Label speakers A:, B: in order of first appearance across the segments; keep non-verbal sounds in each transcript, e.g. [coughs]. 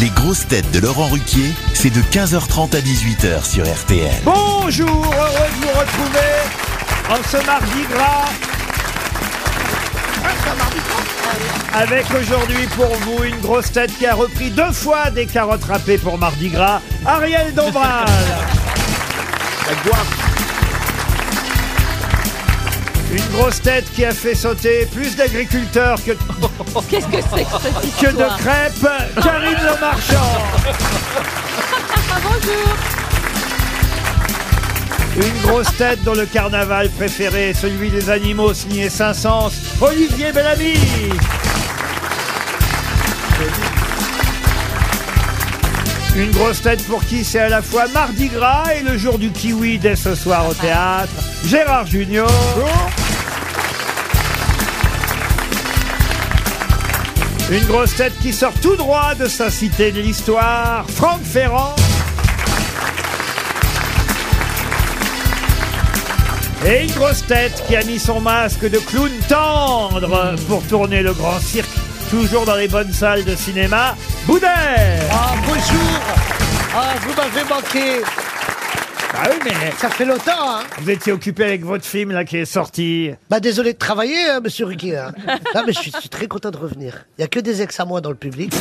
A: Les grosses têtes de Laurent Ruquier, c'est de 15h30 à 18h sur RTL.
B: Bonjour, heureux de vous retrouver en ce mardi gras. Avec aujourd'hui pour vous une grosse tête qui a repris deux fois des carottes râpées pour mardi gras, Ariel Dombral. Une grosse tête qui a fait sauter plus d'agriculteurs que,
C: [laughs] Qu'est-ce que c'est que cette
B: que
C: histoire
B: de crêpes, Karine Le Marchand.
C: Ah, Bonjour
B: Une grosse tête dont le carnaval préféré est celui des animaux signé Saint-Saëns, Olivier Bellamy. Une grosse tête pour qui c'est à la fois Mardi Gras et le jour du kiwi dès ce soir au théâtre, Gérard Junior. Une grosse tête qui sort tout droit de sa cité de l'histoire, Franck Ferrand. Et une grosse tête qui a mis son masque de clown tendre pour tourner le grand cirque, toujours dans les bonnes salles de cinéma, Boudet
D: Ah, bonjour Ah, vous m'avez manqué
B: Ah oui, mais
D: Ça fait longtemps, hein
B: vous étiez occupé avec votre film là qui est sorti.
D: Bah, désolé de travailler, hein, monsieur Riquet.
B: [laughs]
D: hein. Non, mais je suis, je suis très content de revenir. Il n'y a que des ex à moi dans le public.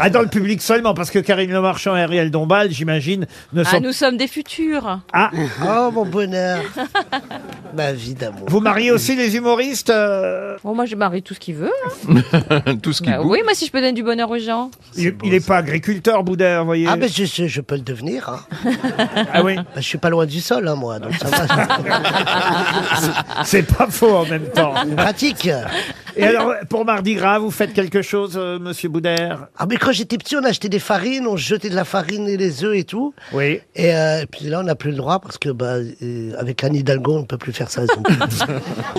B: Ah, dans le public seulement, parce que Karine Le Marchand et Ariel Dombal, j'imagine, ne sont...
C: Ah, nous sommes des futurs
B: Ah,
D: Oh, mon
C: [laughs]
D: bonheur Ma vie d'amour.
B: vous mariez aussi les humoristes euh,
C: Bon, moi, je marie tout ce qu'il veut. hein.
E: [laughs] Tout ce qui
C: Bah
E: bouge.
C: oui, moi, si je peux donner du bonheur aux gens.
B: Il n'est pas agriculteur, Boudet, vous voyez
D: Ah, mais je, je- je peux le devenir. Hein.
B: [laughs] Ah oui,
D: Bah, je suis pas loin du sol, hein, moi, donc ça va.
B: [laughs] c'est pas faux en même temps.
D: C'est Pratique
B: Et alors, pour Mardi Gras, vous faites quelque chose, euh, monsieur Boudet
D: Ah, mais quand j'étais petit, on achetait des farines, on jetait de la farine et les œufs et tout.
B: Oui.
D: Et, euh, et puis là, on n'a plus le droit parce que, bah, euh, avec Anne Hidalgo, on ne peut plus faire ça.
C: [laughs]
D: donc.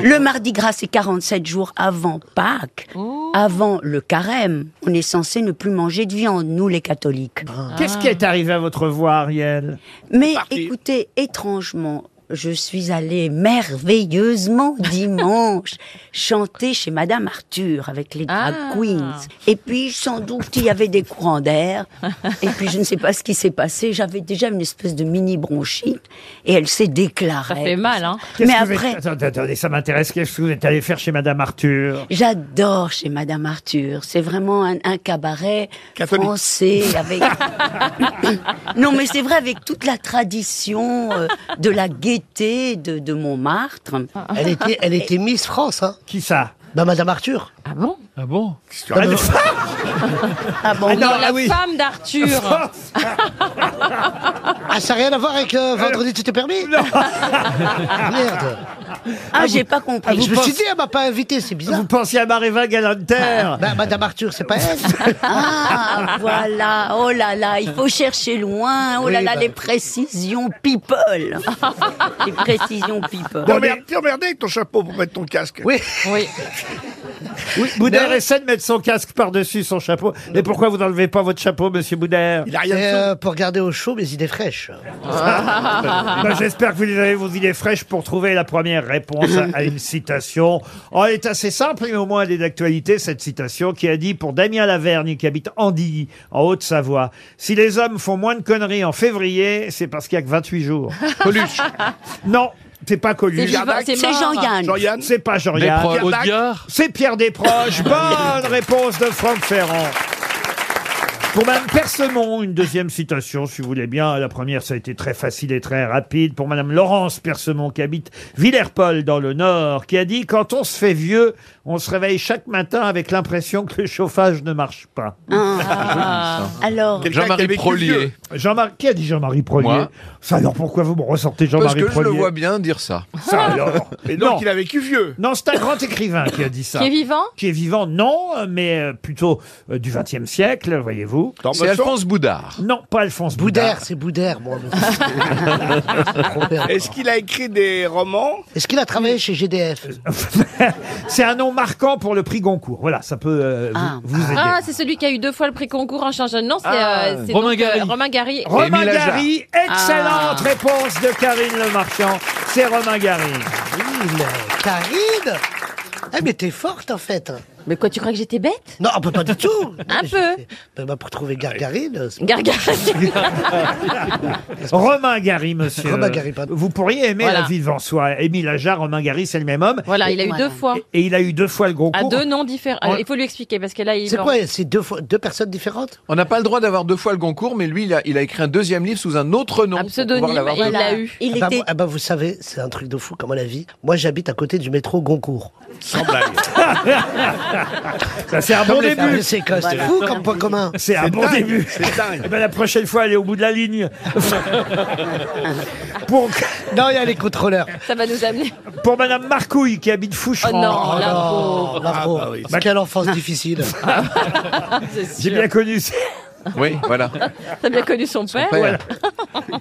F: Le mardi gras, c'est 47 jours avant Pâques, avant le carême. On est censé ne plus manger de viande, nous les catholiques.
B: Qu'est-ce qui est arrivé à votre voix, Ariel
F: Mais écoutez, étrangement, je suis allée
B: [laughs]
F: merveilleusement dimanche chanter chez Madame Arthur avec les drag
C: Ah.
F: queens. Et puis, sans doute, il y avait des courants d'air. Et puis, je ne sais pas ce qui s'est passé. J'avais déjà une espèce de mini bronchite et elle s'est déclarée.
C: Ça fait mal, hein
B: Qu'est-ce
F: Mais
B: que vous
F: après-
B: êtes- Attendez, attendez, ça m'intéresse. Qu'est-ce que vous êtes allé faire chez Madame Arthur
F: J'adore chez Madame Arthur. C'est vraiment un, un cabaret français
G: [laughs]
F: avec. non, mais c'est vrai avec toute la tradition euh, de la gaieté de, de Montmartre.
D: elle, était, elle était Miss France, hein.
B: Qui ça
D: Bah, Madame Arthur.
C: Ah bon
E: Ah bon
D: Ah, mais-
F: Ah bon
B: non,
C: La
B: ah oui.
C: femme d'Arthur
D: Ah, ça n'a rien à voir avec euh, Vendredi, tu t'es permis [laughs] Non Merde
F: Ah, j'ai pas compris.
D: Je me
B: pense-
D: suis dit, elle m'a pas invité, c'est bizarre.
B: Vous pensiez à Mareva Galanter
D: Bah, Madame Arthur, c'est pas elle
F: [laughs] Ah, voilà. Oh là là, il faut chercher loin. Oh là
D: Oui,
F: là,
D: bah.
F: les précisions people. les précisions people.
B: Bon,
G: T'es
B: mais-
G: emmerdé- t'es emmerdé avec ton chapeau pour mettre ton casque.
D: Oui
C: Oui.
B: oui, Boudère essaie de mettre son casque par-dessus son chapeau. Mais pourquoi vous n'enlevez pas votre chapeau, monsieur Boudère
G: Il a rien
D: C'est
G: de
D: euh, pour garder au chaud mes idées fraîches. Ah.
B: [laughs] Bah, J'espère que vous avez vos idées fraîches pour trouver la première réponse à- à une citation. Oh, elle est assez simple, mais au moins elle est d'actualité, cette citation, qui a dit pour Damien Lavergne, qui habite Andilly, en Haute-Savoie, Si les hommes font moins de conneries en février, c'est parce qu'il n'y a que 28 jours.
E: Coluche,
B: Non, c'est pas
C: C'est
B: Coluche.
C: vivant,
F: C'est
C: mort.
F: Jean-Yann.
G: Jean-Yann,
B: C'est pas Jean-Yann.
E: Despro-
G: Pierre Dac.
E: Audiard.
B: C'est Pierre [laughs] Desproges. Bonne réponse de Franck Ferrand. Pour Madame Persemont, une deuxième citation, si vous voulez bien. La première, ça a été très facile et très rapide. Pour Madame Laurence Persemont, qui habite Villerpol dans le Nord, qui a dit « Quand on se fait vieux, on se réveille chaque matin avec l'impression que le chauffage ne marche pas.
F: Ah. Alors,
G: [laughs] Ah, Quelqu'un qui a
E: Jean-Marie
G: vécu vieux.
E: Prolier. »
B: Jean-Marc, qui a dit Jean-Marie Prolier
E: Moi.
B: Ça alors, pourquoi vous me ressortez
E: Parce
B: Jean-Marie
E: que je
B: Prolier
E: le vois bien dire ça.
B: Ça alors
G: Et
B: Ah. Non.
G: donc il a vécu vieux.
B: Non, c'est un grand écrivain qui a dit ça.
C: Qui est vivant
B: qui est vivant, non, euh, mais euh, plutôt euh, du XXe siècle, voyez-vous.
E: C'est Alphonse Boudard.
B: Non, pas Alphonse Boudard.
D: Boudère, c'est Boudère, [laughs] moi. mais- C'est trop bien.
G: Est-ce qu'il a écrit des romans
D: Est-ce qu'il a travaillé chez GDF
B: [laughs] C'est un nom marquant pour le prix Goncourt. Voilà, ça peut euh, vous-
F: Ah.
B: vous, aider.
C: Ah, c'est celui qui a eu deux fois le prix concours en changeant de nom. C'est
E: Ah,
C: euh, c'est
E: Romain
C: donc, euh,
E: Gary.
C: Romain Gary. Ah.
B: Romain
E: Émile Ajar.
B: Gary, excellente réponse de Karine Le Marchand. C'est Romain Gary.
D: Karine Karine Eh, mais t'es forte, en fait.
C: Mais quoi, tu crois que j'étais bête
D: Non, bah, pas du
C: [laughs]
D: tout. Non,
C: Un
D: mais je-
C: peu.
D: Bah, bah, pour trouver Gargarine, euh, c'est-
C: [laughs] Gargarine.
B: Romain Gary, monsieur.
D: Romain Gary, pardon.
B: Vous pourriez aimer
C: Voilà.
B: la vie devant soi. Émile Ajar, Romain Gary, c'est le même homme.
C: Voilà,
F: Et
C: il a eu
F: voilà.
C: deux fois.
B: Et- Et il a eu deux fois le gros
C: À
B: concours.
C: deux noms différents. Alors,
B: Ouais.
C: Il faut lui expliquer parce que là, il.
D: c'est quoi C'est deux, fois- deux personnes différentes
E: On n'a pas le droit d'avoir deux fois le Goncourt, mais lui, il a, il a écrit un deuxième livre sous un autre nom.
C: Un
E: pour
C: pseudonyme,
E: pouvoir l'avoir
C: et il
E: deux
C: l'a
E: fois.
C: eu.
F: Il
D: Ah bah,
F: était
D: moi- ah bah, Vous savez, c'est un truc de fou, comment la vie. Moi, j'habite à côté du métro Goncourt.
B: Ça, c'est un bon
D: Ah, mais
B: début.
D: C'est quoi, c'est fou comme point commun.
B: C'est un bon début.
G: C'est dingue.
B: Eh ben, la prochaine fois, elle est au bout de la ligne. pour,
D: Non, il y a les contrôleurs.
C: Ça va nous amener.
B: pour Madame Marcouille, qui habite
C: Oh
B: Foucheron.
C: non, la
D: Oh,
C: pauvre.
D: bravo.
B: Ah
G: bah oui.
D: Quelle enfance difficile.
B: [laughs] J'ai bien connu ça.
E: Oui, voilà.
C: Ah, [laughs] T'as bien connu son père.
E: Père.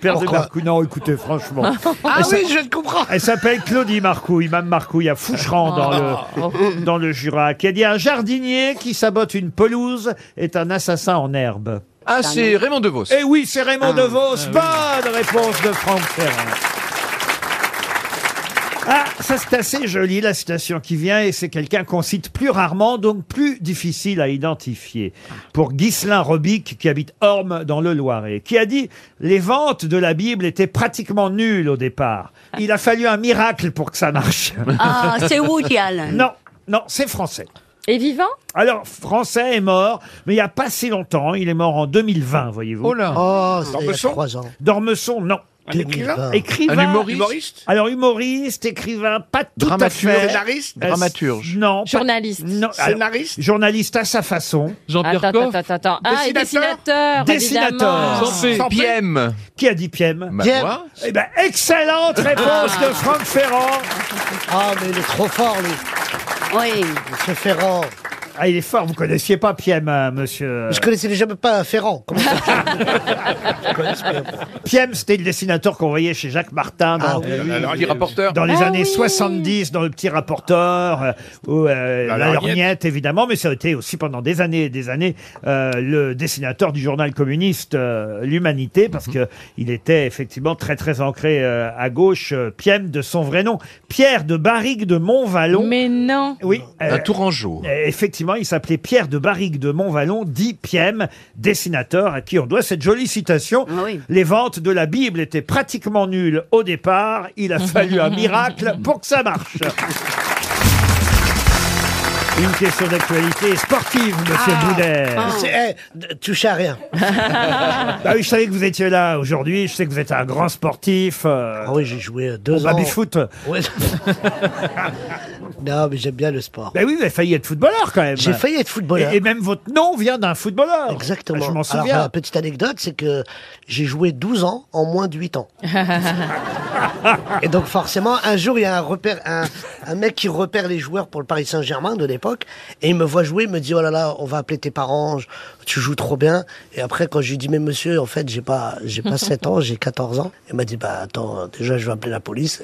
B: Père de
D: Pourquoi
B: Marcouille. Non, écoutez, franchement.
G: Ah oui, je le comprends.
B: Elle s'appelle Claudie Marcouille, Mme Marcouille à Foucheran dans le, dans le Jura, qui a dit un jardinier qui sabote une pelouse est un assassin en herbe.
E: Ah, c'est Raymond DeVos.
B: Eh oui, Ah c'est
D: Ah.
B: Raymond DeVos. Bonne réponse de Franck Ferrand. Ah, ça c'est assez joli la citation qui vient et c'est quelqu'un qu'on cite plus rarement donc plus difficile à identifier. Pour Ghislain Robic qui habite Orme dans le Loiret, qui a dit les ventes de la Bible étaient pratiquement nulles au départ. Il a fallu un miracle pour que ça marche.
F: Ah, c'est
B: [laughs]
F: Woody Allen.
B: non, non, c'est français.
C: Et vivant
B: Alors français est mort, mais il n'y a pas si longtemps. Il est mort en 2020, voyez-vous.
E: Oh là.
D: Oh, c'est il y a
G: Dormesson
D: trois ans.
B: Dormesson, non.
G: Un écrivain
B: bah.
D: 2020.
B: Écrivain.
E: Un humoriste.
G: Humoriste
B: Alors, humoriste, écrivain, pas tout
E: Dramaturge.
B: à fait.
G: Scénariste
B: Euh,
E: Dramaturge.
B: Non. pas-
C: Journaliste.
B: Non, alors,
G: Scénariste
B: journaliste à sa façon,
H: Jean-Pierre
C: Attends,
H: Coff
C: attends, attends, attends. Ah, et dessinateur.
B: Dessinateur. Dessinateur.
C: évidemment.
H: Sampé.
G: Sans paix
E: PM.
B: qui a dit Piem.
E: Bah,
D: Pierre.
E: moi.
B: Eh ben, excellente réponse de Franck Ferrand.
D: Ah, mais il est trop fort, lui.
F: Oui.
D: Monsieur Ferrand.
B: Ah, il est fort, vous connaissiez pas Piem, euh, monsieur.
D: Je connaissais déjà pas Ferrand. Comment ça
B: [laughs]
D: Je connais pas.
B: Piem, c'était le dessinateur qu'on voyait chez Jacques Martin
D: Ah
B: dans,
D: oui.
E: Alors, il est rapporteur.
B: dans les
C: Ah
B: années
C: oui.
B: 70, dans Le Petit Rapporteur, euh, ou euh,
G: La
B: La,
G: Lorgnette.
B: Lorgnette, évidemment, mais ça a été aussi pendant des années et des années euh, le dessinateur du journal communiste euh, L'Humanité, parce que il était effectivement très très ancré euh, à gauche, euh, Piem de son vrai nom, Pierre de Barrigue de Montvallon.
C: Mais non.
B: Oui, euh,
E: Un Tourangeau.
B: euh, Effectivement, il s'appelait Pierre de Barrigue de Montvallon, dit Piem, dessinateur à qui on doit cette jolie citation.
F: Ah oui.
B: Les ventes de la Bible étaient pratiquement nulles au départ. Il a fallu un miracle pour que ça marche. [laughs] Une question d'actualité sportive, monsieur Boudet.
D: Ah.
C: Ah.
D: C'est, eh, d- touche à rien.
B: [laughs] Ah oui, je savais que vous étiez là aujourd'hui. Je sais que vous êtes un grand sportif. Euh,
D: Ah oui, j'ai joué euh, deux
B: au
D: ans.
B: baby-foot.
D: Ouais. [laughs] non, mais j'aime bien le sport.
B: Ben oui, vous avez failli être footballeur quand même.
D: J'ai failli être footballeur.
B: Et, et même votre nom vient d'un footballeur.
D: Exactement.
B: Ah, Je m'en
D: Alors,
B: souviens.
D: la petite anecdote, c'est que j'ai joué 12 ans en moins de
B: [laughs]
D: 8 ans. et donc, forcément, un jour, il y a un, repère, un, un mec qui repère les joueurs pour le Paris Saint-Germain de l'époque. Et il me voit jouer, il me dit Oh là là, on va appeler tes parents, je- tu joues trop bien. Et après, quand je lui dis Mais monsieur, en fait, j'ai pas, j'ai pas 7 ans, j'ai 14 ans. Il m'a dit Bah attends, déjà, je vais appeler la
B: [laughs]
D: police.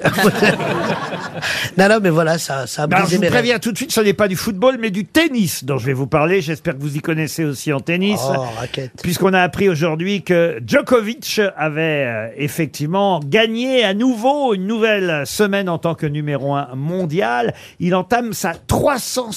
D: non, non, mais voilà, ça, ça a
B: Alors, je
D: brisé
B: vous
D: mes rêves.
B: préviens tout de suite, ce n'est pas du football, mais du tennis dont je vais vous parler. J'espère que vous y connaissez aussi en tennis.
D: Oh, raquette.
B: Puisqu'on a appris aujourd'hui que Djokovic avait euh, effectivement gagné à nouveau une nouvelle semaine en tant que numéro un mondial. Il entame sa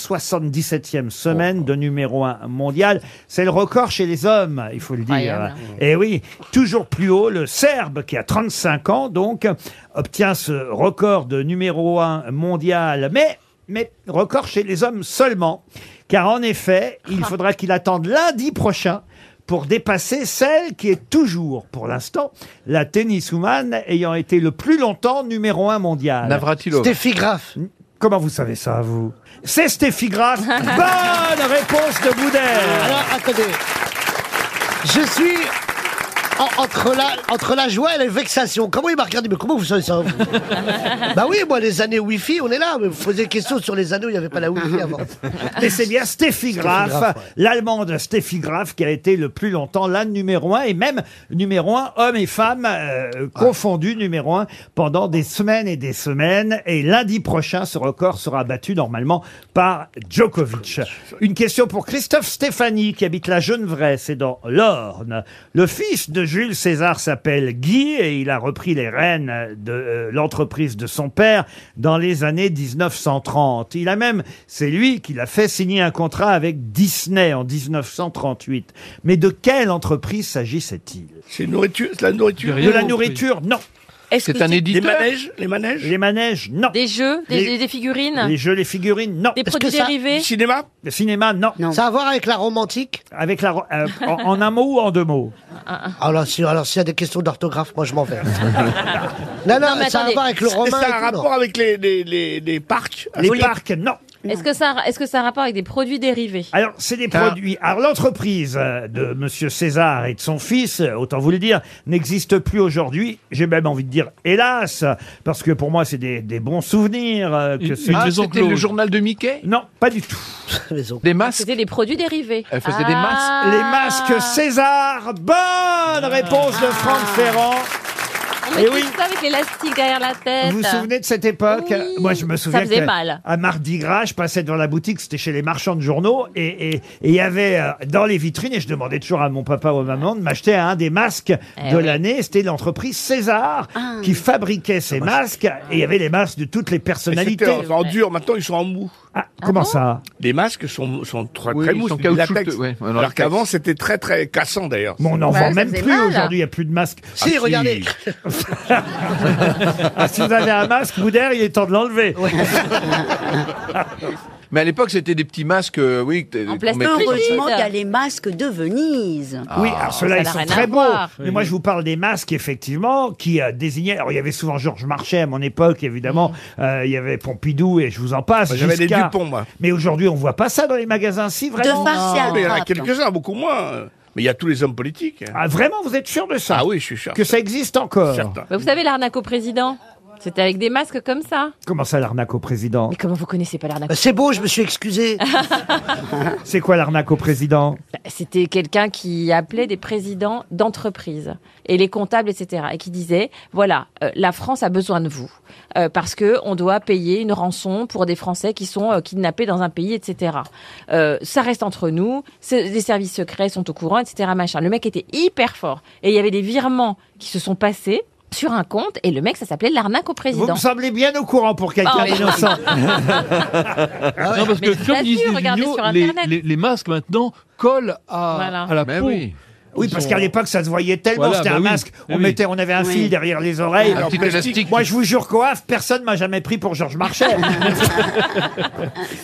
B: 377e semaine de numéro un mondial. C'est le record chez les hommes, il faut le dire.
C: Incroyable.
B: Et oui, toujours plus haut, le Serbe qui a 35 ans donc obtient ce record de numéro un mondial. Mais mais record chez les hommes seulement. Car en effet, il faudra qu'il attende lundi prochain pour dépasser celle qui est toujours, pour l'instant, la tenniswoman ayant été le plus longtemps numéro un mondial.
E: Navratilova.
D: Stéphie Graff.
B: Comment vous savez ça, vous C'est Stéphie Graff. Bonne réponse de Boudère.
D: Alors, attendez. Je suis en- entre, la, entre la joie et la vexation. Comment il m'a regardé Mais comment vous savez ça vous Bah oui, moi, les années Wi-Fi, on est là. Mais vous posez des questions sur les années où il n'y avait pas la
B: [laughs]
D: Wi-Fi avant.
B: Et c'est bien Steffi Graf,
D: Graf, ouais.
B: l'allemande Steffi Graf, qui a été le plus longtemps la numéro un et même numéro un hommes et femmes euh, confondus numéro un pendant des semaines et des semaines. Et lundi prochain, ce record sera battu normalement par Djokovic. Une question pour Christophe Stéphanie, qui habite la Genevraie, c'est dans l'Orne. Le fils de Jules César s'appelle Guy et il a repris les rênes de euh, l'entreprise de son père dans les années 1930. Il a même, c'est lui qui l'a fait signer un contrat avec Disney en 1938. Mais de quelle entreprise s'agissait-il
G: C'est nourriture, c'est la nourriture.
B: De la nourriture, non.
C: Est-ce que
G: Les manèges, les manèges.
B: Les manèges, non.
C: Des jeux, des,
B: Les-
C: des figurines,
B: Les jeux, les figurines, non.
C: des produits
D: que ça-
C: dérivés.
G: Le cinéma.
B: Le cinéma, non.
D: Ça a à voir avec la romantique
B: Avec la, ro- euh, en, en un mot ou en deux mots
D: Alors, Ah, si, alors s'il y a des questions d'orthographe, moi je m'en vais. non, non,
C: mais
D: ça a à
C: attendez.
D: voir avec le romain.
G: Est-ce que ça a
D: et
G: un
D: tout, non
G: rapport avec les, les, les, les parcs
B: Les parcs, non.
C: Est-ce que ça, est-ce que ça a rapport avec des produits dérivés
B: Alors, c'est des produits. Alors, l'entreprise euh, de Monsieur César et de son fils, euh, autant vous le dire, n'existe plus aujourd'hui. J'ai même envie de dire hélas, parce que pour moi, c'est des, des bons souvenirs. euh, que
H: Une-
B: c'est-
H: une
E: Ah,
H: maison
E: c'était
H: close.
E: le journal de Mickey
B: Non, pas du tout.
D: Mais on-
E: Des masques
C: Ah, C'était des produits dérivés.
B: Euh,
E: Elle faisait des masques.
B: Ah.
E: Ah.
B: Les masques César. Bonne réponse de Franck Ferrand.
C: On
B: Eh
C: mettait
B: oui.
C: ça avec l'élastique derrière la tête.
B: Vous vous souvenez de cette époque
C: Oui.
B: Moi, je me
C: Ça
B: souviens
C: faisait
B: que
C: mal.
B: à Mardi Gras, je passais devant la boutique, c'était chez les marchands de journaux, et et- et il y avait euh, dans les vitrines, et je demandais toujours à mon papa ou à ma maman de m'acheter un des masques
C: Eh
B: de
C: oui. Ah.
B: l'année. C'était l'entreprise César qui fabriquait ces masques, et il y avait les masques de toutes les
G: Ah, bah, Mais
B: personnalités.
G: C'était en, en dur, maintenant ils sont en mou.
B: Ah, comment ça
G: Les masques sont, sont très,
E: Oui,
G: très
E: ils
G: mous,
E: sont
G: c'est du
E: caoutchouteux,
G: latex.
E: ouais, ouais, dans le
G: Alors
E: latex.
G: qu'avant c'était très très cassant d'ailleurs.
B: Bon, on n'en
C: Ouais,
B: vend
C: Bah, ça
B: même
C: faisait
B: plus
C: mal.
B: aujourd'hui, il n'y a plus de masques.
D: Si, regardez.
C: [laughs]
B: Ah, si vous avez un masque, Boudère, il est temps de l'enlever.
E: [laughs] Mais à l'époque, c'était des petits masques, euh, oui. que t'es-
C: En
E: on
C: plastique.
E: mettait-
C: Brigitte.
F: Heureusement qu'il y a les masques de Venise.
B: Oui, alors ceux-là, ils
C: Ah. ça n'a
B: sont
C: rien à
B: très beaux.
C: voir.
B: Mais moi, je vous parle des masques, effectivement, qui euh, désignaient... Alors, il y avait souvent Georges Marchais à mon époque, évidemment. Euh, il y avait Pompidou, et je vous en passe.
G: Moi, J'avais des
B: Giscard.
G: Dupont moi.
B: Mais aujourd'hui, on voit pas ça dans les magasins, si,
F: De
B: vraiment
F: farce et à
G: Mais il y en a
F: grappe.
G: quelques-uns, beaucoup moins. Mais il y a tous les hommes politiques.
B: Ah, vraiment, vous êtes sûr de ça
G: Ah oui, je suis sûr.
B: Que ça existe encore
G: Certain.
C: Bah, vous savez l'arnaque au président C'était avec des masques comme ça.
B: Comment ça, l'arnaque au président Euh,
C: Mais comment vous connaissez pas l'arnaque
D: Bah, C'est beau, je me suis excusé.
B: C'est quoi l'arnaque au président
C: Bah, C'était quelqu'un qui appelait des présidents d'entreprises et les comptables, etc. et qui disait voilà, euh, la France a besoin de vous euh, parce que on doit payer une rançon pour des Français qui sont euh, kidnappés dans un pays, etc. Euh, ça reste entre nous. c'est- Les services secrets sont au courant, etc. Machin. Le mec était hyper fort et il y avait des virements qui se sont passés sur un compte et le mec, ça s'appelait l'arnaque au
B: Vous
C: président.
B: me semblez bien au courant pour quelqu'un
C: Ah,
B: [laughs]
C: mais-
B: d'innocent.
H: Non, parce
C: Mais
H: que
C: c'est
H: comme
C: pas
H: disent
C: sûr,
H: les
C: regardez
H: vignots,
C: sur
H: les,
C: Internet.
H: les- les masques maintenant collent à,
C: Voilà.
H: à la
E: Mais
H: peau.
E: oui.
B: Oui, parce qu'à l'époque, ça se voyait tellement.
H: Voilà,
B: C'était
H: bah
B: un
H: oui.
B: masque.
H: Eh
B: On,
H: oui.
B: mettait, on avait un fil derrière les oreilles.
E: Un petit élastique.
B: [laughs] Moi, je vous jure qu'au Havre, personne m'a jamais pris pour Georges Marchais.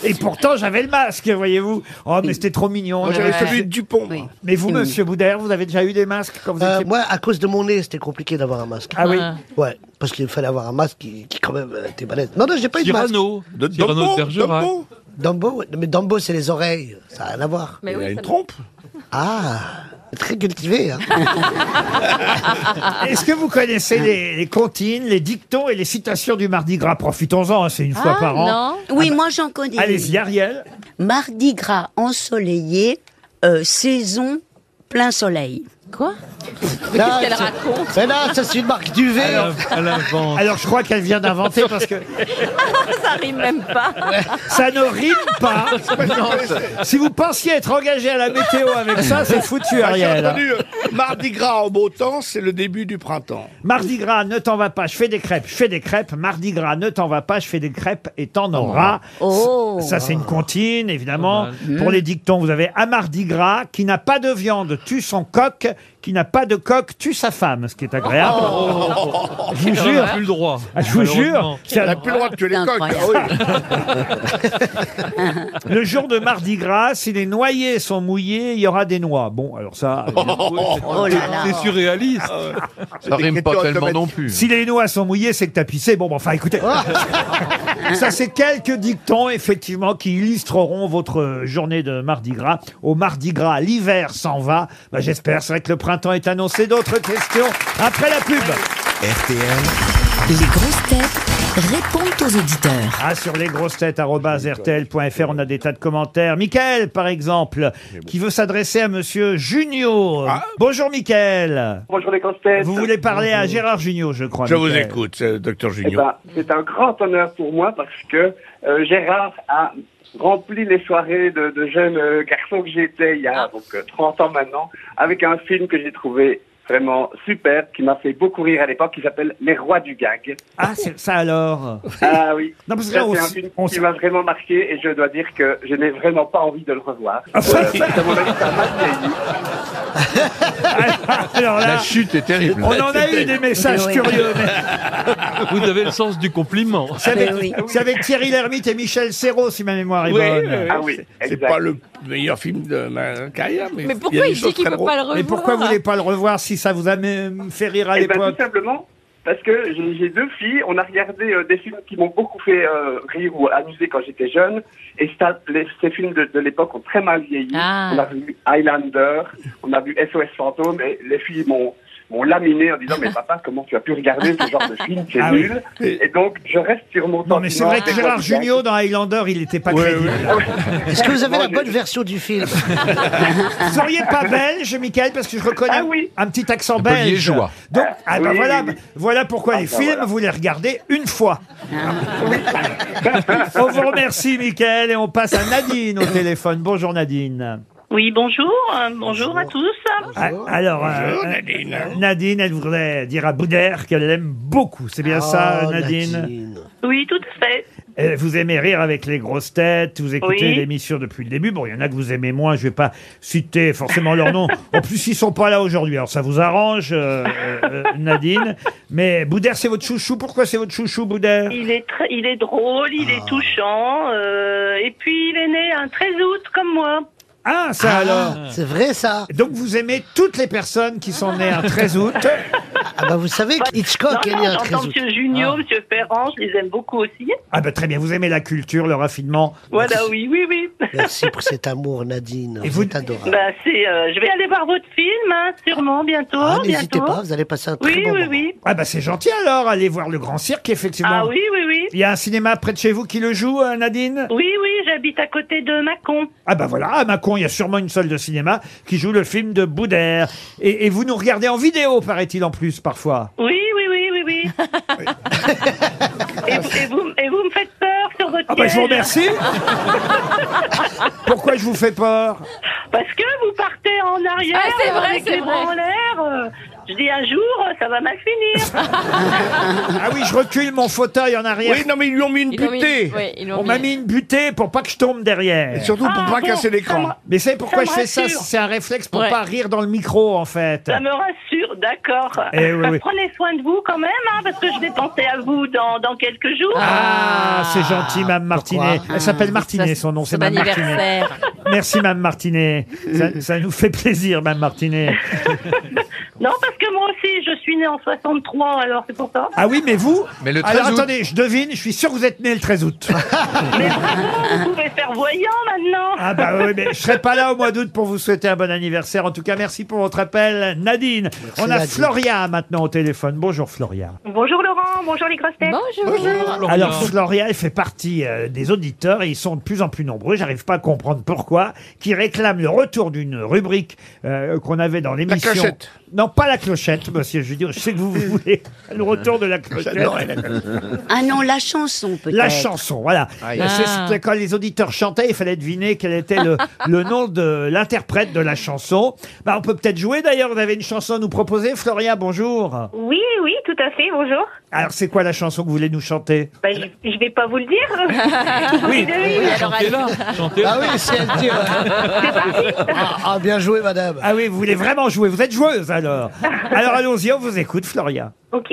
B: Et pourtant, j'avais le masque, voyez-vous. Oh, mais c'était trop mignon.
G: Moi j'avais
F: Ouais.
G: celui de Dupont.
F: Oui.
B: Mais vous,
F: Oui.
B: monsieur Boudère, vous avez déjà eu des masques quand vous
D: Mm. Euh,
B: étiez...
D: moi, à cause de mon nez, c'était compliqué d'avoir un masque.
B: Ah oui.
D: Ouais, parce qu'il fallait avoir un masque qui, qui quand même, euh, était balèze. Non, non, j'ai pas eu de masque.
H: Cyrano,
G: De
H: Cyrano de
G: Dumbo,
H: Bergerac.
G: Dumbo.
D: Dumbo, ouais. mais Dumbo, c'est les oreilles. Ça a rien à voir.
C: Mais
G: Il
C: oui,
G: a
C: ça
G: une
C: me-
G: trompe.
D: Ah, très cultivé.
C: [laughs]
D: Hein.
B: Est-ce que vous connaissez les, les comptines, les dictons et les citations du Mardi Gras Profitons-en, hein, c'est une fois
C: Ah,
B: par an. bah,
C: non.
F: Oui, moi j'en connais.
B: Allez-y, Ariel.
F: Mardi gras ensoleillé, euh, saison plein soleil. [laughs]
D: [laughs]
C: Quoi
D: Non,
C: Qu'elle
D: c'est-
C: raconte
D: mais non, ça c'est une marque du V.
H: À la- à la vente.
B: Alors, je crois qu'elle
G: [laughs]
B: vient d'inventer parce que
C: [laughs] Ça rime même pas.
B: ça ne rime
G: [laughs]
B: pas. si vous pensiez être engagé à la météo avec ça, c'est foutu,
G: Ah, J'ai
B: Ariel.
G: entendu euh, Mardi Gras en beau temps, c'est le début du printemps.
B: Mardi gras, ne t'en va pas, je fais des crêpes, je fais des crêpes. Mardi gras, ne t'en va pas, je fais des crêpes et t'en auras.
F: Oh.
B: Ça, c'est une comptine, évidemment. Pour les dictons, vous avez à mardi gras, qui n'a pas de viande, tue son coq, qui n'a pas de coq, tue sa femme, ce qui est agréable. Je vous
H: On n'a
B: jure,
H: plus le droit.
B: ah, je vous jure,
H: malheureusement.
B: c'est
G: On
B: à-
G: n'a plus le droit de tuer les coqs.
F: Incroyable.
G: ah oui.
B: le jour de mardi gras, si les noyers sont mouillés, il y aura des noix. Bon, alors ça. euh,
F: Oh là là.
H: C'est surréaliste.
B: Ah
E: Ça rime pas
G: C'était
E: tellement
G: automatique. Ah.
E: non plus. hein.
B: Si les noix sont mouillées, c'est que t'as pissé. Bon, bah, enfin, écoutez. [laughs] Ça, c'est quelques dictons, effectivement, qui illustreront votre journée de Mardi Gras. Au Mardi Gras, l'hiver s'en va. Bah, J'espère, c'est vrai que le printemps est annoncé. D'autres questions après la pub.
A: RTL,
I: Les grosses têtes répondent aux auditeurs.
B: Ah, sur lesgrossetêtes.rtl.fr, on a des tas de commentaires. Michael, par exemple, qui veut s'adresser à Monsieur Junio.
E: Ah.
B: Bonjour, Michael.
J: Bonjour les grosses têtes.
B: Vous voulez parler à Gérard Junio, je crois.
G: Je vous
B: Michael.
G: écoute, euh, docteur
J: Eh
G: Junior.
J: ben, c'est un grand honneur pour moi parce que euh, Gérard a rempli les soirées de, Ah. de jeunes euh, garçons que j'étais il y a donc, euh, 30 ans maintenant avec un film que j'ai trouvé vraiment superbe qui m'a fait beaucoup rire à l'époque, qui s'appelle Les Rois du Gag.
B: Ah, c'est ça alors
J: Ah oui.
B: Non, parce que
J: Ça,
B: là, on
J: c'est un
B: s-
J: film
B: on
J: qui
B: s-
J: m'a vraiment marqué et je dois dire que je n'ai vraiment pas envie de le revoir.
B: Ah,
J: Euh,
B: ça-
J: à mon avis, ça a mal vieilli.
B: Alors là,
E: La chute est terrible.
B: on en a eu des messages
E: Mais oui.
B: curieux. mais-
H: [laughs] Vous avez le sens du compliment.
B: C'est avec, c'est avec Thierry Lhermitte et Michel Serrault, si ma mémoire est
G: Oui,
B: bonne.
G: oui, oui,
H: Ah
G: c'est- C'est pas le meilleur film de ma carrière, mais.
C: Mais
G: y a
C: pourquoi
G: des
C: il dit
G: choses
C: qu'il
G: très
C: peut
G: drôles.
C: pas le revoir
B: Mais pourquoi vous voulez pas le revoir si ça vous a même fait rire à
J: Eh ben,
B: l'époque
J: tout simplement parce que j'ai j'ai deux filles. On a regardé euh, des films qui m'ont beaucoup fait euh, rire ou amuser quand j'étais jeune. Et ça, les- ces films de, de l'époque ont très mal vieilli.
C: Ah.
J: On a vu Highlander, on a vu SOS Fantôme. Et les filles m'ont m'ont laminé en disant mais papa comment tu as pu regarder ce genre de film c'est
B: Ah oui.
J: nul et donc je reste sur mon
B: Non, mais c'est vrai que
J: sentiment.
B: Gérard Junior dans Highlander, il n'était pas crédible.
D: Est-ce que vous avez
J: Non,
D: la
J: je-
D: bonne version
G: [laughs]
D: du film
B: [laughs] Vous seriez pas belge, Michael, parce que je reconnais
J: Ah oui.
B: un petit accent
E: peu
B: belge.
E: liégeois.
B: Donc, ah bah
J: oui,
B: voilà,
J: oui, oui.
B: voilà pourquoi
J: Ah,
B: les
J: bah
B: films,
J: voilà.
B: vous les regardez une fois. on vous remercie, Michael, et on passe à Nadine au téléphone. Bonjour, Nadine.
K: Oui, bonjour, euh, bonjour à tous.
B: Ah, Alors, euh,
G: Bonjour,
B: euh,
G: Nadine.
B: Nadine, elle voudrait dire à Boudère qu'elle l'aime beaucoup. C'est bien ça,
D: Oh,
B: Nadine,
K: Oui, tout à fait.
B: Euh, Vous aimez rire avec les grosses têtes, vous écoutez
K: Oui.
B: l'émission depuis le début. Bon, il y en a que vous aimez moins, je vais pas citer forcément
D: [laughs]
B: leur nom. En plus, ils sont pas là aujourd'hui, alors ça vous arrange, euh, euh, euh, Nadine. Mais Boudère, c'est votre chouchou. Pourquoi c'est votre chouchou, Boudère Ah.
K: Il est, tr- il est drôle, il est touchant, euh, et puis il est né un 13 août comme moi.
B: Ah, ça alors
D: C'est vrai ça
B: donc vous aimez toutes les personnes qui sont nées un 13 août.
D: Ah bah vous savez qu'Hitchcock est Ah.
K: non,
D: né un
K: non,
D: 13
K: j'entends
D: août.
K: Monsieur Junio, Monsieur Ferrand, je les aime beaucoup aussi.
B: Ah bah très bien, vous aimez la culture, le raffinement.
K: Voilà, oui, oui, oui.
D: Merci pour cet amour, Ah, Nadine.
B: Et
D: vous
B: vous-
D: êtes
K: [laughs]
D: adorable.
K: Bah, c'est, euh, je vais aller voir votre film, hein, sûrement bientôt,
D: Ah, N'hésitez
K: bientôt.
D: pas, vous allez passer un très
K: oui,
D: bon
K: oui,
D: moment.
K: oui.
B: Ah bah c'est gentil alors, allez voir le grand cirque effectivement.
K: Ah oui, oui, oui.
B: Il y a un cinéma près de chez vous qui le joue, euh, Nadine
K: Oui, oui, j'habite à côté de Mâcon.
B: Ah bah voilà, à Macon, il y a sûrement une salle de cinéma qui joue le film de Boudère. Et, et vous nous regardez en vidéo, paraît-il en
G: [laughs]
B: plus, parfois.
K: Oui, oui, oui, oui,
D: [laughs]
K: oui. et, vous- et vous, et vous me faites peur sur votre
B: Ah bah je
K: siège.
B: vous remercie
K: [laughs]
B: Pourquoi je vous fais peur
K: Parce que vous partez en arrière
C: Ah, c'est vrai,
K: avec
C: c'est
K: les bras en
C: vrai.
K: l'air. euh, Je dis un jour, euh, ça va mal finir.
B: [laughs] Ah oui, je recule mon fauteuil en arrière.
G: Oui, non, mais ils lui ont mis une
C: Ils l'ont mis-
G: butée.
C: oui, ils l'ont
B: On m'a mis une butée pour pas que je tombe
G: Et
B: derrière.
G: surtout pour
K: Ah,
G: pas
K: bon,
G: casser
K: ça
G: l'écran.
K: me-
B: Mais c'est
K: Ça
B: pourquoi je
K: me
B: fais ça
K: rassure.
B: C'est un réflexe pour
C: Ouais.
B: pas rire dans le micro, en fait.
K: Ça me rassure, d'accord.
B: Eh oui, oui.
K: Prenez soin de vous quand même, hein, parce que je vais penser à vous dans, dans quelques jours.
B: Ah, c'est gentil, Mme Martinet. Elle s'appelle Martinet,
C: Ça,
B: son nom, c'est
C: Son
B: Mme Martinet.
C: anniversaire.
B: Merci, Mme Martinet. Ça, ça nous fait plaisir, Mme Martinet.
K: [laughs] Non, parce que moi aussi, je suis née en 63, alors c'est pour ça.
B: Ah oui, mais vous
E: Mais le 13
B: Alors
E: août.
B: attendez, je devine, je suis sûr que vous êtes né le 13
K: [laughs]
B: août.
K: Vous pouvez faire voyant maintenant.
B: Ah bah oui, mais je serai pas là au mois d'août pour vous souhaiter un bon anniversaire. En tout cas, merci pour votre appel, Nadine. On a
D: Nadine.
B: Floria maintenant au téléphone. Bonjour Floria.
K: Bonjour Laurent, bonjour les grosses têtes.
C: Bonjour.
H: Florian.
B: Alors Floria, elle fait partie euh, des auditeurs et ils sont de plus en plus nombreux. J'arrive pas à comprendre pourquoi, qui réclament le retour d'une rubrique euh, qu'on avait dans l'émission.
G: clochette.
B: Non, pas la clochette, Monsieur Junior. Je
G: [laughs]
B: sais que vous voulez le retour de la clochette.
G: J'adorais la
F: Ah non, la chanson peut-être.
B: La chanson, voilà.
E: Aïe.
B: Euh, c'est-
C: Ah.
B: C'était quand les auditeurs chantaient, il fallait deviner quel était
F: [laughs]
B: le, le nom de l'interprète de la chanson. Bah, on peut peut-être jouer d'ailleurs. Vous avez une chanson à nous proposer, Floria. Bonjour.
K: Oui, oui, tout à fait, bonjour.
B: Alors, c'est quoi la chanson que vous voulez nous chanter
K: Bah, je, je vais pas vous le dire.
B: Oui.
C: Alors, elle-
H: Chantez-la, chantez-la.
D: Ah oui, c'est elle dit. ouais. Ah, ah, bien joué, madame.
B: Ah oui, vous voulez vraiment jouer. Vous êtes joueuse alors. Alors, allons-y. On vous écoute, Floria.
K: Ok.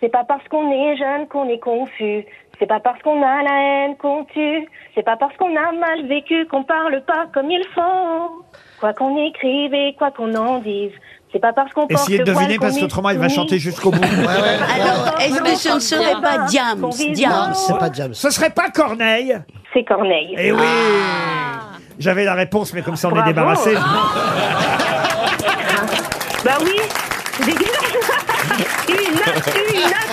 K: C'est pas parce qu'on est jeune qu'on est confus. C'est pas parce qu'on a la haine qu'on tue. C'est pas parce qu'on a mal vécu qu'on parle pas comme il faut. Quoi qu'on écrive et quoi qu'on en dise. C'est pas parce qu'on porte
B: Essayez de
K: le voile
B: deviner
K: qu'on
B: parce
K: est
B: qu'autrement, elle va
K: soumis.
B: chanter jusqu'au bout.
F: Alors, est-ce que ce ne serait pas Diams Diams.
D: Non, c'est pas James.
B: Ce serait pas Corneille
K: C'est Corneille.
B: Eh oui.
D: Ah.
B: J'avais la réponse, mais comme ça, on est
K: Bravo.
B: débarrassé.
K: [laughs] [laughs] Bah oui. Dégueulasse. Une note, une note.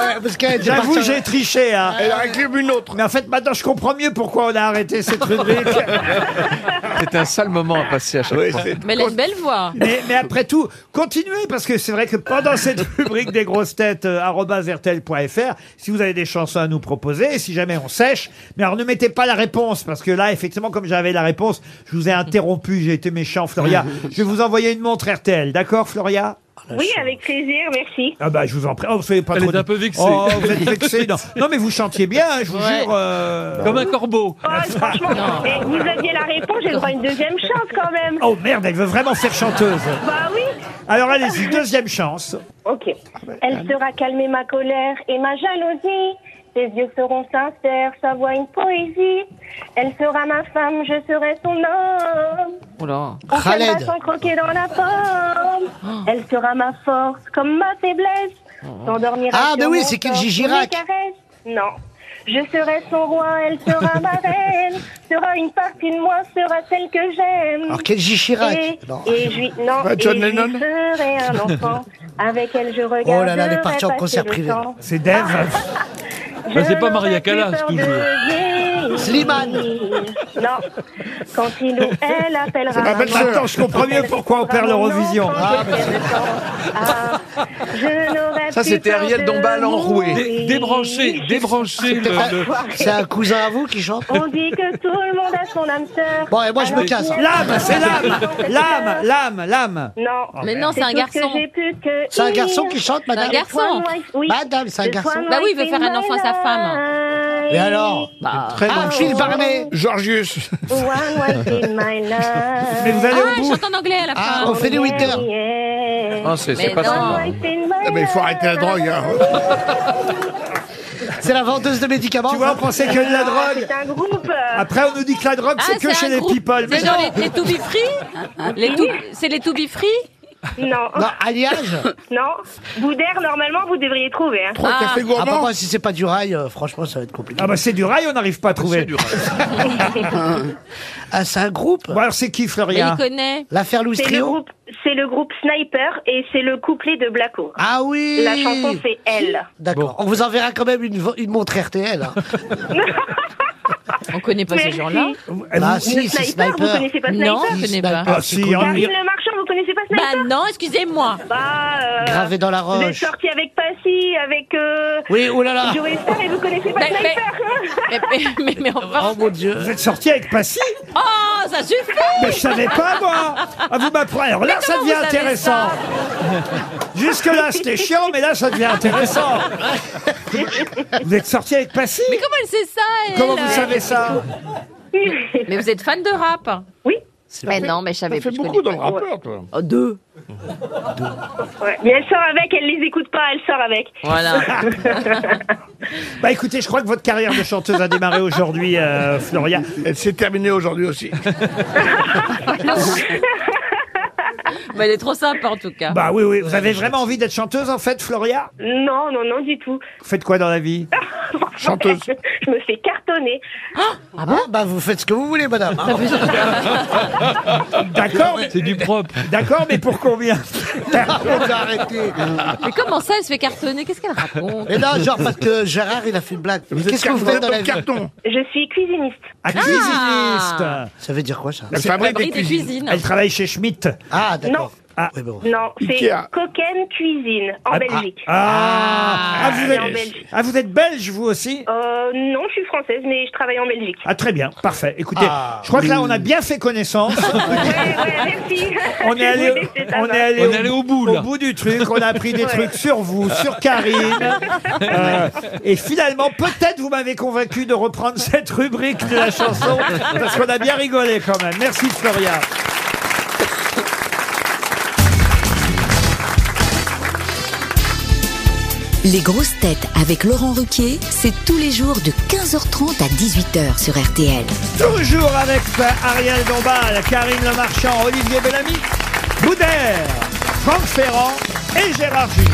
G: Ah
B: J'avoue, j'ai triché. Hein.
G: Elle a réclamé
B: une autre. Mais en fait, maintenant, je comprends mieux pourquoi on a arrêté cette rubrique.
E: C'est un sale moment à passer à chaque fois.
C: [laughs] Mais elle a une belle voix.
B: Mais, mais après tout, continuez, parce que c'est vrai que pendant cette rubrique des grosses têtes, euh, arobase-rtl.fr, si vous avez des chansons à nous proposer, et si jamais on sèche, mais alors ne mettez pas la réponse, parce que là, effectivement, comme j'avais la réponse, je vous ai interrompu, j'ai été méchant, Floria. Je vais vous envoyer une montre RTL, d'accord, Floria
K: Oui, avec plaisir, merci.
B: ah bah je vous en prie. Oh, vous soyez pas
H: Elle
B: trop
H: est un peu
B: vexé.
H: vexée.
B: Oh, vous êtes vexé. Non. Non, mais vous chantiez bien, hein, je vous
K: Ouais.
B: jure. euh,
H: Comme un corbeau.
B: [laughs]
K: Franchement, eh, vous aviez la réponse, j'ai le droit à une deuxième chance quand même.
B: Oh merde, elle veut vraiment faire chanteuse.
K: Bah oui.
B: Alors allez-y, deuxième chance.
K: Ok. Elle sera calmée ma colère et ma jalousie. Ses yeux seront sincères, sa voix une poésie. Elle sera ma femme, je serai son homme.
C: [laughs]
K: On s'aimera sans croquer dans la
D: Oh.
K: pomme. Elle sera ma force, comme ma faiblesse. S'endormira
D: Ah,
K: sur
D: mais oui,
K: mon
D: c'est Kim
K: corps,
D: Gigirac.
K: sur mes caresses. Non. Je serai son roi, elle sera
D: [laughs]
K: ma reine. Sera une partie de moi, sera celle que j'aime.
D: Alors, quel Gigirac
K: Et,
D: Non.
K: et je lui- non,
D: [laughs] Pas
K: et
D: John
K: je lui
D: Lennon
K: ferai
D: [laughs]
K: un enfant. Avec elle, je regarde.
D: Oh là là, elle est partie en concert privé.
B: C'est Dev.
H: [laughs] Bah, c'est pas Maria
D: Ah,
H: Callas, toujours.
D: Slimane.
K: Non. Quand il ou elle appellera.
B: Ah,
K: maman,
B: maintenant, je comprends mieux pourquoi on perd l'Eurovision.
K: Ah, je n'aurai
E: Ça,
K: plus
E: c'était
K: peur
E: Ariel
K: de
E: Dombal enroué.
H: Dé- Débranchez, débranchez le. le-
D: C'est un cousin à vous qui chante
K: On dit que tout le monde a son âme sœur.
D: Bon, et moi, je me
K: Alors,
D: casse. hein.
K: qui
B: L'âme, c'est l'âme. Oh, L'âme, l'âme, l'âme.
K: Non.
C: Mais non, c'est un
K: tout ce que
C: garçon.
K: j'ai pu que
D: C'est un garçon
K: dire.
D: qui chante,
C: C'est un
D: madame
C: garçon.
K: Oui.
D: Madame, c'est un
K: The
D: garçon.
K: Swan
C: Bah oui, il veut
K: Wife
C: faire un
K: in
C: enfant à sa
K: my
C: femme.
K: life.
D: Et alors
C: Bah,
E: Très
D: Ah,
E: bonne
D: Phil Barnet
G: Georgius.
K: One
G: [laughs]
K: wife in
B: [laughs]
K: my life.
B: Mais vous allez
C: ah,
B: au
C: il
B: bout. Ah,
C: chante en anglais à la
D: Ah,
C: fin.
D: on fait des Winter
K: Yeah.
E: Non, c'est c'est
C: Mais
E: pas
C: non.
E: ça.
K: One wife in my
G: Ah, mais il faut arrêter la
K: life.
G: drogue. Hein.
D: [laughs] C'est la vendeuse de médicaments
B: Tu vois, on pensait que de la
K: Ah,
B: drogue.
K: C'est un groupe. euh,
B: Après, on nous dit que la drogue,
C: Ah,
B: c'est que
C: un
B: chez les
C: groupe.
B: people. Mais
C: C'est genre
B: non
C: les, les To Be Free Les To- C'est les To Be Free
K: Non,
D: Non, alliage
K: [laughs] non. Boudère, normalement, vous devriez trouver. hein.
G: Trois cafés
D: Ah bah
G: gourmands.
D: moi, si c'est pas du rail, euh, franchement, ça va être compliqué.
B: Ah bah c'est du rail, on n'arrive pas à trouver.
D: [laughs] Ah, c'est un groupe
B: Bon Bah, alors c'est qui
C: Mais il
B: Florian
C: connaît.
D: L'affaire Louis
K: C'est le
D: Trio
K: groupe, c'est le groupe Sniper et c'est le couplet de Blacko.
D: Ah oui
K: La chanson c'est Elle.
D: D'accord. On vous enverra quand même une, vo- une montre RTL. hein.
C: [laughs] On connaît pas ces
K: Merci.
C: gens-là.
D: bah si,
K: Le
D: c'est
K: sniper, vous connaissez pas
C: Non,
K: Sniper
C: je connais
D: Sniper,
C: pas.
B: Ah,
D: c'est
B: si,
D: connu.
B: hein.
K: Karine Le Marchand, vous connaissez pas Sniper
C: Bah non, excusez-moi.
K: Bah, euh,
D: Gravé dans la
K: vous êtes
D: roche.
K: sorti avec Passy, avec euh,
D: Oui, oh là là
K: Joey Star et vous connaissez pas
C: Mais- mais-
K: Sniper hein
C: Mais, mais, mais, mais enfin.
D: Oh mon Dieu
B: Vous êtes sorti avec Passy
C: Oh, ça suffit
B: Mais je savais pas moi Ah vous m'apprenez Alors là
C: Mais
B: ça
C: comment
B: devient
C: vous savez
B: intéressant
C: ça
B: Jusque là c'était chiant mais là ça devient intéressant Vous êtes sorti avec Passy
C: Mais comment elle sait ça elle
B: Comment vous savez ça
C: [laughs] Mais vous êtes fan de
K: [laughs]
C: rap
K: Oui.
C: Mais non, mais je savais
G: Ça fait
C: plus. je
G: beaucoup dans
C: connais
G: le rappeur, toi.
C: pas. Oh, deux.
K: Ouais. Mais elle sort avec, elle les écoute pas, elle sort avec.
C: Voilà.
B: Bah écoutez, je crois que votre carrière de chanteuse a démarré aujourd'hui, euh, Floria.
G: Elle s'est terminée aujourd'hui aussi.
C: mais Bah, elle est trop sympa en tout cas.
B: Bah oui, oui. Vous avez vraiment envie d'être chanteuse en fait, Floria
K: Non, non, non, du tout.
B: Vous faites quoi dans la
K: [laughs]
B: vie
G: Chanteuse.
K: Je, je me fais cartonner.
D: Ah bon Bah vous faites ce que vous voulez, madame. hein. [laughs]
B: D'accord, mais-
H: C'est du propre.
B: d'accord, mais pour combien
D: Arrêtez, arrêtez.
C: Mais comment ça, elle se fait cartonner Qu'est-ce qu'elle raconte
D: Mais non, genre parce que Gérard, il a fait une blague. Mais
G: êtes
D: Qu'est-ce que vous faites dans la
G: cartonneuse
D: vie
K: [laughs]
G: carton.
K: Je suis cuisiniste. Ah.
D: Ah.
B: À Ah, cuisiniste
D: Ça veut dire quoi, ça
G: Elle
C: Elle
G: fabrique des
C: fabrique des
G: cuisines.
C: cuisines.
B: Elle travaille chez Schmitt.
D: Ah, d'accord.
B: Ah.
D: Oui, bon.
K: Non, c'est
G: Ikea.
K: Coquenne Cuisine en Belgique.
B: Ah, Ah, vous,
K: elle est en
B: êtes,
K: Belgique.
B: ah, vous êtes belge, vous aussi
K: Euh, non, je suis française, mais je travaille en
B: [laughs]
K: Belgique.
B: Ah, très bien, parfait. Écoutez,
D: Ah.
B: je crois que là, on a bien fait
K: [laughs]
B: connaissance.
K: Ouais, ouais, merci. [laughs]
B: On est allé, on est allé,
H: On est allé au bout, là.
B: du truc. On a appris des
K: Ouais.
B: trucs sur vous, sur
K: [laughs]
B: Karine. Euh, et finalement, peut-être vous m'avez convaincu de reprendre cette rubrique de la chanson parce qu'on a bien rigolé quand même. Merci Florian.
I: Les grosses têtes avec Laurent Ruquier, c'est tous les jours de 15h30 à 18h sur RTL.
B: Toujours avec euh, Ariel Dombal, Karine Le Marchand, Olivier Bellamy, Boudère, Franck Ferrand et Gérard Junior.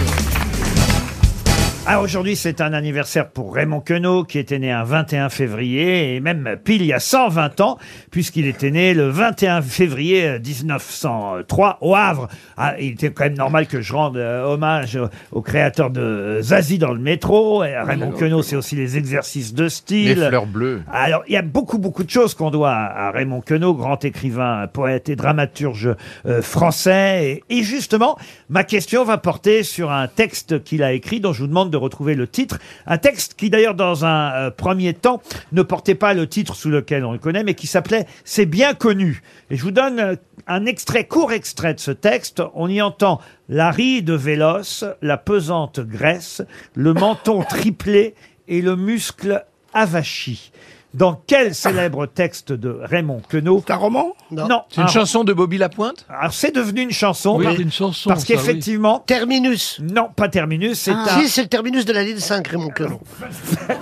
B: Ah, aujourd'hui, c'est un anniversaire pour Raymond Queneau, qui était né un 21 février, et même pile il y a 120 ans, puisqu'il était né le 21 février euh, 1903 au Havre. Ah, il était quand même normal que je rende euh, hommage au, au créateur de euh, Zazie dans le métro. Et Raymond
E: alors,
B: Queneau, c'est aussi les exercices de style.
E: Les fleurs bleues.
B: Alors, il y a beaucoup, beaucoup de choses qu'on doit à à Raymond Queneau, grand écrivain, poète et dramaturge euh, français. Et, et justement, ma question va porter sur un texte qu'il a écrit, dont je vous demande de retrouver le titre. Un texte qui, d'ailleurs, dans un euh, premier temps, ne portait pas le titre sous lequel on le connaît, mais qui s'appelait C'est bien connu. Et je vous donne euh, un extrait, court extrait de ce texte. On y entend la ride véloce, la pesante graisse, le menton triplé et le muscle avachi. Dans quel célèbre texte de Raymond Queneau C'est un roman Non.
E: C'est une chanson
B: de Bobby Lapointe Alors c'est devenu une chanson.
E: Oui,
B: par-
E: c'est une chanson,
B: Parce
E: ça, oui.
B: qu'effectivement. Terminus Non, pas Terminus, c'est
D: Ah.
B: un.
D: Si, c'est le terminus de la ligne 5, Raymond
B: [laughs]
D: Queneau.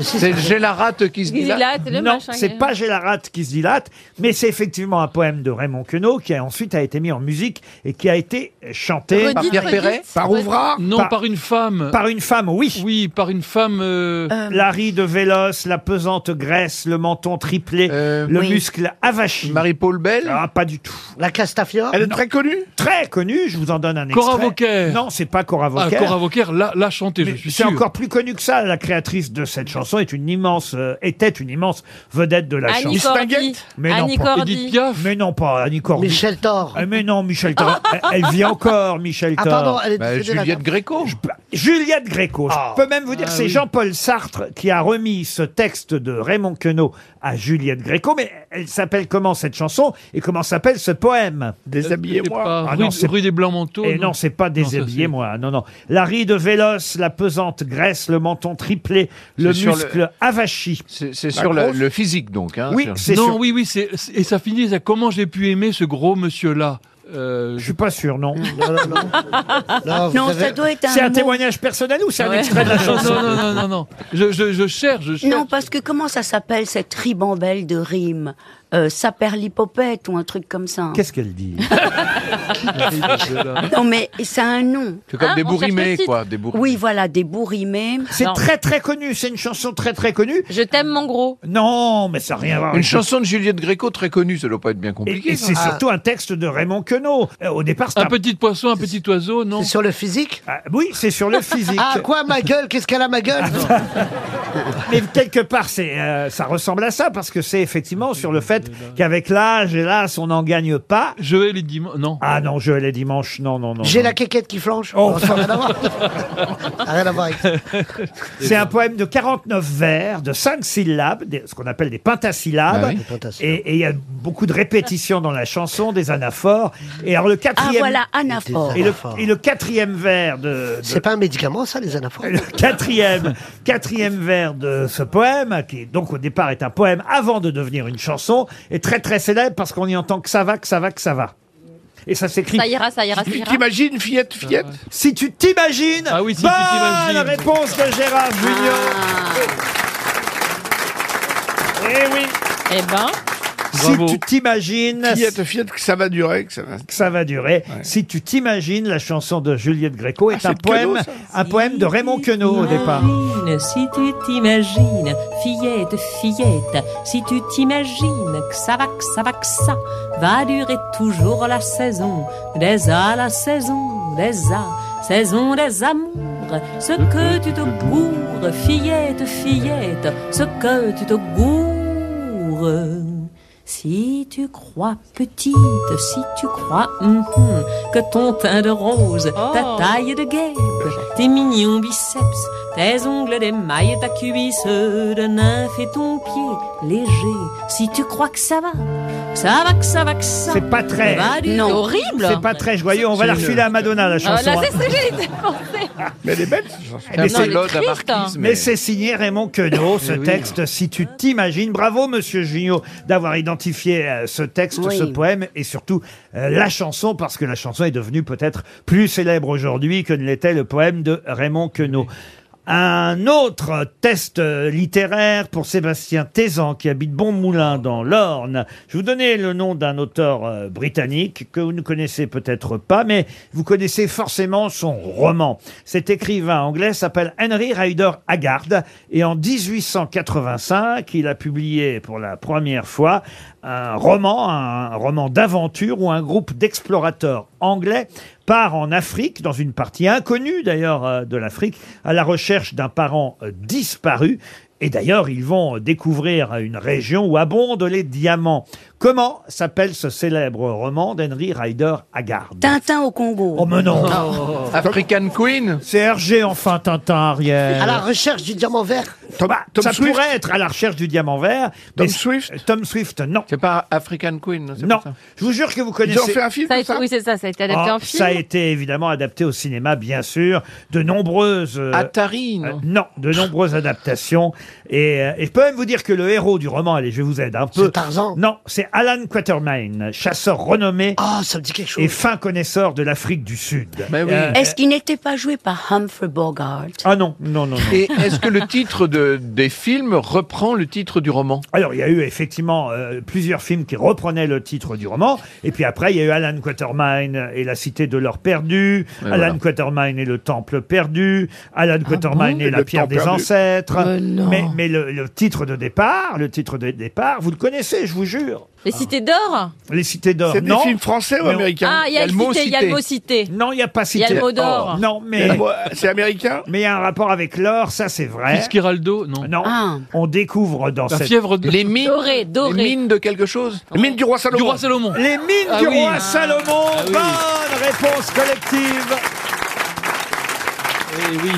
B: C'est Gélarate qui
D: se dilate. Dilate, le
B: Non,
D: machin.
B: c'est pas Gélarate qui se dilate, mais c'est effectivement un poème de Raymond Queneau qui a ensuite a été mis en musique et qui a été chanté
H: Redites, Par Pierre redites. Perret Par Ouvrard Non, par
B: une femme. Par une femme, oui. Oui, par une femme.
H: euh,
B: L'ari de Véloce, la pesante graisse, le menton triplé, le
E: oui.
B: muscle avachi. Marie-Paul Bell Ah, pas du tout. La Castafiore
H: Elle est très
B: connue Très connue, je vous en donne un extrait.
H: Cora Vauquer.
B: Non, c'est pas Cora Vauquer.
H: Ah, Cora Vauquer l'a l'a chanté, je suis
B: C'est
H: sûr.
B: encore plus connu que ça. La créatrice de cette chanson est une immense, euh, était une immense vedette de la
H: Annie
B: chanson.
H: Cordy. Distinguette
B: Mais non,
H: Annie
B: pas-
H: Cordy. Edith Piaf.
B: Mais non, pas Annie Cordy. Michel Thor. Mais non, Michel Thor. elle, elle vit encore, Michel
D: Ah,
B: Thor.
D: pardon, elle est Bah, décédée, Juliette madame.
B: Gréco. Juliette Gréco.
D: Ah.
B: Je peux même vous dire
D: Ah
B: que c'est
D: oui.
B: Jean-Paul Sartre qui a remis ce texte de Raymond Queneau à Juliette Gréco. Mais elle s'appelle comment cette chanson et comment s'appelle ce poème
H: Déshabillez-moi. Pas
B: Ah
H: rue-
B: non, c'est-
H: rue des Blancs-Manteaux,
B: Et
H: non.
B: non, c'est pas
H: Non, ça, c'est-
B: Déshabillez-moi. Non, non. La ride véloce, la pesante graisse, le menton triplé, le
E: C'est sur le-
B: muscle avachi.
E: C'est sur la- le physique, donc. hein,
B: Oui,
E: sur-
B: c'est
H: non,
B: sûr.
H: oui, oui, c'est c'est- et ça finit. Ça, comment j'ai pu aimer ce gros monsieur-là
B: Je suis pas
H: [laughs]
B: sûr, non.
H: vous Non, avez- ça doit être un
B: C'est un
H: mot.
B: témoignage personnel ou c'est un extrait de la chanson
H: Non, non, non, non, non. Je, je, je cherche, je cherche.
F: Non, parce que comment ça s'appelle cette ribambelle de rimes euh, Saperlipopette ou un truc comme ça. hein.
B: Qu'est-ce qu'elle dit Ah,
F: [laughs] Non, mais ça a un nom. Hein
E: C'est comme des bourrimés, quoi. Des bourrimés.
F: Oui, voilà, des bourrimés.
B: C'est très très connu, c'est une chanson très très connue.
C: Je t'aime mon gros.
B: Non, mais ça n'a rien à voir.
E: Une
B: avec-
E: chanson de Juliette Gréco très connue, ça doit pas être bien
B: Et,
E: compliqué.
B: et c'est
E: ça. Ah.
B: surtout un texte de Raymond Queneau. Euh, Au départ, c'est
E: Un petit
H: poisson, un petit oiseau, non
B: C'est sur le physique Oui, c'est
D: [laughs]
B: sur le physique.
D: Ah, quoi, ma gueule Qu'est-ce qu'elle a, ma gueule
B: Mais quelque part, c'est, euh, ça ressemble à ça parce que c'est effectivement sur le fait qu'avec l'âge, hélas, on n'en gagne pas.
H: Je vais les dimanches, non.
B: Ah non, je vais les dimanches, non, non, non.
D: J'ai
B: non.
D: la quéquette qui flanche.
B: Oh.
D: Oh, ça n'a rien à voir. Rien à voir avec ça.
B: [laughs] C'est un poème de 49 vers, de 5 syllabes, des- ce qu'on appelle des pentasyllabes.
D: Ah oui. Des pentasyllabes.
B: Et et il y a beaucoup de répétitions dans la chanson, des anaphores.
D: Mm-hmm.
B: Et alors le quatrième.
F: Ah, voilà, anaphores.
B: Et le,
F: Anaphores.
B: et le quatrième vers de.
D: C'est pas un médicament, ça, les anaphores
B: Le quatrième, quatrième vers de ce poème, qui donc au départ est un poème avant de devenir une chanson, est très très célèbre parce qu'on y entend que ça va, que ça va, que ça va. Et ça s'écrit.
C: Ça ira, ça ira, ça ira.
B: T'imagines, fillette, fillette Si tu t'imagines
H: Ah oui, si tu
B: bonne
H: t'imagines.
B: réponse de Gérard Junior Eh oui
C: Eh ben
G: Bravo.
B: Si tu t'imagines...
G: Fillette, fillette, que ça va durer, que ça va...
B: que ça va durer. Si tu t'imagines, la chanson de Juliette Gréco est un
G: de Queneau,
B: poème,
G: ça
B: un poème de Raymond Queneau au départ.
L: Imagine, Si tu t'imagines, fillette, fillette, si tu t'imagines que ça va, que ça va, que ça va durer toujours la saison, des à la saison, des à, saison des amours, ce que tu te gourres, fillette, fillette, ce que tu te gourres. Si tu crois petite, si tu crois hum, hum, que ton teint de rose, ta
M: Oh.
L: taille de guêpe, tes mignons biceps, tes ongles d'émail, ta cuisse de nymphe et ton pied léger, si tu crois que ça va, que ça va, que ça va, que ça
B: C'est pas très.
L: va du-
B: Non.
L: horrible.
B: C'est pas très joyeux. On va
L: C'est
B: la
L: une-
B: refiler à Madonna, la chanson. hein.
L: Ah, là, c'est ce que j'ai pensé.
B: Eh, Mais elle est belle,
L: Non, elle est Eh triste, hein.
B: Mais c'est signé Raymond Queneau, ce
L: Eh oui.
B: texte, si tu t'imagines. Bravo, monsieur Gignot, d'avoir identifié euh, ce texte,
L: Oui.
B: ce poème, et surtout euh, la chanson, parce que la chanson est devenue peut-être plus célèbre aujourd'hui que ne l'était le poème de Raymond Queneau. Un autre test euh, littéraire pour Sébastien Tézan qui habite Bonmoulin dans l'Orne. Je vous donnais le nom d'un auteur euh, britannique que vous ne connaissez peut-être pas, mais vous connaissez forcément son roman. Cet écrivain anglais s'appelle Henry Ryder Haggard et en 1885, il a publié pour la première fois un roman, un roman d'aventure où un groupe d'explorateurs anglais part en Afrique, dans une partie inconnue d'ailleurs euh, de l'Afrique, à la recherche d'un parent euh, disparu. Et d'ailleurs, ils vont découvrir une région où abondent les diamants. Comment s'appelle ce célèbre roman d'Henry Ryder Haggard
F: Tintin au Congo.
B: Oh, mais non
C: Ah,
E: African Queen
B: C'est Hergé, enfin, Tintin, Ariel
D: Euh, À la recherche du diamant vert.
B: Thomas,
E: Tom
B: ça
E: Swift
B: pourrait être à la recherche du diamant vert.
E: Tom
B: Swift Tom Swift, non.
E: C'est pas African Queen, non, c'est
B: Non,
E: pour ça.
B: je vous jure que vous connaissez...
C: Ça a été- Oui, c'est ça, ça a été adapté
B: Ah,
C: en film.
B: Ça a été évidemment adapté au cinéma, bien sûr. De nombreuses. euh,
E: Atari, non
B: euh, non, de nombreuses adaptations. Et, euh, et je peux même vous dire que le héros du roman, allez, je vous aide un peu.
D: C'est Tarzan.
B: Non, c'est Alan Quatermain, chasseur renommé
D: Ah, ça me dit quelque chose.
B: et fin connaisseur de l'Afrique du Sud.
E: Ben
B: Euh,
F: Est-ce qu'il n'était pas joué par Humphrey Bogart
B: ah non, non, non, non.
E: Et est-ce que le titre de, des films reprend le titre du roman
B: Alors, il y a eu effectivement euh, plusieurs films qui reprenaient le titre du roman. Et puis après, il y a eu Alan Quatermain et la cité de l'or perdu,
E: Et
B: Alan
E: voilà.
B: Quatermain et le temple perdu, Alan Quatermain et
G: Ah Et
B: la
G: le
B: pierre
G: temple
B: des
G: perdu. Oh
B: ancêtres.
L: Mais non.
B: mais mais le, le titre de départ, le titre de départ, vous le connaissez, je vous jure.
C: Les cités d'or
B: Les cités d'or,
G: C'est des
B: non.
G: films français ou
B: Mais on-
G: américains
C: Ah, il y a le
E: mot
C: cité, il y a le
E: cité.
C: mot cité.
B: Non, il n'y a pas
C: Il y
B: cité.
C: a le mot d'or.
B: Oh, Non, mais
G: C'est américain
B: mais il y a un rapport avec l'or, ça c'est vrai.
H: Fitzgeraldo, non.
B: Non,
F: Ah.
B: on découvre dans
H: La
B: cette
H: fièvre de...
E: Les mines
C: Doré, doré.
E: Les mines de quelque chose
G: Les mines du roi Salomon.
H: du roi Salomon.
B: Les mines
H: Ah
B: du
H: oui. Ah
B: roi Salomon.
H: oui.
B: Bonne réponse collective.
H: Eh oui.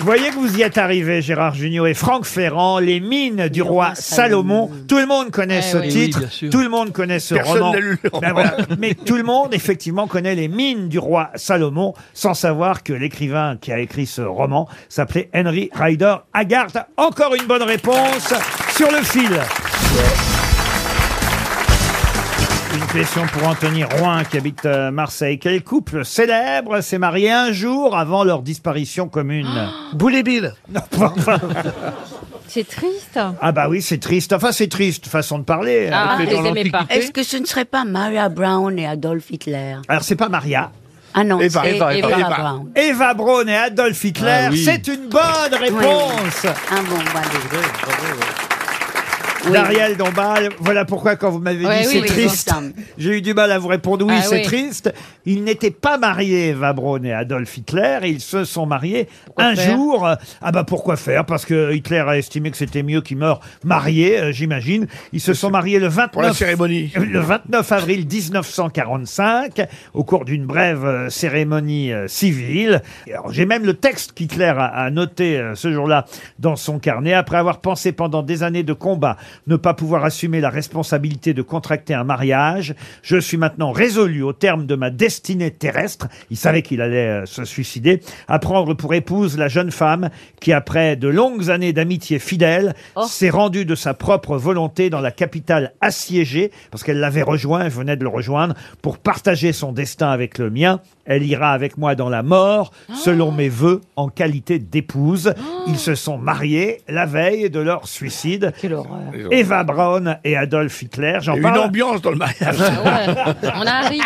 B: Vous voyez que vous y êtes arrivés, Gérard Junior et Franck Ferrand, Les mines du roi
F: roi Salomon.
B: Salomon. Tout le monde connaît
C: Eh
B: ce
C: oui. Oui,
B: titre,
H: bien sûr.
B: tout le monde connaît ce
G: Personne
B: roman.
G: n'a lu le roman.
B: Ben voilà. Mais tout le monde, effectivement, connaît Les mines du roi Salomon, sans savoir que l'écrivain qui a écrit ce roman s'appelait Henry Ryder Haggard. Encore une bonne réponse sur le fil. Une question pour Anthony Roin qui habite euh, Marseille. Quel couple célèbre s'est marié un jour avant leur disparition commune
D: Boulet Bill.
C: C'est triste.
B: Ah bah oui, c'est triste. Enfin, c'est triste, façon de parler.
C: Ah,
H: fait
C: je
H: dans
C: les aimais pas.
F: Est-ce que ce ne serait pas Maria Brown et Adolf Hitler
B: Alors, c'est pas Maria.
F: Ah non,
G: Eva,
F: c'est
G: Eva, Eva.
F: Brown.
B: Eva Braun et Adolf Hitler,
H: Ah oui.
B: c'est une bonne réponse
F: Ah bon, bah, oui.
B: d'Ariel Dombal. Voilà pourquoi, quand vous m'avez
C: Ouais,
B: dit
C: oui,
B: c'est
C: oui,
B: triste,
F: ensemble.
B: j'ai eu du mal à vous répondre oui,
C: Ah
B: c'est
C: oui.
B: triste. Ils n'étaient pas mariés, Eva Braun et Adolf Hitler. Ils se sont mariés
C: Pourquoi
B: un
C: faire
B: jour. Euh, Ah bah pourquoi faire Parce que Hitler a estimé que c'était mieux qu'ils meurent mariés, euh, j'imagine. Ils se sont mariés le 29
G: Pour la cérémonie.
B: Le 29 avril 1945, au cours d'une brève euh, cérémonie euh, civile. Et alors, J'ai même le texte qu'Hitler a, a noté euh, ce jour-là dans son carnet. Après avoir pensé pendant des années de combat ne pas pouvoir assumer la responsabilité de contracter un mariage, je suis maintenant résolu au terme de ma destinée terrestre. Il savait qu'il allait euh, se suicider. À prendre pour épouse la jeune femme qui, après de longues années d'amitié fidèle,
C: Oh.
B: s'est rendue de sa propre volonté dans la capitale assiégée, parce qu'elle l'avait rejoint, elle venait de le rejoindre, pour partager son destin avec le mien. Elle ira avec moi dans la mort, selon mes voeux, en qualité d'épouse. Ils se sont mariés la veille de leur suicide.
C: Ah, Quelle horreur.
B: Eva Braun et Adolf Hitler,
G: Il y
B: j'en
G: a eu Une
B: parle.
G: ambiance dans le mariage.
B: [laughs]
C: On arrive.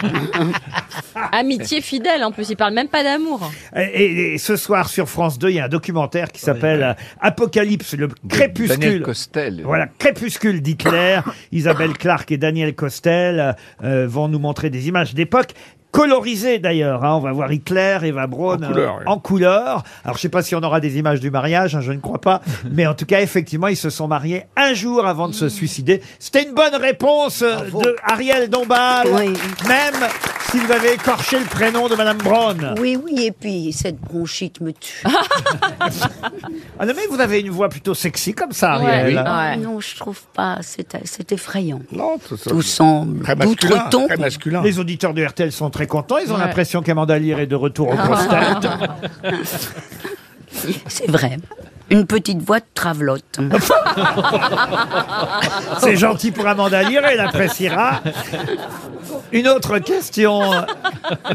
C: Amitié fidèle, en plus, il parle même pas d'amour.
B: Et, et- et ce soir sur France 2, il y a un documentaire qui s'appelle euh, Apocalypse, le crépuscule.
E: Daniel Costel.
B: Voilà, crépuscule d'Hitler.
E: [coughs]
B: Isabelle Clark et Daniel Costel euh, vont nous montrer des images d'époque. colorisées d'ailleurs, hein. on va voir Hitler, Eva Braun
G: En
B: euh,
G: couleur, oui.
B: en couleur. Alors je sais pas si on aura des images du mariage, hein, je ne crois pas, mais en tout cas effectivement ils se sont mariés un jour avant de se suicider. C'était une bonne réponse euh,
D: Bravo.
B: de Ariel Dombal,
F: Oui.
B: même si vous avez écorché le prénom de Madame Braun.
F: Oui, oui, et puis cette bronchite me tue.
B: Ah non mais vous avez une voix plutôt sexy comme ça, Ariel.
C: Ouais.
F: Ah Non, je trouve pas, c'est c'est effrayant.
G: Non, tout ça.
F: Tout semble
G: Très masculin.
F: d'outre-ton.
G: Très masculin.
B: Les auditeurs de RTL sont très contents. Ils ont
C: Ouais.
B: l'impression qu'Amanda Lear est de retour
F: Ah.
B: au prostate.
F: [laughs] C'est vrai. Une petite voix de
B: [laughs]
F: travelotte.
B: C'est gentil pour Amanda Lear, elle appréciera. [laughs] Une autre question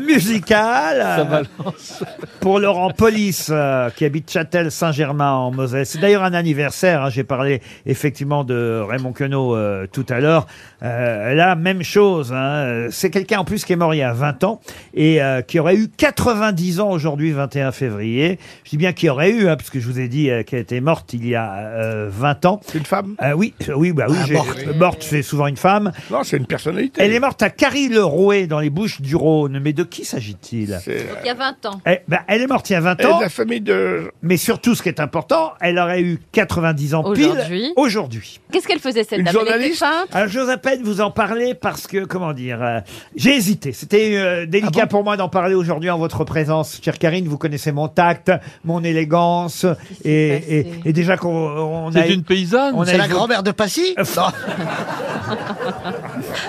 B: musicale
H: Ça
B: pour Laurent Polis, euh, qui habite Châtel-Saint-Germain en Moselle. C'est d'ailleurs un anniversaire. hein. J'ai parlé effectivement de Raymond Queneau euh, tout à l'heure. Euh, là, même chose. hein. Euh, C'est quelqu'un en plus qui est mort il y a 20 ans et euh, qui aurait eu 90 ans aujourd'hui, 21 février. Je dis bien qui aurait eu, hein, puisque je vous ai dit euh, qu'elle était morte il y a euh, 20 ans. C'est une femme Oui, euh, oui, bah oui.
G: Ah,
B: j'ai-
G: morte.
B: euh, Morte, c'est souvent une femme.
G: Non, c'est une personnalité.
B: Elle est morte à Carry-le-Rouet, dans les Bouches-du-Rhône. Mais de qui s'agit-il
C: Il y a 20 ans.
B: eh ben, elle est morte il y a 20
G: euh, Elle est
B: ans.
G: de la famille de...
B: Mais surtout, ce qui est important, elle aurait eu 90 ans pile
C: Aujourd'hui.
B: aujourd'hui.
C: Qu'est-ce qu'elle faisait cette dame Elle était peintre
B: Alors, j'ose à peine vous en parler parce que, comment dire, euh, j'ai hésité. C'était euh,
G: Ah
B: délicat pour moi d'en parler aujourd'hui en votre présence, chère Karine. Vous connaissez mon tact, mon élégance. Et, et, et déjà qu'on on a.
H: C'est une paysanne.
B: on a
D: C'est la
B: évo-
D: grand-mère de
B: [laughs]
D: Passy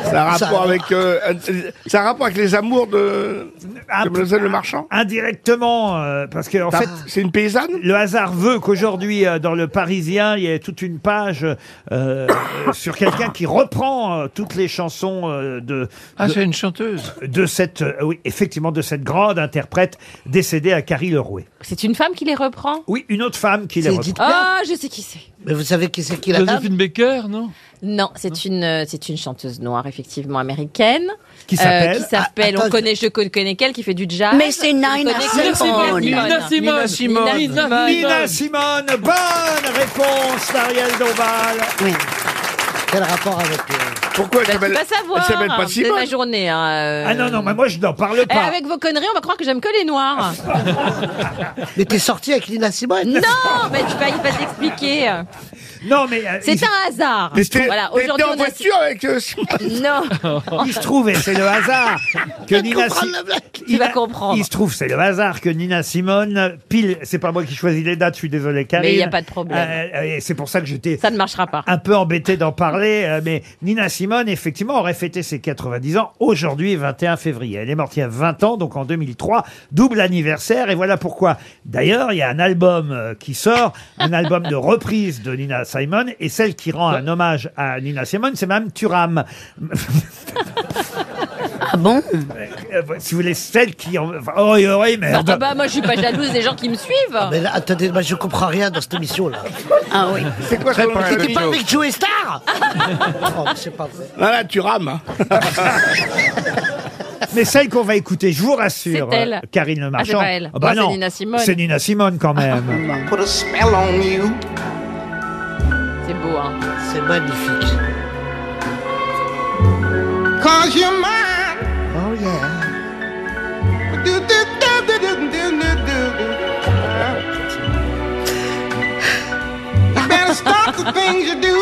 G: Ça a rapport avec... euh, euh, ça a rapport avec les amours de...
B: Ah,
G: de Mademoiselle le Marchand
B: Indirectement, euh, parce que en fait,
G: c'est une paysanne.
B: Le hasard veut qu'aujourd'hui, euh, dans le Parisien, il y ait toute une page euh, euh, sur quelqu'un qui reprend euh, toutes les chansons euh, de.
E: Ah,
B: de-
E: c'est une chanteuse.
B: de cette, euh, oui, effectivement, de cette grande interprète décédée à Carrie Lerouet.
C: C'est une femme qui les reprend
B: Oui, une autre femme qui les
C: C'est
B: reprend.
C: Ah, je sais qui c'est.
D: Mais vous savez qui c'est qui la dame
H: Joséphine Baker, non
C: Non, c'est une, euh, c'est une chanteuse noire, effectivement américaine.
H: Qui s'appelle
C: Euh, Qui s'appelle,
H: Ah,
C: on
H: attends.
C: connaît, je con- connais qu'elle, qui fait du jazz.
F: Mais c'est Nina
C: Je
F: Simone.
C: connais Simone.
F: Nina Simone. Nina Simone.
B: Nina,
F: Nina
B: Simone, bonne réponse d'Ariel Dombal.
F: Oui.
D: Quel rapport avec. euh,
G: Pourquoi
C: Bah, tu vas savoir. C'est ma journée. hein, euh.
B: Ah non, non, mais moi je n'en parle
C: Eh,
B: pas.
C: avec vos conneries, on va croire que j'aime que
B: [laughs]
C: les noirs.
D: Mais t'es sorti avec Lina Simone
C: non, mais tu vas, il va t'expliquer.
B: Non, mais. euh,
C: C'est
B: il-
C: un hasard.
B: Mais t'es- t'étais en
G: voiture avec. euh,
C: Non.
B: [laughs] Il se trouve, et c'est le hasard, que Nina Si-
N: [laughs]
C: Tu vas comprendre.
B: Il se trouve, c'est le hasard que Nina Simone, pile, c'est pas moi qui choisis les dates, je suis désolé, Karine.
C: Mais il y a pas de problème.
B: Euh, euh, et c'est pour ça que j'étais.
C: Ça ne marchera pas.
B: Un peu embêté d'en parler, euh, mais Nina Simone, effectivement, aurait fêté ses 90 ans aujourd'hui, 21 février. Elle est morte il y a 20 ans, donc en 2003, double anniversaire, et voilà pourquoi. D'ailleurs, il y a un album euh, qui sort, un album de reprise de Nina Simone, et celle qui rend un hommage à Nina Simone, c'est Mme Turam.
F: Ah bon
B: Euh, Si vous voulez, celle qui... en- enfin, oh, et oh, et
C: Bah,
B: merde
C: ah bah, moi, je suis pas jalouse des gens qui me suivent.
D: Ah, Mais ben là, attendez, moi je comprends rien dans cette émission là.
F: Ah oui.
G: C'est quoi son nom de
D: T'étais pas
G: famille
D: avec Joe Star Oh, mais c'est pas vrai.
G: Là, là, tu rames. hein.
B: [laughs] Mais celle qu'on va écouter, je vous rassure,
C: C'est elle.
B: euh, Karine Le
C: Ah, c'est
B: Marchand.
C: pas elle.
B: Ah bah
C: Non, c'est
B: non,
C: Nina Simone.
B: C'est Nina Simone quand
C: [laughs]
B: même.
M: Put a spell on you.
C: C'est beau, hein.
D: C'est magnifique.
M: Cause you're mine.
D: Oh yeah.
M: Do, do, do, do, do, do, do, do, do. You better stop the things you do.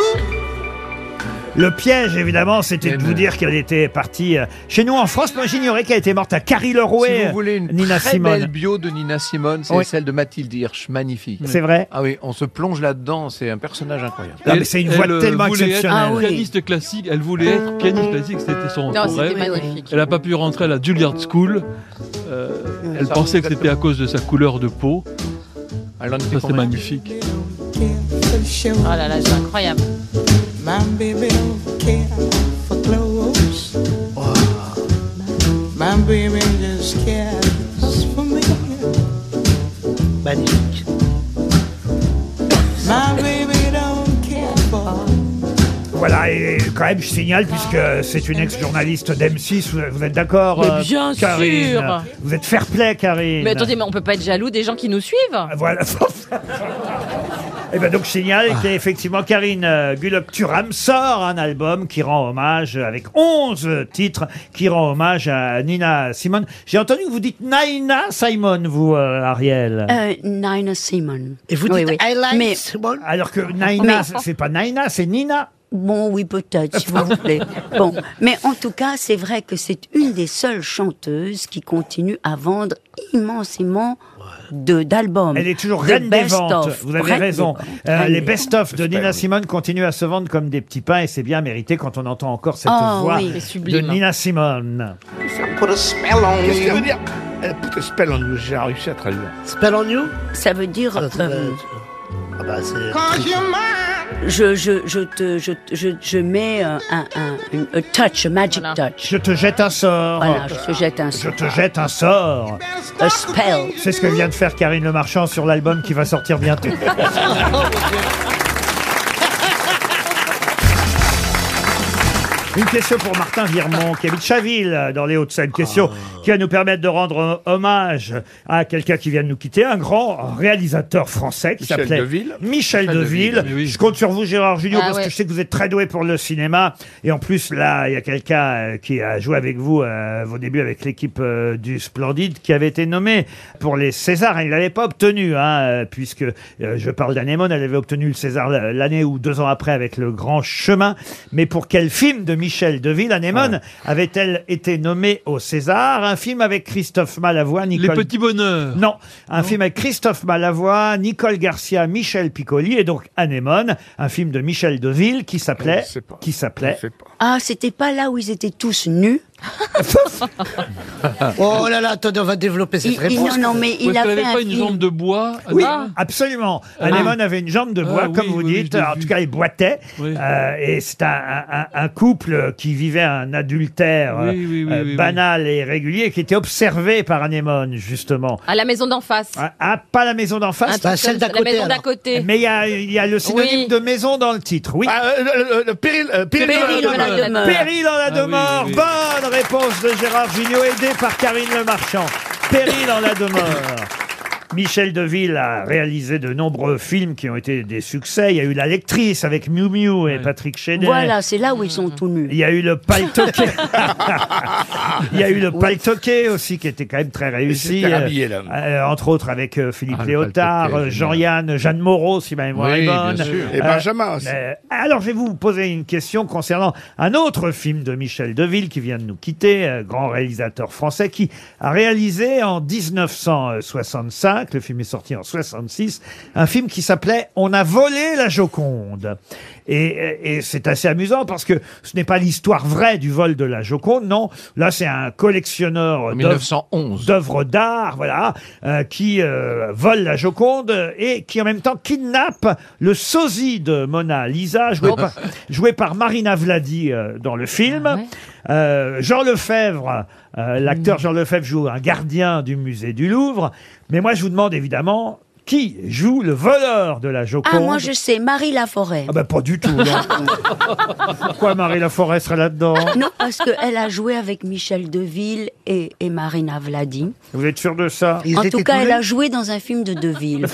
B: Le piège, évidemment, c'était de vous dire qu'elle était partie euh, chez nous en France. Moi, j'ignorais qu'elle était morte à Carry-le-Rouet.
E: si vous voulez une
B: Nina
E: très
B: Simone.
E: belle bio de Nina Simone, c'est
B: Oui.
E: celle de Mathilde Hirsch, magnifique.
B: C'est vrai
E: Ah oui, on se plonge là-dedans, c'est un personnage incroyable.
B: Ah, mais c'est une voix
H: Elle, euh,
B: tellement
H: voulait être
E: Ah
C: Ah
B: exceptionnelle.
H: pianiste classique, elle voulait être pianiste classique, c'était son
C: Non,
H: son
C: c'était
H: rêve.
C: magnifique.
H: Elle n'a pas pu rentrer à la Juilliard School. Euh, elle
E: Ça,
H: pensait que c'était
E: exactement.
H: à cause de sa couleur de peau.
E: Elle en était
H: Ça, c'était
E: convaincue.
H: magnifique.
C: Oh là là, c'est incroyable.
M: My baby don't care for clothes.
D: Oh.
M: My baby just cares for me.
D: Magnifique.
M: My baby don't care for
D: Ah
B: Voilà, et quand même, je signale, puisque c'est une ex-journaliste d'M6, vous- vous êtes d'accord
C: Mais
B: euh,
C: bien
B: Karine
C: sûr.
B: Vous êtes fair-play, Karine
C: Mais attendez, mais on peut pas être jaloux des gens qui nous suivent.
B: Ah, Voilà. Et ben donc je signale qu'effectivement Karine Gulok-Turam sort un album qui rend hommage, euh, avec 11 titres, qui rend hommage à Nina Simone. J'ai entendu que vous dites Naina Simon, vous, euh, Ariel.
F: Euh, Nina Simone.
D: Et vous
F: Oui,
D: dites
F: oui.
D: I like
F: Mais-
D: Simone
B: Alors que Naina,
F: Mais-
B: c'est pas Naina, c'est Nina.
F: Bon, oui, peut-être, s'il vous
B: [laughs]
F: plaît. Bon, mais en tout cas, c'est vrai que c'est une des seules chanteuses qui continue à vendre immensément de d'albums.
B: Elle est toujours
F: De
B: reine des
F: best
B: ventes.
F: of.
B: Vous avez
F: Reine des
B: raison.
F: ventes.
B: Euh,
F: Reine des
B: les best-of de Nina Simone continuent à se vendre comme des petits pains et c'est bien mérité quand on entend encore cette
F: Oh,
B: voix
F: oui. C'est
B: de
F: sublime.
B: Nina Simone.
M: Put a spell on
G: Qu'est-ce que ça
M: you.
G: veut dire Elle put a spell on you. J'ai réussi à traduire.
D: Spell on you
F: Ça veut dire...
D: Attends,
F: euh,
D: euh, Ah bah c'est.
M: Cause you're mine.
F: je, je, je, te, je, je, je mets euh, un, un, une- a touch, a magic touch.
B: Je te jette un sort.
F: Voilà, je te jette un sort.
B: Je te jette un sort.
F: A spell.
B: C'est ce que vient de faire Karine Le Marchand sur l'album qui va sortir
O: [laughs]
B: bientôt. Une question pour Martin Virmont, qui habite Chaville, dans les Hauts-de-Seine. Question qui va nous permettre de rendre euh, hommage à quelqu'un qui vient de nous quitter, un grand réalisateur français qui
G: Michel
B: s'appelait
G: Deville. Michel
B: Michel Deville.
G: Deville,
B: Je compte sur vous, Gérard Junior,
G: Ah
B: parce
G: ouais.
B: que je sais que vous êtes très doué pour le cinéma. Et en plus, là, il y a quelqu'un euh, qui a joué avec vous euh, vos débuts avec l'équipe euh, du Splendide, qui avait été nommé pour les Césars. Il n'avait pas obtenu, hein, euh, puisque euh, je parle d'Anémone, elle avait obtenu le César l- l'année ou deux ans après avec Le Grand Chemin. Mais pour quel film de Michel Deville, Anémone, avait-elle été nommée au César Un film avec Christophe Malavoie, Nicole...
H: Les Petits
B: Bonheurs. Non, un film avec Christophe Malavoie, Nicole Garcia, Michel Piccoli et donc Anémone, un film de Michel Deville qui s'appelait... Qui s'appelait...
F: Ah, c'était pas là où ils étaient tous
B: [laughs]
F: nus
D: [laughs] Oh là là, attendez, on va développer cette
F: Il- il-
D: réponse.
F: non, non, mais il Parce a qu'elle fait avait un pas une film. jambe
B: de bois Oui,
F: Anémone
B: absolument.
F: Ah.
B: Anémone avait une jambe de bois,
H: Ah, oui,
B: comme vous
H: oui, oui,
B: dites.
H: je l'ai
B: en
H: vu.
B: tout cas, il boitait. Euh, et c'est un, un- un couple qui vivait un adultère
H: Oui, oui, oui,
B: euh,
H: oui, oui.
B: banal et régulier qui était observé par Anémone, justement.
C: À la maison d'en face.
B: Ah, ah, pas la maison d'en
C: Ah,
B: face,
C: tout Bah, seul, celle d'à la côté, maison alors. d'à côté.
B: Mais il y a, il y a le synonyme
C: Oui.
B: de maison dans le titre, oui.
G: Ah, euh,
B: péril,
G: péril dans la Péril dans la demeure. demeure.
B: Péril dans la
G: Ah oui,
B: demeure.
G: oui, oui.
B: Bonne réponse de Gérard Gignot, aidé par Karine Le Marchand. Péril dans la demeure. Michel Deville a réalisé de nombreux films qui ont été des succès. Il y a eu La Lectrice avec Miu Miu et Patrick Chenet.
F: Voilà, c'est là où ils sont tous nus.
B: Il y a eu le paltoqué. Il y a eu le paltoqué aussi qui était quand même très réussi.
G: C'était habillé, là.
B: euh, entre autres avec euh, Philippe
G: Ah, le
B: Léotard,
G: paltoqué,
B: euh, Jean-Yann, Jeanne Moreau si ma mémoire
G: Oui,
B: est
G: bien
B: bonne. Euh,
G: sûr. Et Benjamin aussi.
B: alors je vais vous poser une question concernant un autre film de Michel Deville qui vient de nous quitter, euh, grand réalisateur français qui a réalisé en 1965, le film est sorti en 66, un film qui s'appelait On a volé la Joconde. Et, et c'est assez amusant parce que ce n'est pas l'histoire vraie du vol de la Joconde, non. Là, c'est un collectionneur d'œuvres-
E: 1911.
B: d'œuvres d'art, voilà, euh, qui euh, vole la Joconde et qui en même temps kidnappe le sosie de Mona Lisa, joué, par, joué par Marina Vladi euh, dans le film.
F: Ah
B: Euh, Jean Lefebvre, euh,
F: Mm.
B: l'acteur Jean Lefebvre joue un gardien du musée du Louvre. Mais moi, je vous demande évidemment qui joue le voleur de la Joconde.
F: Ah, moi je sais, Marie Laforêt.
B: Ah bah pas du tout. [laughs] non. Pourquoi Marie Laforêt serait là-dedans
F: Non, parce qu'elle a joué avec Michel Deville et, et Marina Vladi.
B: Vous êtes sûr de ça
F: en tout cas, elle a joué dans un film de
B: [laughs]
F: Deville.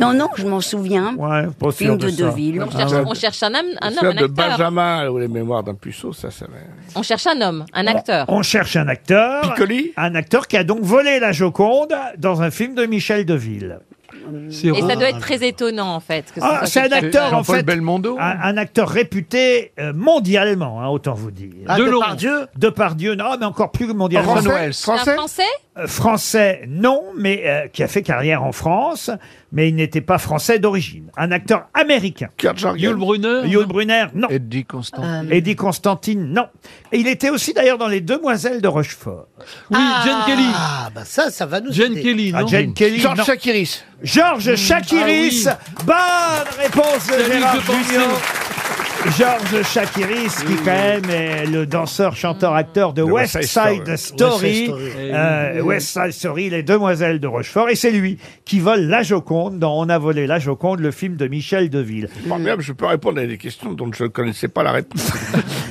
F: non, non, je m'en souviens.
B: Ouais,
G: pas sûr
F: film
G: de
F: de,
G: ça.
F: Deville.
G: Non,
C: On cherche,
G: Ah ouais.
C: on cherche un homme, un, homme,
G: Celle
C: un
G: de
C: acteur.
G: Benjamin ou les mémoires d'un puceau, ça, ça va.
C: On cherche un homme, un acteur.
B: Ah, On cherche un acteur. Un acteur qui a donc volé la Joconde dans un film de Michel Deville.
C: Et ça doit être très étonnant en fait. que ce
B: Ah,
C: soit
B: c'est un
C: quelqu'un-
B: acteur en fait. Un, un acteur réputé euh, mondialement, hein, autant vous dire.
C: Ah, Delon. Depardieu
B: De par Dieu, non, mais encore plus mondialement.
G: Français Orson Welles. Français
C: Un français
B: Euh, Français, non, mais euh, qui a fait carrière en France, mais il n'était pas français d'origine. Un acteur américain.
G: Kurt Jarger. Yul
B: Brunner Yul Brunner, non. Eddie Constantine. Eddie Constantine, non. Et il était aussi d'ailleurs dans Les Demoiselles de Rochefort.
D: Oui, Jane Kelly. Ah, bah ça, ça va nous aider.
B: Ah, Jane Kelly.
D: Georges
B: non. Hmm.
D: Chakiris.
B: Georges Chakiris. Bonne réponse de
D: Salut,
B: Gérard
D: je pensais.
B: Junior. Georges Chakiris, qui quand même est le danseur, chanteur, acteur de
G: Mm. De
B: West
G: West Side
B: Side Story,
G: West Side Story.
B: euh,
G: Eh oui.
B: West Side Story, Les Demoiselles de Rochefort, et c'est lui qui vole la Joconde dans On a volé la Joconde, le film de Michel Deville.
G: Formidable, je peux répondre à des questions dont je ne connaissais pas la
B: [laughs]
G: réponse.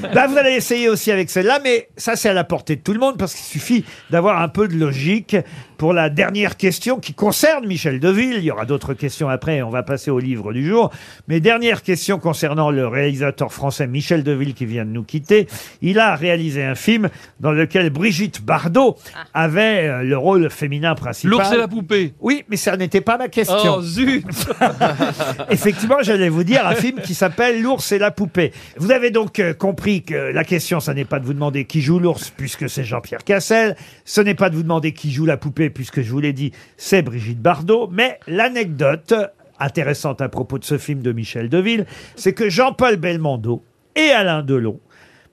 B: Là, Bah, vous allez essayer aussi avec celle-là, mais ça, c'est à la portée de tout le monde parce qu'il suffit d'avoir un peu de logique pour la dernière question qui concerne Michel Deville. Il y aura d'autres questions après, on va passer au livre du jour. Mais dernière question concernant le réalisateur français Michel Deville qui vient de nous quitter. Il a réalisé un film dans lequel Brigitte Bardot avait euh, le rôle féminin principal.
H: L'ours et la poupée.
B: Oui, mais ça n'était pas ma question.
H: Oh
B: [laughs]
H: zut
B: Effectivement, j'allais vous dire un film qui s'appelle L'ours et la poupée. Vous avez donc euh, compris que la question, ça n'est pas de vous demander qui joue l'ours, puisque c'est Jean-Pierre Cassel. Ce n'est pas de vous demander qui joue la poupée, puisque je vous l'ai dit, c'est Brigitte Bardot. Mais l'anecdote intéressante à propos de ce film de Michel Deville, c'est que Jean-Paul Belmondo et Alain Delon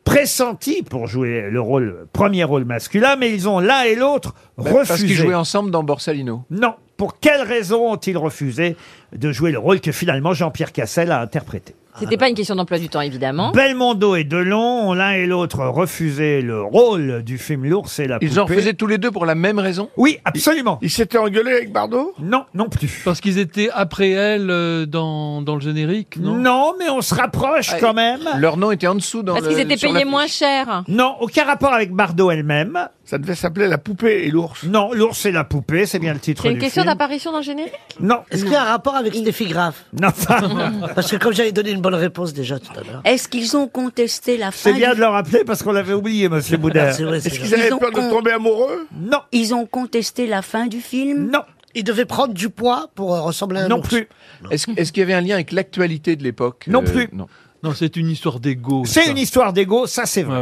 B: pressentis pour jouer le rôle, premier rôle masculin, mais ils ont l'un et l'autre
E: Bah,
B: refusé.
E: Parce qu'ils jouaient ensemble dans Borsalino.
B: Non. Pour quelles raisons ont-ils refusé de jouer le rôle que finalement Jean-Pierre Cassel a interprété.
C: C'était pas une question d'emploi du temps, évidemment.
B: Ben, Belmondo et Delon ont l'un et l'autre refusé le rôle du film L'ours et la poupée.
E: Ils en refusaient tous les deux pour la même raison
B: Oui, absolument.
G: Ils s'étaient engueulés avec Bardot
B: Non, non plus.
H: Parce qu'ils étaient après elle euh, dans, dans le générique, non
B: Non, mais on se rapproche
H: Ah,
B: quand même.
E: Leur nom était en dessous dans
C: Parce
E: le-
C: qu'ils étaient
E: sur la
C: payés
E: fiche.
C: moins cher.
B: Non, aucun rapport avec Bardot elle-même.
G: Ça devait s'appeler La poupée et l'ours.
B: Non, l'ours et la poupée, c'est bien le titre
C: C'est une
B: du
C: question
B: film.
C: d'apparition dans le générique
B: Non.
D: Est-ce qu'il y a un rapport avec Stéphie Graff
B: Non.
D: [laughs] Parce que comme j'avais donné une bonne réponse déjà tout à l'heure. Ah,
F: Est-ce qu'ils ont contesté la fin
B: C'est bien de le rappeler parce qu'on l'avait oublié, monsieur
G: Ah,
B: Boudin.
D: C'est vrai, c'est Est-ce
F: qu'ils avaient Ils ont peur de con- tomber
G: amoureux
B: Non.
F: Ils ont contesté la fin du film
B: Non.
D: Il devait prendre du poids pour euh, ressembler à un
H: Non
D: ours.
B: plus.
E: Est-ce est-ce qu'il y avait un lien avec l'actualité de l'époque
B: Non
E: Euh,
B: plus.
E: Non.
H: Non, c'est une histoire d'ego.
B: C'est une histoire d'ego, ça c'est vrai.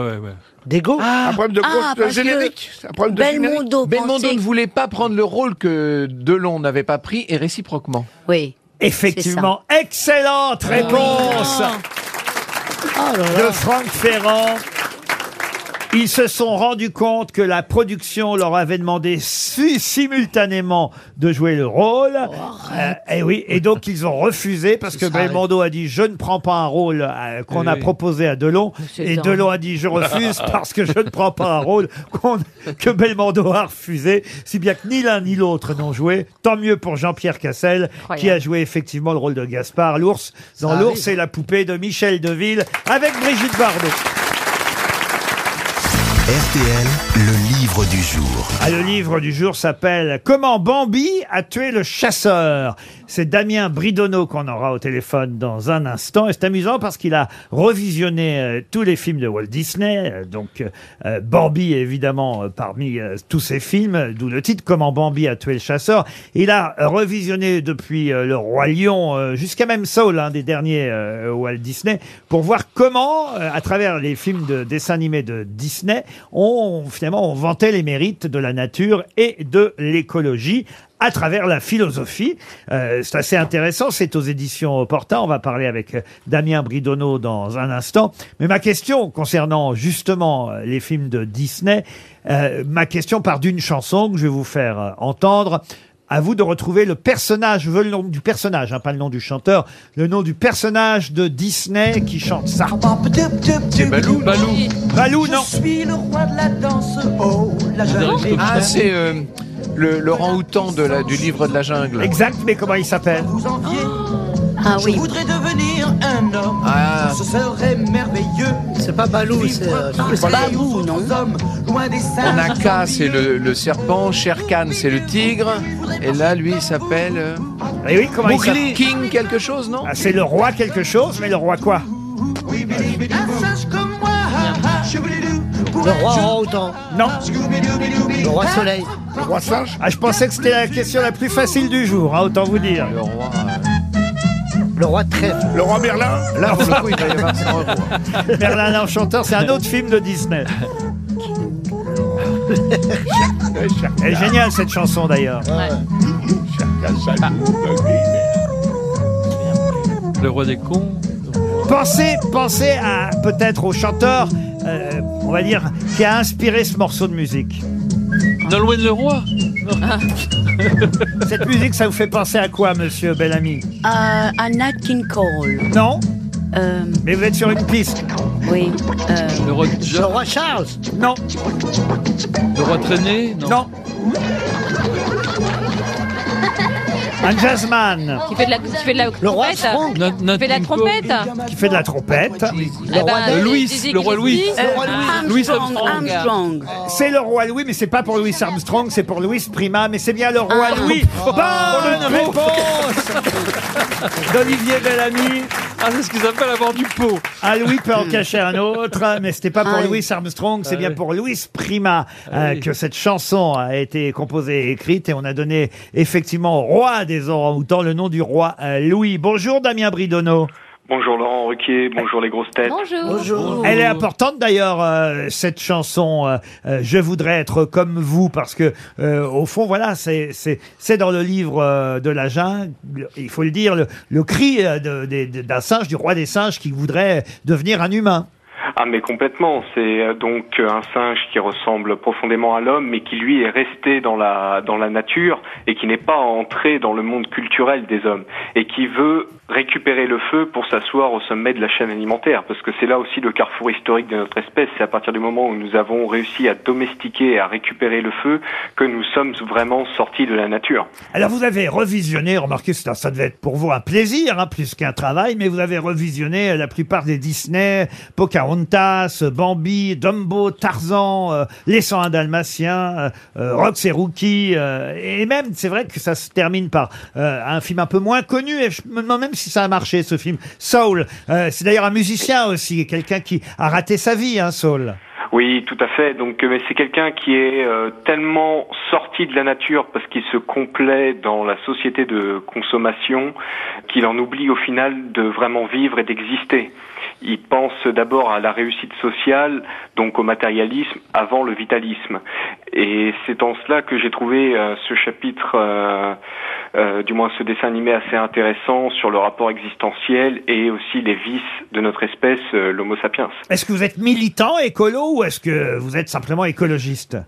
D: D'ego
G: un problème de,
F: ah,
G: de
F: parce que
G: générique. Un problème de générique.
F: Belmondo
E: Belmondo
F: pensait-
E: ne voulait pas prendre le rôle que Delon n'avait pas pris et réciproquement.
F: Oui.
B: Effectivement, excellente
C: Ah
B: réponse
F: Ah.
B: de Franck Ferrand. Ils se sont rendus compte que la production leur avait demandé si- simultanément de jouer le rôle.
C: Oh,
B: Euh, et oui, et donc ils ont refusé parce que Belmondo a dit je ne prends pas un rôle euh, qu'on
H: Oui,
B: a
H: oui.
B: proposé à Delon.
C: c'est
B: Et
C: dingue.
B: Delon a dit je
C: [laughs]
B: refuse parce que je ne prends pas un rôle qu'on- que Belmondo a refusé. Si bien que ni l'un ni l'autre n'ont joué. Tant mieux pour Jean-Pierre Cassel qui a
C: Incroyable.
B: joué effectivement le rôle de Gaspard, l'ours dans
D: Ça
B: l'ours
D: arrive.
B: et la poupée de Michel Deville avec Brigitte Bardot.
A: RTL, le livre du jour.
B: Ah, le livre du jour s'appelle Comment Bambi a tué le chasseur. C'est Damien Bridonneau qu'on aura au téléphone dans un instant. Et c'est amusant parce qu'il a revisionné euh, tous les films de Walt Disney. Euh, Donc euh, Bambi évidemment euh, parmi euh, tous ces films, euh, d'où le titre Comment Bambi a tué le chasseur. Il a revisionné depuis euh, le Roi Lion euh, jusqu'à même Saul, l'un des derniers euh, Walt Disney, pour voir comment, euh, à travers les films de dessins animés de Disney, on finalement on vantait les mérites de la nature et de l'écologie à travers la philosophie. Euh, c'est assez intéressant, c'est aux éditions Porta, on va parler avec euh, Damien Bridonneau dans un instant. Mais ma question concernant justement euh, les films de Disney, euh, ma question part d'une chanson que je vais vous faire euh, entendre. À vous de retrouver le personnage, je veux le nom du personnage, hein, pas le nom du chanteur, le nom du personnage de Disney qui chante ça.
E: C'est Balou.
H: Balou.
B: Balou, non
M: Je suis le roi de la danse, oh la
H: dirait
M: jungle.
H: que-
E: Ah, c'est euh, le Laurent Houtan de la- du livre de la jungle.
B: Exact, mais comment il s'appelle
M: Vous enviez,
F: Ah
M: je
F: oui.
M: voudrais devenir un homme.
E: Ah.
M: Ce serait merveilleux.
D: C'est pas Balou, c'est euh,
M: Pas Babou, non Loin des singes.
E: Onaka, c'est le, le serpent. Sherkan, c'est le tigre. Et là, lui, il s'appelle. euh,
B: Et Eh oui, comment il
E: Mowgli.
B: s'appelle
E: King quelque chose, non
B: Ah, C'est le roi quelque chose, mais le roi quoi
M: Un singe Ah, comme moi. ha, ha. Choubilidou,
D: le
M: courage,
D: roi en autant.
B: Non
M: Scooby-Doo, bidou,
D: Le
M: bidou.
D: roi soleil.
G: Le roi singe.
B: Ah, je pensais que c'était la question la plus facile du jour, hein, autant vous dire.
E: Le roi.
D: Le roi trèfle.
G: Le roi Merlin.
E: euh, Là, pour le coup, il va y avoir 100 euros.
B: [laughs] Merlin l'Enchanteur, c'est un autre film de Disney. Elle est géniale cette chanson d'ailleurs. Ah.
H: Le roi des cons.
B: Pensez, pensez à peut-être au chanteur, euh, on va dire, qui a inspiré ce morceau de musique.
H: Nolwenn le roi.
F: Ah.
B: Cette musique, ça vous fait penser à quoi, monsieur Bellamy
F: À, à Nat King Cole.
B: Non
F: Euh,
B: Mais vous êtes sur une piste.
F: oui. euh,
H: Le roi,
D: Le roi Charles.
B: Non,
H: le roi traîné. Non.
B: non. Un jazzman
C: Qui fait de la, qui fait de la trompette
D: Le roi Strong.
H: Na-
C: Qui fait de la
H: Nathan
C: trompette
B: qui fait de la trompette.
C: Eh ben,
H: Louis,
C: Louis, Dizzy
H: le Ah bah, roi Louis.
C: Gillespie.
F: euh,
H: Louis
F: Armstrong,
H: Armstrong. Ah.
F: Armstrong.
B: C'est le roi Louis, mais c'est pas pour Louis Armstrong, c'est pour Louis Prima, mais c'est bien le roi
F: Ah.
B: Louis. Ah
F: Oh.
B: Bonne réponse d'Olivier Bellamy.
H: Ah, c'est ce qu'ils appellent avoir du pot.
B: Un Ah, Louis peut en cacher un autre, mais c'était pas pour
F: Ah oui.
B: Louis Armstrong, c'est
H: Ah
B: bien
H: oui.
B: pour Louis Prima
H: Ah
B: euh,
H: oui.
B: que cette chanson a été composée et écrite, et on a donné effectivement au roi des orang-outans le nom du roi euh, Louis. Bonjour Damien Bridonneau.
P: Bonjour Laurent Ruquier, bonjour les grosses têtes.
C: Bonjour.
D: Bonjour.
B: Elle est importante d'ailleurs euh, cette chanson. euh, euh, je voudrais être comme vous parce que euh, au fond voilà c'est c'est c'est dans le livre euh, de la jungle. Il faut le dire le, le cri euh, de- des- des- d'un singe du roi des singes qui voudrait devenir un humain.
P: Ah mais complètement, c'est euh, donc euh, un singe qui ressemble profondément à l'homme mais qui lui est resté dans la dans la nature et qui n'est pas entré dans le monde culturel des hommes et qui veut récupérer le feu pour s'asseoir au sommet de la chaîne alimentaire parce que c'est là aussi le carrefour historique de notre espèce, c'est à partir du moment où nous avons réussi à domestiquer et à récupérer le feu que nous sommes vraiment sortis de la nature.
B: Alors vous avez revisionné, remarquez, ça, ça devait être pour vous un plaisir, hein, plus qu'un travail, mais vous avez revisionné euh, la plupart des Disney, Pocahontas, euh, Bambi, Dumbo, Tarzan, euh, Les 101 Dalmatiens, euh, euh, Rox et Rookie, euh, et même c'est vrai que ça se termine par euh, un film un peu moins connu, et je me demande même si ça a marché ce film, Soul. Euh, c'est d'ailleurs un musicien aussi, quelqu'un qui a raté sa vie, hein, Soul.
P: Oui, tout à fait. Donc, euh, mais c'est quelqu'un qui est euh, tellement sorti de la nature parce qu'il se complaît dans la société de consommation qu'il en oublie au final de vraiment vivre et d'exister. Il pense d'abord à la réussite sociale, donc au matérialisme, avant le vitalisme. Et c'est en cela que j'ai trouvé euh, ce chapitre, euh, euh, du moins ce dessin animé assez intéressant sur le rapport existentiel et aussi les vices de notre espèce, euh, l'Homo sapiens.
B: Est-ce que vous êtes militant écolo ou est-ce que vous êtes simplement écologiste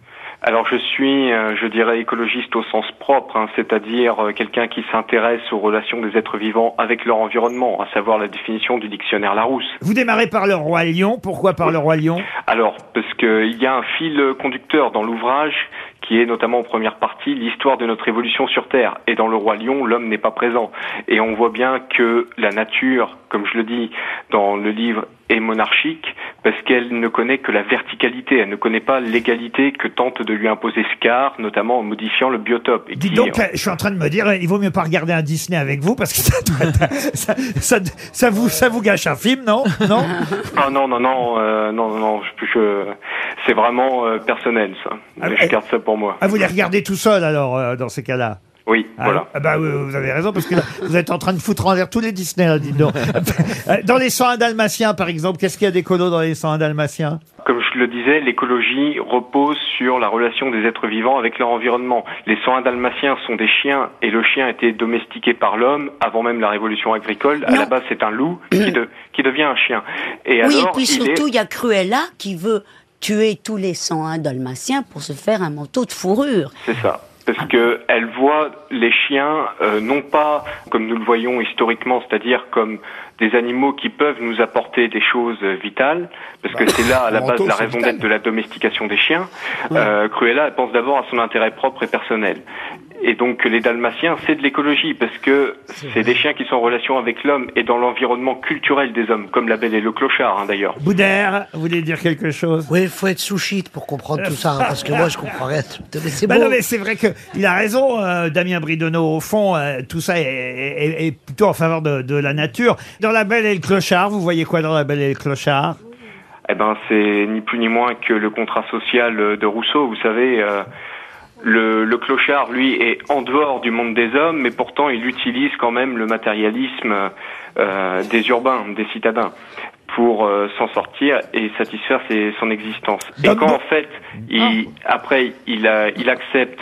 P: Alors je suis, euh, je dirais, écologiste au sens propre, hein, c'est-à-dire euh, quelqu'un qui s'intéresse aux relations des êtres vivants avec leur environnement, à savoir la définition du dictionnaire Larousse.
B: Vous démarrez par le roi lion. Pourquoi par le roi lion
P: Alors, parce qu'il y a un fil conducteur dans l'ouvrage qui est notamment en première partie l'histoire de notre évolution sur Terre. Et dans Le Roi Lion, l'homme n'est pas présent. Et on voit bien que la nature, comme je le dis dans le livre, est monarchique parce qu'elle ne connaît que la verticalité, elle ne connaît pas l'égalité que tente de lui imposer Scar, notamment en modifiant le biotope. Et
B: Dis
P: qui-
B: donc, là, je suis en train de me dire, euh, il vaut mieux pas regarder un Disney avec vous parce que ça, doit- ça, ça- ça vous, ça vous gâche un film, non Non
P: Ah non non non euh, non non, non, je, je- c'est vraiment euh, personnel ça. je garde ça pour moi.
B: Ah, vous les regardez tout seul alors euh, dans ces cas-là
P: Oui,
B: Ah,
P: voilà.
B: ah bah, oui, vous avez raison, parce que là, vous êtes en train de foutre en l'air tous les Disney, là, dites donc. Euh, dans les 101 dalmatiens, par exemple, qu'est-ce qu'il y a d'écolo dans les 101 dalmatiens
P: Comme je le disais, l'écologie repose sur la relation des êtres vivants avec leur environnement. Les 101 dalmatiens sont des chiens et le chien était domestiqué par l'homme avant même la révolution agricole. À la base, c'est
F: [clears throat]
P: un loup qui, de- qui devient un chien. Et
F: oui,
P: alors,
F: et puis
P: il est-
F: surtout, il y a Cruella qui veut tuer tous les 101 dalmatiens pour se faire un manteau de fourrure.
P: C'est ça. Parce que elle voit les chiens euh, non pas comme nous le voyons historiquement, c'est-à-dire comme des animaux qui peuvent nous apporter des choses euh, vitales, parce que c'est là à la
Q: Manteau,
P: base la
Q: Bah, c'est
P: raison
Q: vital.
P: d'être de la domestication des chiens. Euh, Cruella elle pense d'abord à son intérêt propre et personnel. Et donc les dalmatiens, c'est de l'écologie parce que c'est des chiens qui sont en relation avec l'homme et dans l'environnement culturel des hommes, comme la Belle et le Clochard hein, d'ailleurs.
B: Boudère, vous voulez dire quelque chose Euh.
D: Oui, il faut être sushi pour comprendre tout ça, hein, parce que moi, je comprends
B: [laughs]
D: rien. Mais c'est
B: Bah
D: beau.
B: non, mais c'est vrai que il a raison, euh, Damien Bridonneau. Au fond, euh, tout ça est, est- est plutôt en faveur de, de la nature. Dans La Belle et le Clochard, vous voyez quoi dans La Belle et le Clochard
P: Eh ben, c'est ni plus ni moins que le contrat social euh, de Rousseau. Vous savez, euh, le, le clochard, lui, est en dehors du monde des hommes, mais pourtant il utilise quand même le matérialisme euh, des urbains, des citadins, pour euh, s'en sortir et satisfaire ses- son existence. Et quand en fait, il, après, il, a- il accepte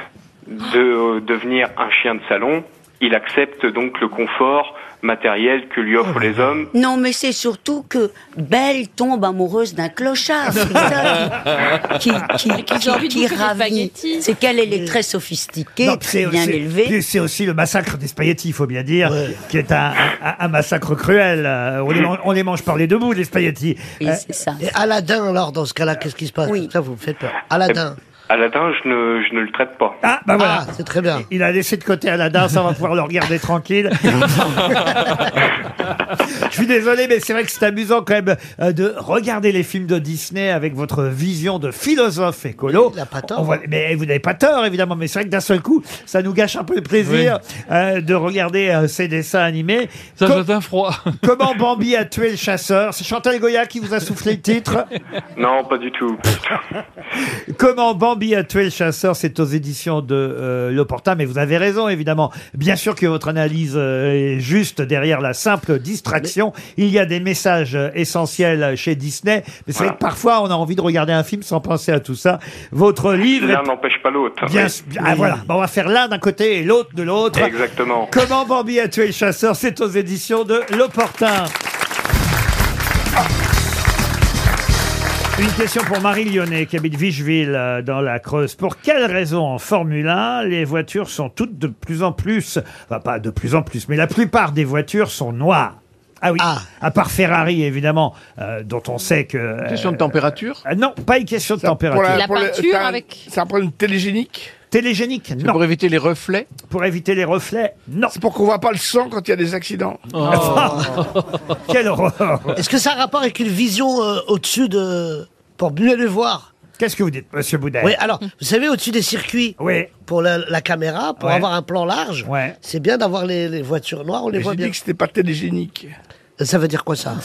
P: de euh, devenir un chien de salon, il accepte donc le confort matériel que lui offrent les hommes
F: Non, mais c'est surtout que Belle tombe amoureuse d'un clochard. C'est ça qui, qui, qui,
C: qu'ils ont envie de
F: qui
C: bouffer des
F: ravit. C'est qu'elle elle est très sophistiquée,
B: Non,
F: très
B: c'est-
F: bien
B: c'est-
F: élevée.
B: puis C'est aussi le massacre des spaghettis, il faut bien dire, qui est un, un- un massacre cruel. Euh, On les, man- on les mange par les deux bouts, les spaghettis. Euh,
D: Hein Et Aladdin, alors, dans ce cas-là, qu'est-ce qui se passe Ça, vous me faites peur. Aladdin.
P: Eh, Aladdin, je ne, je ne le traite pas.
B: Ah, bah voilà.
D: c'est très bien.
B: Il a laissé de côté Aladdin, ça on va pouvoir le regarder tranquille. Je suis désolé, mais c'est vrai que c'est amusant quand même euh, de regarder les films de Disney avec votre vision de philosophe écolo. On
D: hein.
B: voit- mais vous n'avez pas tort, évidemment, mais c'est vrai que d'un seul coup, ça nous gâche un peu le plaisir euh, de regarder euh, ces dessins animés. Ça jette
H: un froid.
B: Comment Bambi a tué le chasseur C'est Chantal Goya qui vous a soufflé le titre
J: [laughs]
P: Non, pas du tout.
B: Comment Bambi a tué le chasseur, c'est aux éditions de euh, L'Opportun, mais vous avez raison, évidemment. Bien sûr que votre analyse euh, est juste derrière la simple distraction. Il y a des messages euh, essentiels chez Disney, mais c'est vrai que parfois on a envie de regarder un film sans penser à tout ça. Votre livre
P: L'un
B: est...
P: n'empêche pas l'autre.
B: Bien,
P: Oui.
B: sûr. Ah, voilà. Bon, on va faire l'un d'un côté et l'autre de l'autre.
P: Exactement.
B: Comment Bambi a tué le chasseur, c'est aux éditions de L'Opportun. Une question pour Marie Lyonnais qui habite Vicheville euh, dans la Creuse. Pour quelle raison en Formule 1 les voitures sont toutes de plus en plus, enfin pas de plus en plus, mais la plupart des voitures sont noires ah oui, à part Ferrari évidemment, euh, dont on sait que...
E: Question de
B: température Non, pas une question de température.
G: la- La pour le- peinture t'as un- avec-
B: C'est un problème télégénique Télégénique, non. pour éviter les reflets Pour éviter les reflets, non. C'est pour qu'on voit pas le sang quand il y a des accidents. Quelle horreur
D: Ah.
B: [laughs]
D: [laughs] Est-ce que ça a un rapport avec une vision euh, au-dessus de. pour mieux le voir
B: Qu'est-ce que vous dites, monsieur Boudet
D: Oui, alors, vous savez, au-dessus des circuits,
B: oui.
D: pour la, la caméra, pour
B: Ouais.
D: avoir un plan large,
B: Ouais.
D: c'est bien d'avoir les, les voitures noires, on les
G: Mais
D: voit
G: j'ai
D: bien.
G: dit que c'était pas télégénique.
D: Ça veut dire quoi ça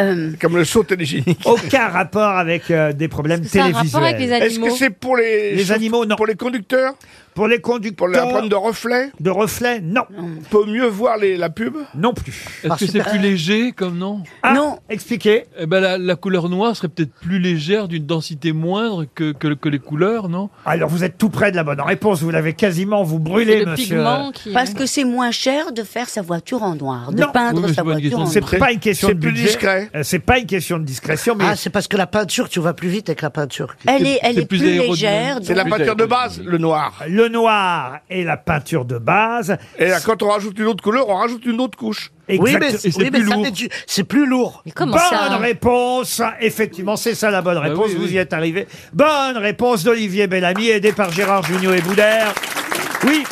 B: Euh.
G: Comme le saut télégénique.
B: Aucun rapport avec euh, des problèmes
G: Est-ce que ça a un
B: télévisuels.
G: rapport avec les animaux Est-ce que c'est pour les
B: les
G: chauff-
B: animaux non. Pour les conducteurs Pour les conducteurs. Pour
G: un problème de
B: reflet De reflet non. Peut mieux voir la pub Non plus.
H: Est-ce que c'est plus léger comme nom
D: Non.
B: Ah, Expliquez.
H: Eh ben, la, la couleur noire serait peut-être plus légère, d'une densité moindre que, que, que les couleurs, non
B: Alors vous êtes tout près de la bonne réponse, vous l'avez quasiment, vous brûlez monsieur.
F: Parce que c'est moins cher de faire sa voiture en noir, de
B: Non.
F: peindre sa voiture
D: hein.
F: en noir.
B: C'est pas une question de
F: plus
B: budget.
F: discret.
B: Euh, C'est pas une question de discrétion, mais
D: Ah, c'est parce que la peinture, tu vas plus vite avec la peinture.
F: Elle est- elle C'est est plus plus aérodynamique. légère,
G: C'est la peinture de base,
B: le noir. Le noir et la peinture de base.
G: Et là, quand on rajoute une autre couleur, on rajoute une autre couche.
B: Exact. Et c'est plus lourd.
D: c'est plus lourd.
B: Bonne réponse, effectivement, c'est ça la bonne réponse, vous y êtes arrivé. Bonne réponse d'Olivier Bellamy, aidé par Gérard Junior et Boudère. Oui.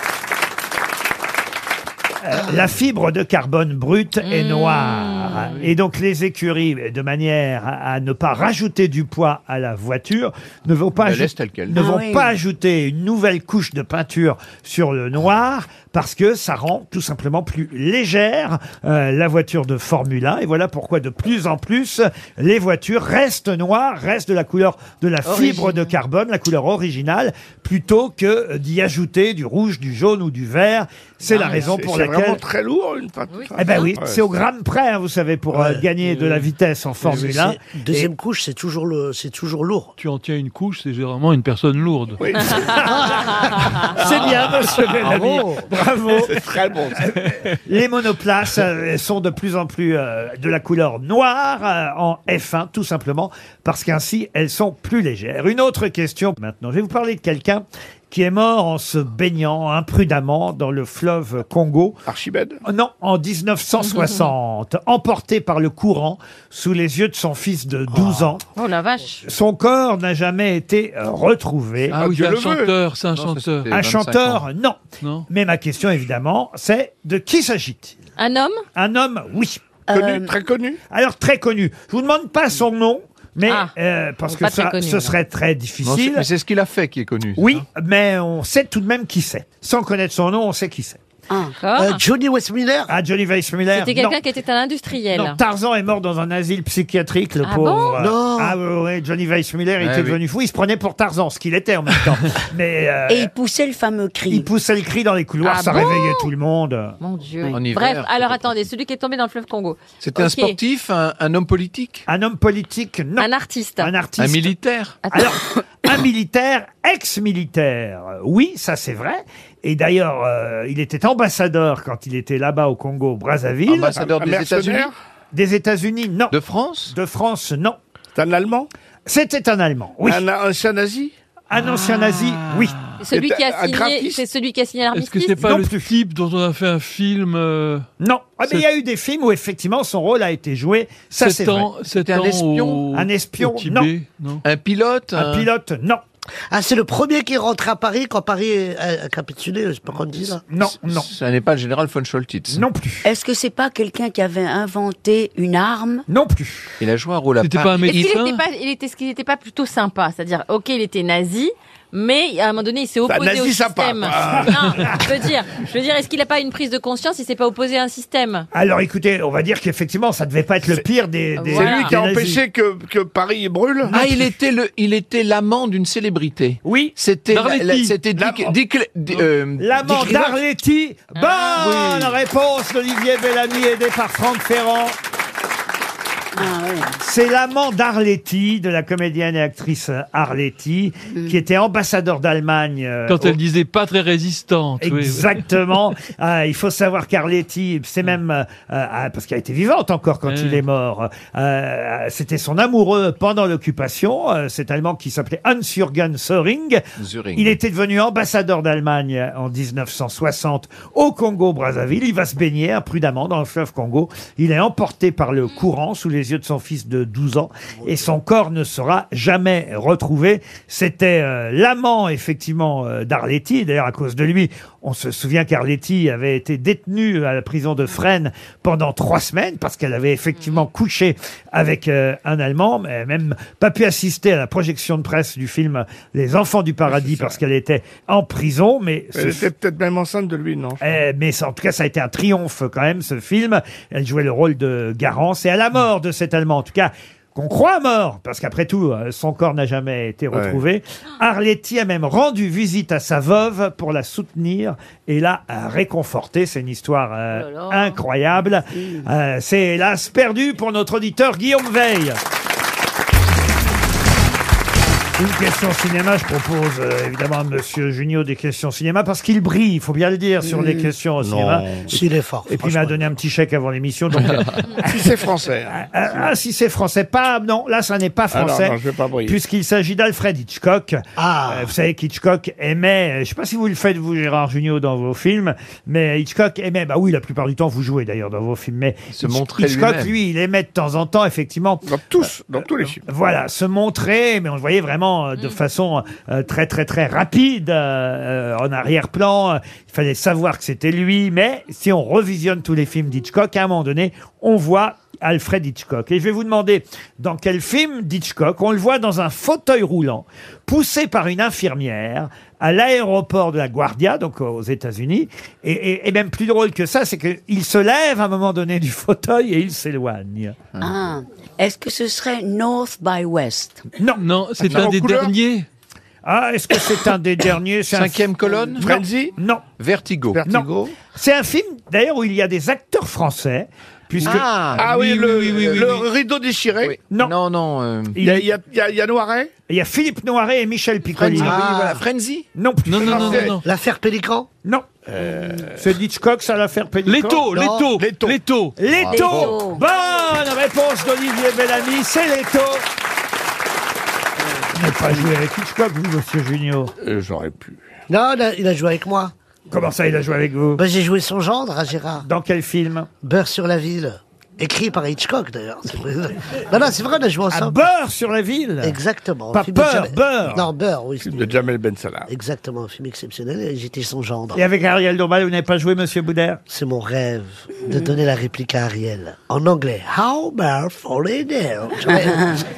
B: Euh, La fibre de carbone brute
E: Mmh.
B: est noire. Et donc les écuries, de manière à à ne pas rajouter du poids à la voiture, ne vont pas,
E: La laisse
B: ajou-
E: telle qu'elle.
B: ne
E: Ah
B: vont
E: oui.
B: pas ajouter une nouvelle couche de peinture sur le noir parce que ça rend tout simplement plus légère euh, la voiture de Formule 1. Et voilà pourquoi de plus en plus, les voitures restent noires, restent de la couleur de la fibre de carbone, la couleur originale, plutôt que d'y ajouter du rouge, du jaune ou du vert. C'est la raison pour
G: Ah, C'est
B: laquelle...
G: vraiment très lourd, une peinture.
B: Eh ben oui, c'est au gramme près, hein, vous savez, pour euh, gagner de la vitesse en Formule 1.
D: Deuxième couche, c'est toujours le, c'est toujours lourd.
H: Tu en tiens une couche, c'est généralement une personne lourde.
G: Ah.
B: C'est bien, monsieur Bellamy.
H: Bravo.
G: [laughs]
B: Bravo.
H: C'est très bon.
B: [laughs] Les monoplaces euh, sont de plus en plus euh, de la couleur noire euh, en F1, tout simplement, parce qu'ainsi, elles sont plus légères. Une autre question maintenant. Je vais vous parler de quelqu'un qui est mort en se baignant imprudemment dans le fleuve Congo.
G: Archibald
B: Non, en 1960, emporté par le courant sous les yeux de son fils de 12 ans.
C: [laughs] Oh la vache.
B: Son corps n'a jamais été euh, retrouvé.
H: Ah oui, c'est un chanteur, c'est un chanteur.
B: Un chanteur, non.
H: Non.
B: Mais ma question, évidemment, c'est de qui s'agit-il
C: Un homme
B: Un homme, oui.
C: Connu, Euh, très
B: connu Alors, très connu. Je vous demande pas son nom, mais
C: Ah.
B: euh, parce que
E: pas très
B: ça,
E: connu,
B: ce
E: non.
B: serait très
E: Non, c'est-
B: difficile.
E: mais c'est ce qu'il a fait qui est connu.
B: oui,
H: hein.
B: mais on sait tout de même qui c'est. Sans connaître son nom, on sait qui c'est.
H: Euh,
C: D'accord.
B: Johnny Weissmuller Ah, Johnny Weissmuller.
C: Ah. C'était
B: non.
C: quelqu'un qui était un industriel.
B: Non, Tarzan est mort dans un asile psychiatrique, le
C: Ah
B: pauvre.
C: bon Non.
B: Ah oui, Johnny Weissmuller
E: Ah
B: était
E: oui.
B: devenu fou. Il se prenait pour Tarzan, ce qu'il était en même temps. Mais euh,
F: Et il poussait le fameux cri.
B: il poussait le cri dans les couloirs,
F: Ah
B: ça
F: bon
B: réveillait tout le monde.
C: Mon Dieu.
E: En hiver,
C: Bref, alors attendez, celui qui est tombé dans le fleuve Congo.
E: C'était un
C: Ok.
E: sportif, un, un homme politique
B: Un homme politique, non.
C: Un artiste.
B: Un artiste. Ah,
E: Un militaire
B: Alors, [coughs] un militaire, ex-militaire, euh, oui, ça c'est vrai. Et d'ailleurs, euh, il était ambassadeur quand il était là-bas au Congo, Brazzaville.
E: Ambassadeur Un- un des mercenaire États-Unis
B: Des États-Unis, non. De France De France, non. C'est un Allemand C'était un Allemand, oui. Un ancien nazi Un ancien nazi, oui.
C: C'est Ah. Celui qui a signé, c'est celui qui a signé
H: Est-ce que
C: l'armistice.
H: c'est pas le type dont on a fait un film euh,
B: Non. Ah, mais
H: sept-
B: il y a eu des films où effectivement son rôle a été joué. Ça,
H: sept
B: c'est
H: ans-
B: vrai.
H: sept ans au-
B: Un espion
H: au
B: non.
H: Tibet, non.
E: Un pilote euh,
B: Un pilote, non.
D: Ah, c'est le premier qui rentre à Paris quand Paris a a capitulé, je sais pas qu'on dit ça.
B: Non,
E: non. Ça n'est pas le général von Scholtitz.
B: Non plus.
F: Est-ce que c'est pas quelqu'un qui avait inventé une arme
B: Non plus.
E: Il a joué un rôle à
H: C'était
E: part.
B: Ah.
H: pas un
C: Est-ce qu'il était pas, il était, ce qu'il n'était pas plutôt sympa C'est-à-dire, ok, il était nazi, mais à un moment donné, il s'est opposé
G: nazi
C: au
G: sympa,
C: système.
G: quoi.
C: Non, je veux dire, je veux dire, est-ce qu'il n'a pas une prise de conscience Il s'est pas opposé à un système.
B: Alors écoutez, on va dire qu'effectivement, ça devait pas être le pire des. des-
G: C'est lui qui a
B: des nazis.
G: empêché que, que Paris brûle
E: Ah, il était le, il était l'amant d'une célébrité.
B: Oui.
E: C'était, la-
B: D'Arletty.
E: la- c'était Dick, Dick, Dick- euh,
B: L'amant
E: Dick Rivers.
B: d'Arletty.
E: Ah
B: Bonne réponse d'Olivier Bellamy, aidé par Franck Ferrand. C'est l'amant d'Arletty, de la comédienne et actrice Arletty, qui était ambassadeur d'Allemagne. euh,
H: [laughs] Quand elle
B: au-
H: disait pas très résistante. oui, oui.
B: Exactement. Ah, il faut savoir qu'Arletty, c'est
H: Mm.
B: même euh, ah, parce qu'elle était vivante encore quand
H: Eh.
B: il est mort. Euh, C'était son amoureux pendant l'occupation. euh, cet Allemand qui s'appelait Hans-Jürgen Söring.
E: Zurich.
B: Il était devenu ambassadeur d'Allemagne en 1960 au Congo-Brazzaville. Il va se baigner imprudemment dans le fleuve Congo. Il est emporté par le courant sous les yeux de son fils de 12 ans et son corps ne sera jamais retrouvé. C'était euh, l'amant, effectivement, euh, d'Arletty. D'ailleurs, à cause de lui, on se souvient qu'Arletty avait été détenue à la prison de Fresnes pendant trois semaines parce qu'elle avait effectivement couché avec euh, un Allemand, mais même pas pu assister à la projection de presse du film Les Enfants du Paradis parce qu'elle était en prison. Mais
G: Elle
B: ce-
G: était peut-être même enceinte de lui, non
B: eh, mais ça- en tout cas, ça a été un triomphe quand même, ce film. Elle jouait le rôle de Garance et à la mort de cet Allemand, en tout cas, qu'on croit mort, parce qu'après tout, euh, son corps n'a jamais été retrouvé. Arletty a même rendu visite à sa veuve pour la soutenir et la euh, réconforter. C'est une histoire euh, incroyable. Euh, C'est hélas perdu pour notre auditeur Guillaume Veille. Une question cinéma, je propose euh, évidemment à Monsieur Junio des questions cinéma parce qu'il brille, il faut bien le dire, sur les
G: Mmh.
B: questions au
G: Non.
B: cinéma.
G: S'il est fort,
B: Et puis il m'a donné un petit chèque avant l'émission. Donc, euh,
G: [laughs] Si c'est français. hein.
B: ah, ah, si c'est français, pas non, là ça n'est pas
G: Ah non,
B: français.
G: non, je vais pas briller. Ah.
B: Puisqu'il s'agit d'Alfred Hitchcock. Euh, vous savez qu'Hitchcock aimait, euh, je sais pas si vous le faites vous Gérard Junio dans vos films, mais Hitchcock aimait, bah oui la plupart du temps vous jouez d'ailleurs dans vos films, mais
E: Se
B: Hitch-
E: montrer
B: Hitchcock
E: lui-même.
B: lui il aimait de temps en temps effectivement. Dans tous,
G: dans tous les films.
B: Voilà, se montrer, mais on le voyait vraiment euh, de façon euh, très très très rapide euh, euh, en arrière-plan. Euh, Il fallait savoir que c'était lui, mais si on revisionne tous les films d'Hitchcock, à un moment donné, on voit Alfred Hitchcock. Et je vais vous demander dans quel film d'Hitchcock on le voit dans un fauteuil roulant, poussé par une infirmière à l'aéroport de la Guardia, donc aux États-Unis. Et, et- et même plus drôle que ça, c'est qu'il se lève à un moment donné du fauteuil et il s'éloigne.
F: Ah, est-ce que ce serait North by West
B: Non,
H: non, c'est un des derniers.
B: Ah, est-ce que c'est un des derniers C'est un
E: Cinquième
B: fi-
E: colonne
B: Non.
E: Frenzy
B: Non.
E: Vertigo.
B: Non. C'est un film, d'ailleurs, où il y a des acteurs français. Puisque...
E: Ah, Ah oui, oui,
G: le- oui, oui, oui, le oui. rideau déchiré
B: Non.
E: Non, non. euh,
G: Il y a, il y a- il y a- il y a Noiret
B: Il y a Philippe Noiret et Michel Piccoli. Ah.
G: Frenzy, oui, voilà,
E: Frenzy
B: Non, plus.
G: Non, non, non, non, non.
B: L'affaire Pélican Non.
G: Euh.
B: C'est Hitchcock, ça, l'affaire Pélican
H: Leto,
B: Non.
H: Leto, Leto, Leto.
B: Leto Bonne réponse d'Olivier Bellamy, c'est Leto Vous n'avez pas joué avec Hitchcock, vous, monsieur Junio
G: Euh, J'aurais pu.
D: Non, il a, il a joué avec moi.
B: Comment ça, il a joué avec vous
D: Bah, J'ai joué son gendre à Gérard.
B: Dans quel film
D: Beurre sur la ville. Écrit par Hitchcock d'ailleurs. C'est vrai. non, non, c'est vrai, on a joué ensemble.
B: Ah, beurre sur la ville
D: Exactement.
B: Pas
D: Film de
B: peur,
D: Jamel-
B: beurre.
D: Non, beurre, oui.
G: De Jamel Ben Salah.
D: Exactement, un film exceptionnel et j'étais son gendre.
B: Et avec Ariel Dombal, vous n'avez pas joué Monsieur Boudère
D: C'est mon rêve de donner la réplique à Ariel. En anglais. How about for a day? J'aurais-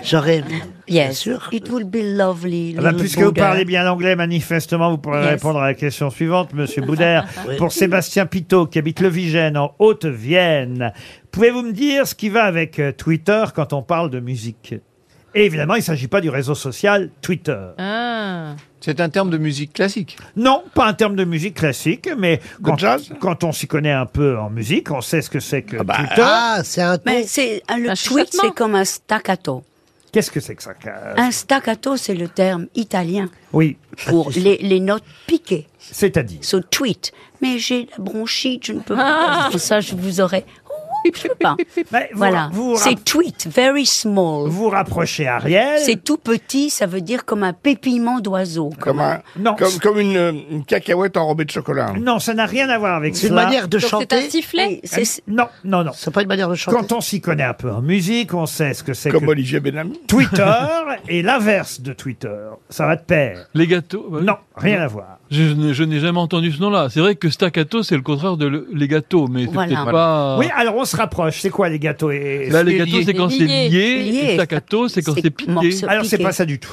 D: J'aurais aimé.
F: Yes. It will be lovely.
B: Ah bah,
F: little
B: puisque vous
F: Buddha.
B: parlez bien l'anglais, manifestement, vous pourrez
F: Yes.
B: répondre à la question suivante,
G: [laughs]
B: Monsieur Boudère.
F: Oui.
B: Pour Sébastien Pitot, qui habite Levigène, en Haute-Vienne, pouvez-vous me dire ce qui va avec euh, Twitter quand on parle de musique Et évidemment, il ne s'agit pas du réseau social Twitter.
G: Ah.
E: C'est un terme de musique classique.
B: Non, pas un terme de musique classique, mais quand, quand on s'y connaît un peu en musique, on sait ce que c'est
E: Ah
B: que
E: bah,
B: Twitter.
D: Ah, c'est un
F: Mais c'est un- le
B: Un
F: tweet,
B: chuchotement.
F: c'est comme un staccato.
B: Qu'est-ce que c'est que ça euh,
F: Un staccato, c'est le terme italien
B: Oui.
F: pour les, les notes piquées.
B: C'est-à-dire
F: Ce tweet. Mais j'ai la bronchite, je ne peux
B: Ah.
F: pas. Pour ça, je vous aurais. Oh, Je peux pas.
B: Eh, vous-
F: voilà.
B: vous vous
F: c'est
B: rapp-
F: tweet, very small.
B: Vous rapprochez Ariel.
F: C'est tout petit, ça veut dire comme un pépillement d'oiseau.
G: Comme, un- comme, comme une, euh, une cacahuète enrobée de chocolat. hein.
B: Non, ça n'a rien à voir avec
G: C'est une
B: cela.
G: manière de Donc chanter c'est un
F: sifflet
B: Ah, Non, non, non. C'est
D: pas une manière de chanter.
B: Quand on s'y connaît un peu en musique, on sait ce que c'est
G: Comme
B: que
G: Olivier Benami. [laughs]
B: Twitter et l'inverse de Twitter. Ça va de pair.
H: [laughs] Les gâteaux bah
B: Non, rien à voir.
H: Je, n'ai- je n'ai jamais entendu ce nom-là. C'est vrai que staccato, c'est le contraire de le- les gâteaux, mais c'est peut-être pas.
B: Oui, alors on se rapproche. C'est quoi les gâteaux et...
H: Là, les gâteaux, c'est quand c'est lié. et staccato, c'est quand c'est piqué.
B: Alors c'est pas ça du tout.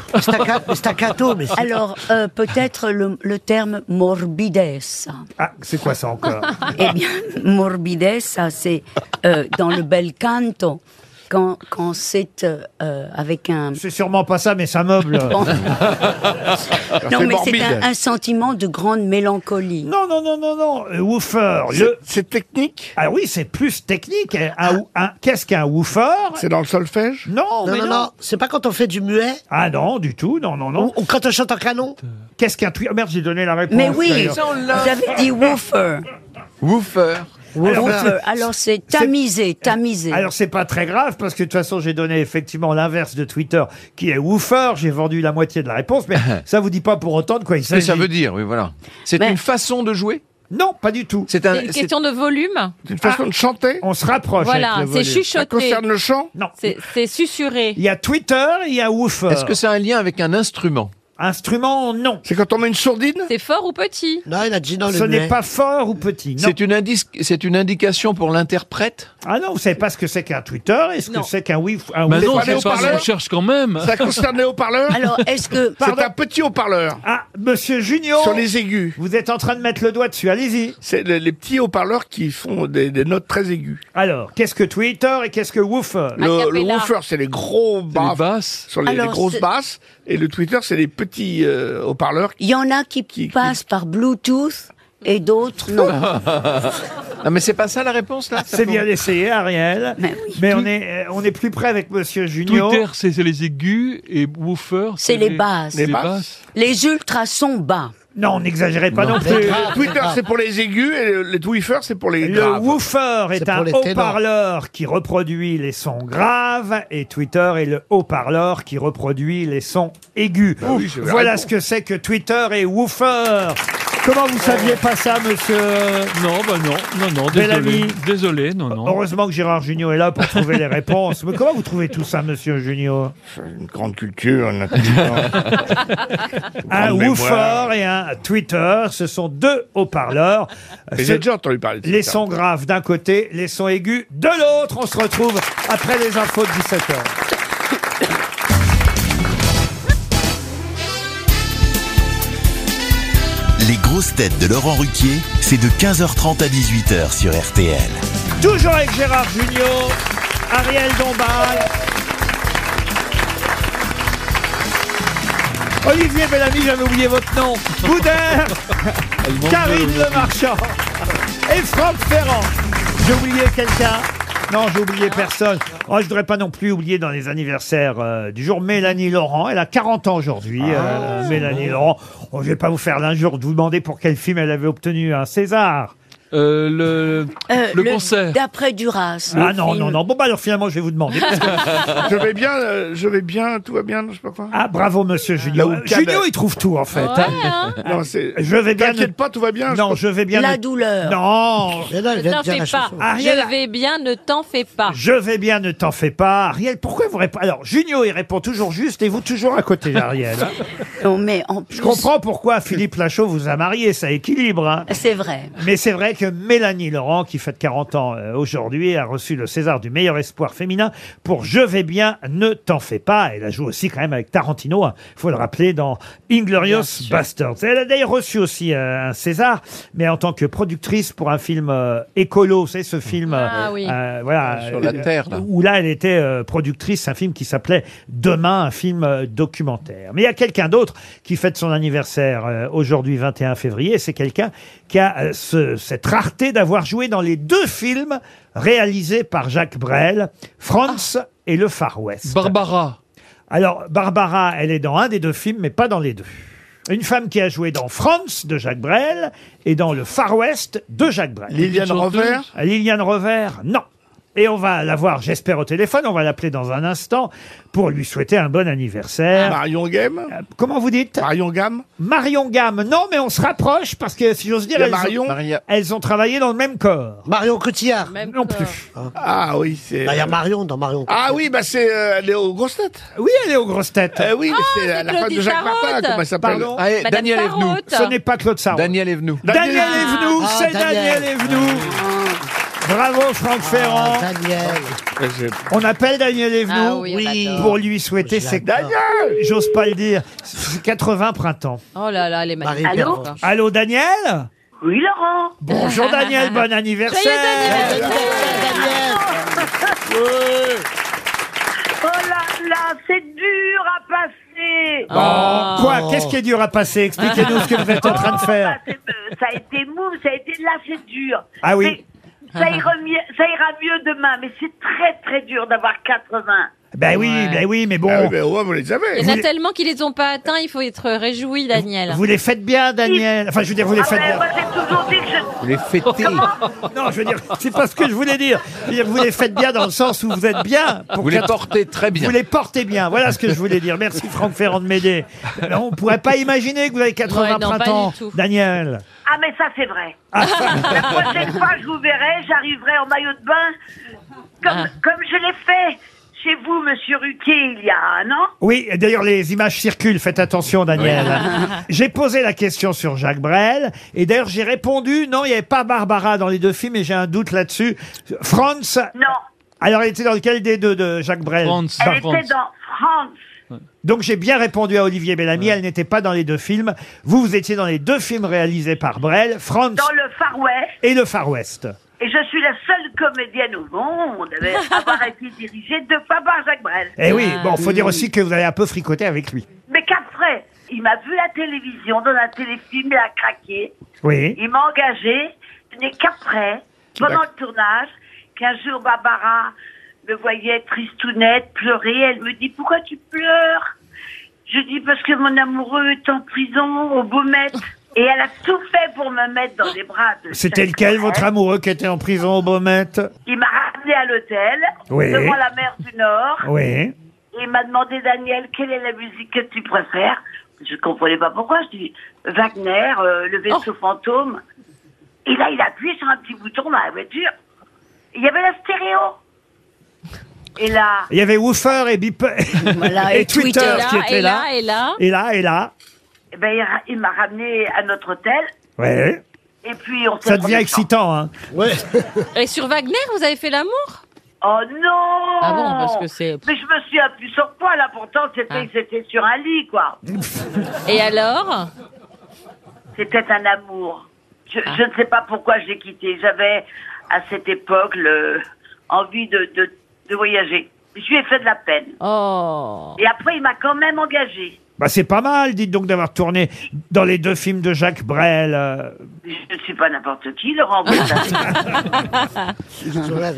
D: Staccato, mais c'est-
F: Alors, euh, peut-être le, le terme morbides.
B: Ah, c'est quoi ça encore
F: Eh bien, morbides, ça, c'est euh, dans le bel canto. quand, quand c'est euh, euh, avec un...
B: C'est sûrement pas ça, mais ça meuble.
F: Non, mais c'est un, un sentiment de grande mélancolie.
B: Non, non, non, non, non. Euh, woofer.
G: C'est technique
B: Ah oui, c'est plus technique. Un- un- un- Qu'est-ce qu'un woofer
G: C'est dans le solfège
B: Non,
D: Non,
B: mais
D: non,
B: non.
D: non, c'est pas quand on fait du muet
B: Ah non, du tout, non, non, non.
D: ou quand on chante en canon.
B: Qu'est-ce qu'un tweet Merde, j'ai donné la réponse.
F: Mais oui,
B: d'ailleurs.
F: vous avez dit woofer.
E: Woofer.
B: Alors, ben,
F: Woofer.
B: c'est-
F: Alors c'est tamisé, tamisé.
B: Alors c'est pas très grave parce que de toute façon j'ai donné effectivement l'inverse de Twitter qui est woofer, j'ai vendu la moitié de la réponse
E: [laughs]
B: mais ça vous dit pas pour autant de quoi il
E: Mais
B: s'agit.
E: ça veut dire, oui, voilà. C'est une façon de jouer
B: Non, pas du tout.
E: C'est
C: C'est une question de volume. Ah,
G: Une façon de chanter
B: On se rapproche.
C: Voilà,
B: avec le
C: c'est
B: volume.
C: chuchoter. Ça concerne le
G: chant
B: Non.
C: C'est c'est susurré.
B: Il y a Twitter, il y a woofer.
E: Est-ce que ça a un lien avec un instrument
B: Instrument, non.
G: C'est quand on met une sourdine
C: C'est fort ou petit
D: Non, il a
E: Ah,
D: dit non,
B: Ce n'est pas fort ou petit. Non.
E: C'est une, indice- c'est une indication pour l'interprète
B: Ah non, vous savez pas ce que c'est qu'un Twitter et ce que c'est qu'un woof. un
H: Bah
B: woofer.
H: non, c'est pas on cherche quand même.
G: Ça concerne les haut-parleurs
F: Alors est-ce que...
G: C'est un petit haut-parleur.
B: Ah, monsieur Junior.
G: Sur les aigus.
B: Vous êtes en train de mettre le doigt dessus, allez-y.
G: C'est les, les petits haut-parleurs qui font des, des notes très aiguës.
B: Alors, qu'est-ce que Twitter et qu'est-ce que woofer
G: Le, le woofer, c'est les gros bas,
H: basses.
G: sur les, les
F: Alors,
G: grosses
F: c'est-
G: basses,
H: [laughs]
G: et le Twitter, c'est les petits euh, haut-parleurs.
F: Il y en a qui, passent par Bluetooth et d'autres non.
B: Ah.
E: non, mais c'est pas ça la réponse là
B: C'est bien essayé, Ariel.
F: Ben
B: Mais, on est euh, on est plus près avec Monsieur Junior.
H: Twitter, c'est c'est les aigus et woofer,
F: C'est les basses.
H: Les
F: Les
H: basses.
F: Les ultrasons bas.
B: Non, n'exagérez pas non,
G: Non.
B: plus.
G: Le Twitter, c'est pour les aigus, et le, le Twitter, c'est pour les
B: Le
G: graves.
B: woofer est,
G: C'est
B: un
G: pour les ténors.
B: haut-parleur qui reproduit les sons graves et Twitter est le haut-parleur qui reproduit les sons aigus.
G: Bah oui, j'avais
B: voilà
G: raison.
B: ce que c'est que Twitter et woofer. Comment vous saviez pas ça, monsieur
H: Non, bah non, non, non,
B: Bellamy.
H: désolé. Désolé, non, non.
B: Heureusement que Gérard Junior est là pour trouver les réponses. Mais comment vous trouvez tout ça, monsieur Junior
G: Une grande culture, naturellement.
B: Un
G: grande mémoire.
B: woofer et un Twitter, ce sont deux haut-parleurs.
G: Mais
B: Ce-
G: J'ai déjà entendu parler de
B: Les
G: ça.
B: sons graves d'un côté, les sons aigus de l'autre. On se retrouve après les infos de 17h.
A: Les grosses têtes de Laurent Ruquier, c'est de 15h30 à 18h sur RTL.
B: Toujours avec Gérard Junior, Ariel Dombal. Olivier Bellamy, j'avais oublié votre nom. Boudin,
H: Elle manque de-
B: Karine Le Marchand et Franck Ferrand. J'ai oublié quelqu'un Non, j'ai oublié personne. Oh, je voudrais pas non plus oublier dans les anniversaires euh, du jour Mélanie Laurent. Elle a 40 ans aujourd'hui,
G: Ah,
B: euh, Mélanie Laurent. Oh, je vais pas vous faire l'injure de vous demander pour quel film elle avait obtenu un César.
H: Euh, le,
F: Euh,
H: le concert.
F: D'après Duras.
B: Ah
F: le
B: non,
F: film.
B: non, non. Bon, bah alors finalement, je vais vous demander. parce que-
G: [laughs] Je vais bien, euh, je vais bien, tout va bien, je sais pas quoi.
B: Ah, bravo, monsieur
G: Là
B: Junio.
G: où Cad-
B: Junio, il trouve tout, en fait. hein.
G: Non, c'est.
B: Je vais bien.
G: T'inquiète pas, tout va bien.
B: Non, je vais bien.
F: La douleur.
B: Non, Ah,
D: Mais non, il
C: Ne
D: vient
C: t'en
D: de dire la
C: fais pas.
D: chanson.
B: Ariel-
C: Je vais bien, ne t'en fais pas.
B: je vais bien, ne t'en fais pas. Ariel, pourquoi vous répondez Alors, Junio, il répond toujours juste et vous toujours à côté, Ariel. hein.
F: [laughs] Non, mais en plus,
B: Je comprends pourquoi Philippe Lachaud vous a marié, ça équilibre. hein.
F: C'est vrai.
B: Mais c'est vrai que Mélanie Laurent, qui fête 40 ans euh, aujourd'hui, a reçu le César du meilleur espoir féminin pour Je vais bien, ne t'en fais pas. Elle a joué aussi quand même avec Tarantino, il faut le rappeler, dans Inglorious Bastards. Elle a d'ailleurs reçu aussi euh, un César, mais en tant que productrice pour un film euh, écolo, c'est ce film euh,
C: Ah oui.
B: euh, voilà,
E: Sur la Terre, là.
B: où là elle était euh, productrice, un film qui s'appelait Demain, un film euh, documentaire. Mais il y a quelqu'un d'autre qui fête son anniversaire euh, aujourd'hui, 21 février, c'est quelqu'un qui a euh, ce- cette rareté d'avoir joué dans les deux films réalisés par Jacques Brel, France et le Far West.
H: Barbara.
B: Alors, Barbara, elle est dans un des deux films, mais pas dans les deux. Une femme qui a joué dans France de Jacques Brel et dans le Far West de Jacques Brel.
G: Liliane Revers
B: Liliane Revers, non. Et on va l'avoir, j'espère, au téléphone. On va l'appeler dans un instant pour lui souhaiter un bon anniversaire. Euh,
G: Marion Game
B: Comment vous dites
G: Marion Gamme
B: Marion Gamme, non, mais on se rapproche parce que, si j'ose dire,
G: Il y a
B: elles,
G: Marion
B: Ont, elles ont travaillé dans le même corps.
D: Marion Cotillard.
C: Même
B: non
C: corps.
B: plus.
G: Ah oui, c'est.
D: Bah, Il y a Marion dans Marion.
G: Ah oui, bah c'est. euh, elle est aux grosses têtes.
B: Oui, elle est aux grosses têtes.
G: Eh oui, mais c'est la
C: Ah,
G: la
C: c'est
G: femme de
C: Claudie
G: Jacques Martin,
C: Sarraute.
G: comment elle s'appelle
B: Pardon
E: Allez,
C: Madame
E: Daniel Evenou.
C: Sarraute.
B: Ce n'est pas Claude Sarraud.
E: Daniel Evenou.
B: Daniel
G: Daniel.
B: Evenou,
D: Ah,
B: c'est
D: Daniel.
B: Daniel Evenou. Bravo Franck Ah, Ferrand.
D: Ah, Daniel.
G: Ouais, c'est-
B: On appelle Daniel Evenou
C: Ah oui, on
D: Oui.
C: l'adore.
B: pour lui souhaiter
D: Je
B: ses...
D: l'adore.
B: J'ose pas le dire. ses 80 printemps.
C: Oh là là, elle est magnifique.
D: Marie
C: Allô
D: Perrault.
B: Allô Daniel
K: Oui, Laurent.
B: Bonjour Daniel, bon anniversaire
C: Joyeux anniversaire.
D: Daniel.
Q: Oh là, c'est dur à passer.
B: Oh,
C: Ah.
B: Quoi Qu'est-ce qui est dur à passer Expliquez-nous ce que vous êtes en train de faire.
Q: Euh, Ça a été mou, ça a été là, c'est dur.
B: Ah oui.
Q: Mais Ça ira, mieux, ça ira mieux demain, mais c'est très très dur d'avoir 80.
B: Ben oui, ben oui, mais bon.
G: Ah oui, mais au moins, vous les
C: Il
G: avez.
C: y en
B: Vous
C: a
B: les-
C: tellement qui les ont pas atteints, il faut être réjoui, Daniel.
B: Vous les faites bien, Daniel. Enfin, je veux dire, vous les
C: Ah
B: faites
C: ouais,
B: bien.
C: moi,
B: Vous les fêtez. Non, je veux dire, c'est pas ce que je voulais dire. Je veux dire, vous les faites bien dans le sens où vous êtes bien.
E: Vous les portez très bien.
B: Vous les portez bien. Voilà ce que je voulais dire. Merci Franck Ferrand de m'aider. Alors, On pourrait pas imaginer que vous avez 80
Q: Ouais, non, pas du
B: printemps,
Q: tout.
B: Daniel.
Q: Ah, mais ça, c'est vrai.
B: Ah.
Q: La prochaine fois, je vous verrai, j'arriverai en maillot de bain, comme, comme je l'ai fait chez vous, monsieur Ruquier, il y a un an.
B: Oui, et d'ailleurs, les images circulent. Faites attention, Daniel.
Q: Oui. [laughs]
B: j'ai posé la question sur Jacques Brel. Et d'ailleurs, j'ai répondu non, il n'y avait pas Barbara dans les deux films. Et j'ai un doute là-dessus. France.
Q: Non.
B: Alors, elle était dans lequel des deux de Jacques Brel France.
Q: Elle était dans France.
B: Donc j'ai bien répondu à Olivier Bellamy, elle n'était pas dans les deux films. Vous, vous étiez dans les deux films réalisés par Brel, France
Q: Dans le Far West.
B: et le Far West.
Q: Et je suis la seule comédienne au monde à avoir été dirigée deux fois par Jacques Brel.
B: Eh oui, bon, faut dire aussi que vous avez un peu fricoté avec lui.
Q: Mais qu'après, il m'a vu à la télévision, dans un téléfilm, il a craqué.
B: Oui.
Q: Il m'a engagé. Ce n'est qu'après, pendant le tournage, qu'un jour Barbara me voyait tristounette, pleurer. Elle me dit Pourquoi tu pleures Je dis Parce que mon amoureux est en prison, au Beaumet. Et elle a tout fait pour me mettre dans les bras de.
B: C'était
Q: Jacques
B: lequel,
Q: Brel.
B: votre amoureux qui était en prison au Beaumet
Q: Il m'a ramené à l'hôtel,
B: Oui.
Q: devant la mer du Nord.
B: Oui.
Q: Et il m'a demandé, Daniel, quelle est la musique que tu préfères Je comprenais pas pourquoi. Je dis, Wagner, euh, le vaisseau fantôme. Et là, il appuie sur un petit bouton dans la voiture. Il y avait la stéréo. Et là,
B: Il y avait Woofer et Bip [laughs]
Q: Voilà,
B: et,
Q: et
B: Twitter,
Q: Twitter.
B: qui
Q: Et
B: étaient
Q: là,
B: là.
Q: et là.
B: Et là, et là.
Q: eh ben, il, ra- il m'a ramené à notre hôtel.
B: Ouais.
Q: Et puis, on s'est
B: Ça
Q: promis
B: devient excitant, hein. Ouais.
C: Et sur Wagner, vous avez fait l'amour
Q: Oh non
C: Ah bon, parce que c'est- Ah.
Q: Mais je me suis appuyé sur quoi, là Pourtant, c'était c'était sur un lit, quoi.
C: Et alors
Q: C'était un amour. Je,
C: Ah.
Q: je ne sais pas pourquoi j'ai quitté. J'avais, à cette époque, le, envie de, de, de voyager. Je lui ai fait de la peine.
C: Oh.
Q: Et après, il m'a quand même engagé.
B: Bah, c'est pas mal, dites donc, d'avoir tourné dans les deux films de Jacques Brel. euh.
Q: Je ne suis pas n'importe qui, Laurent. vous le savez.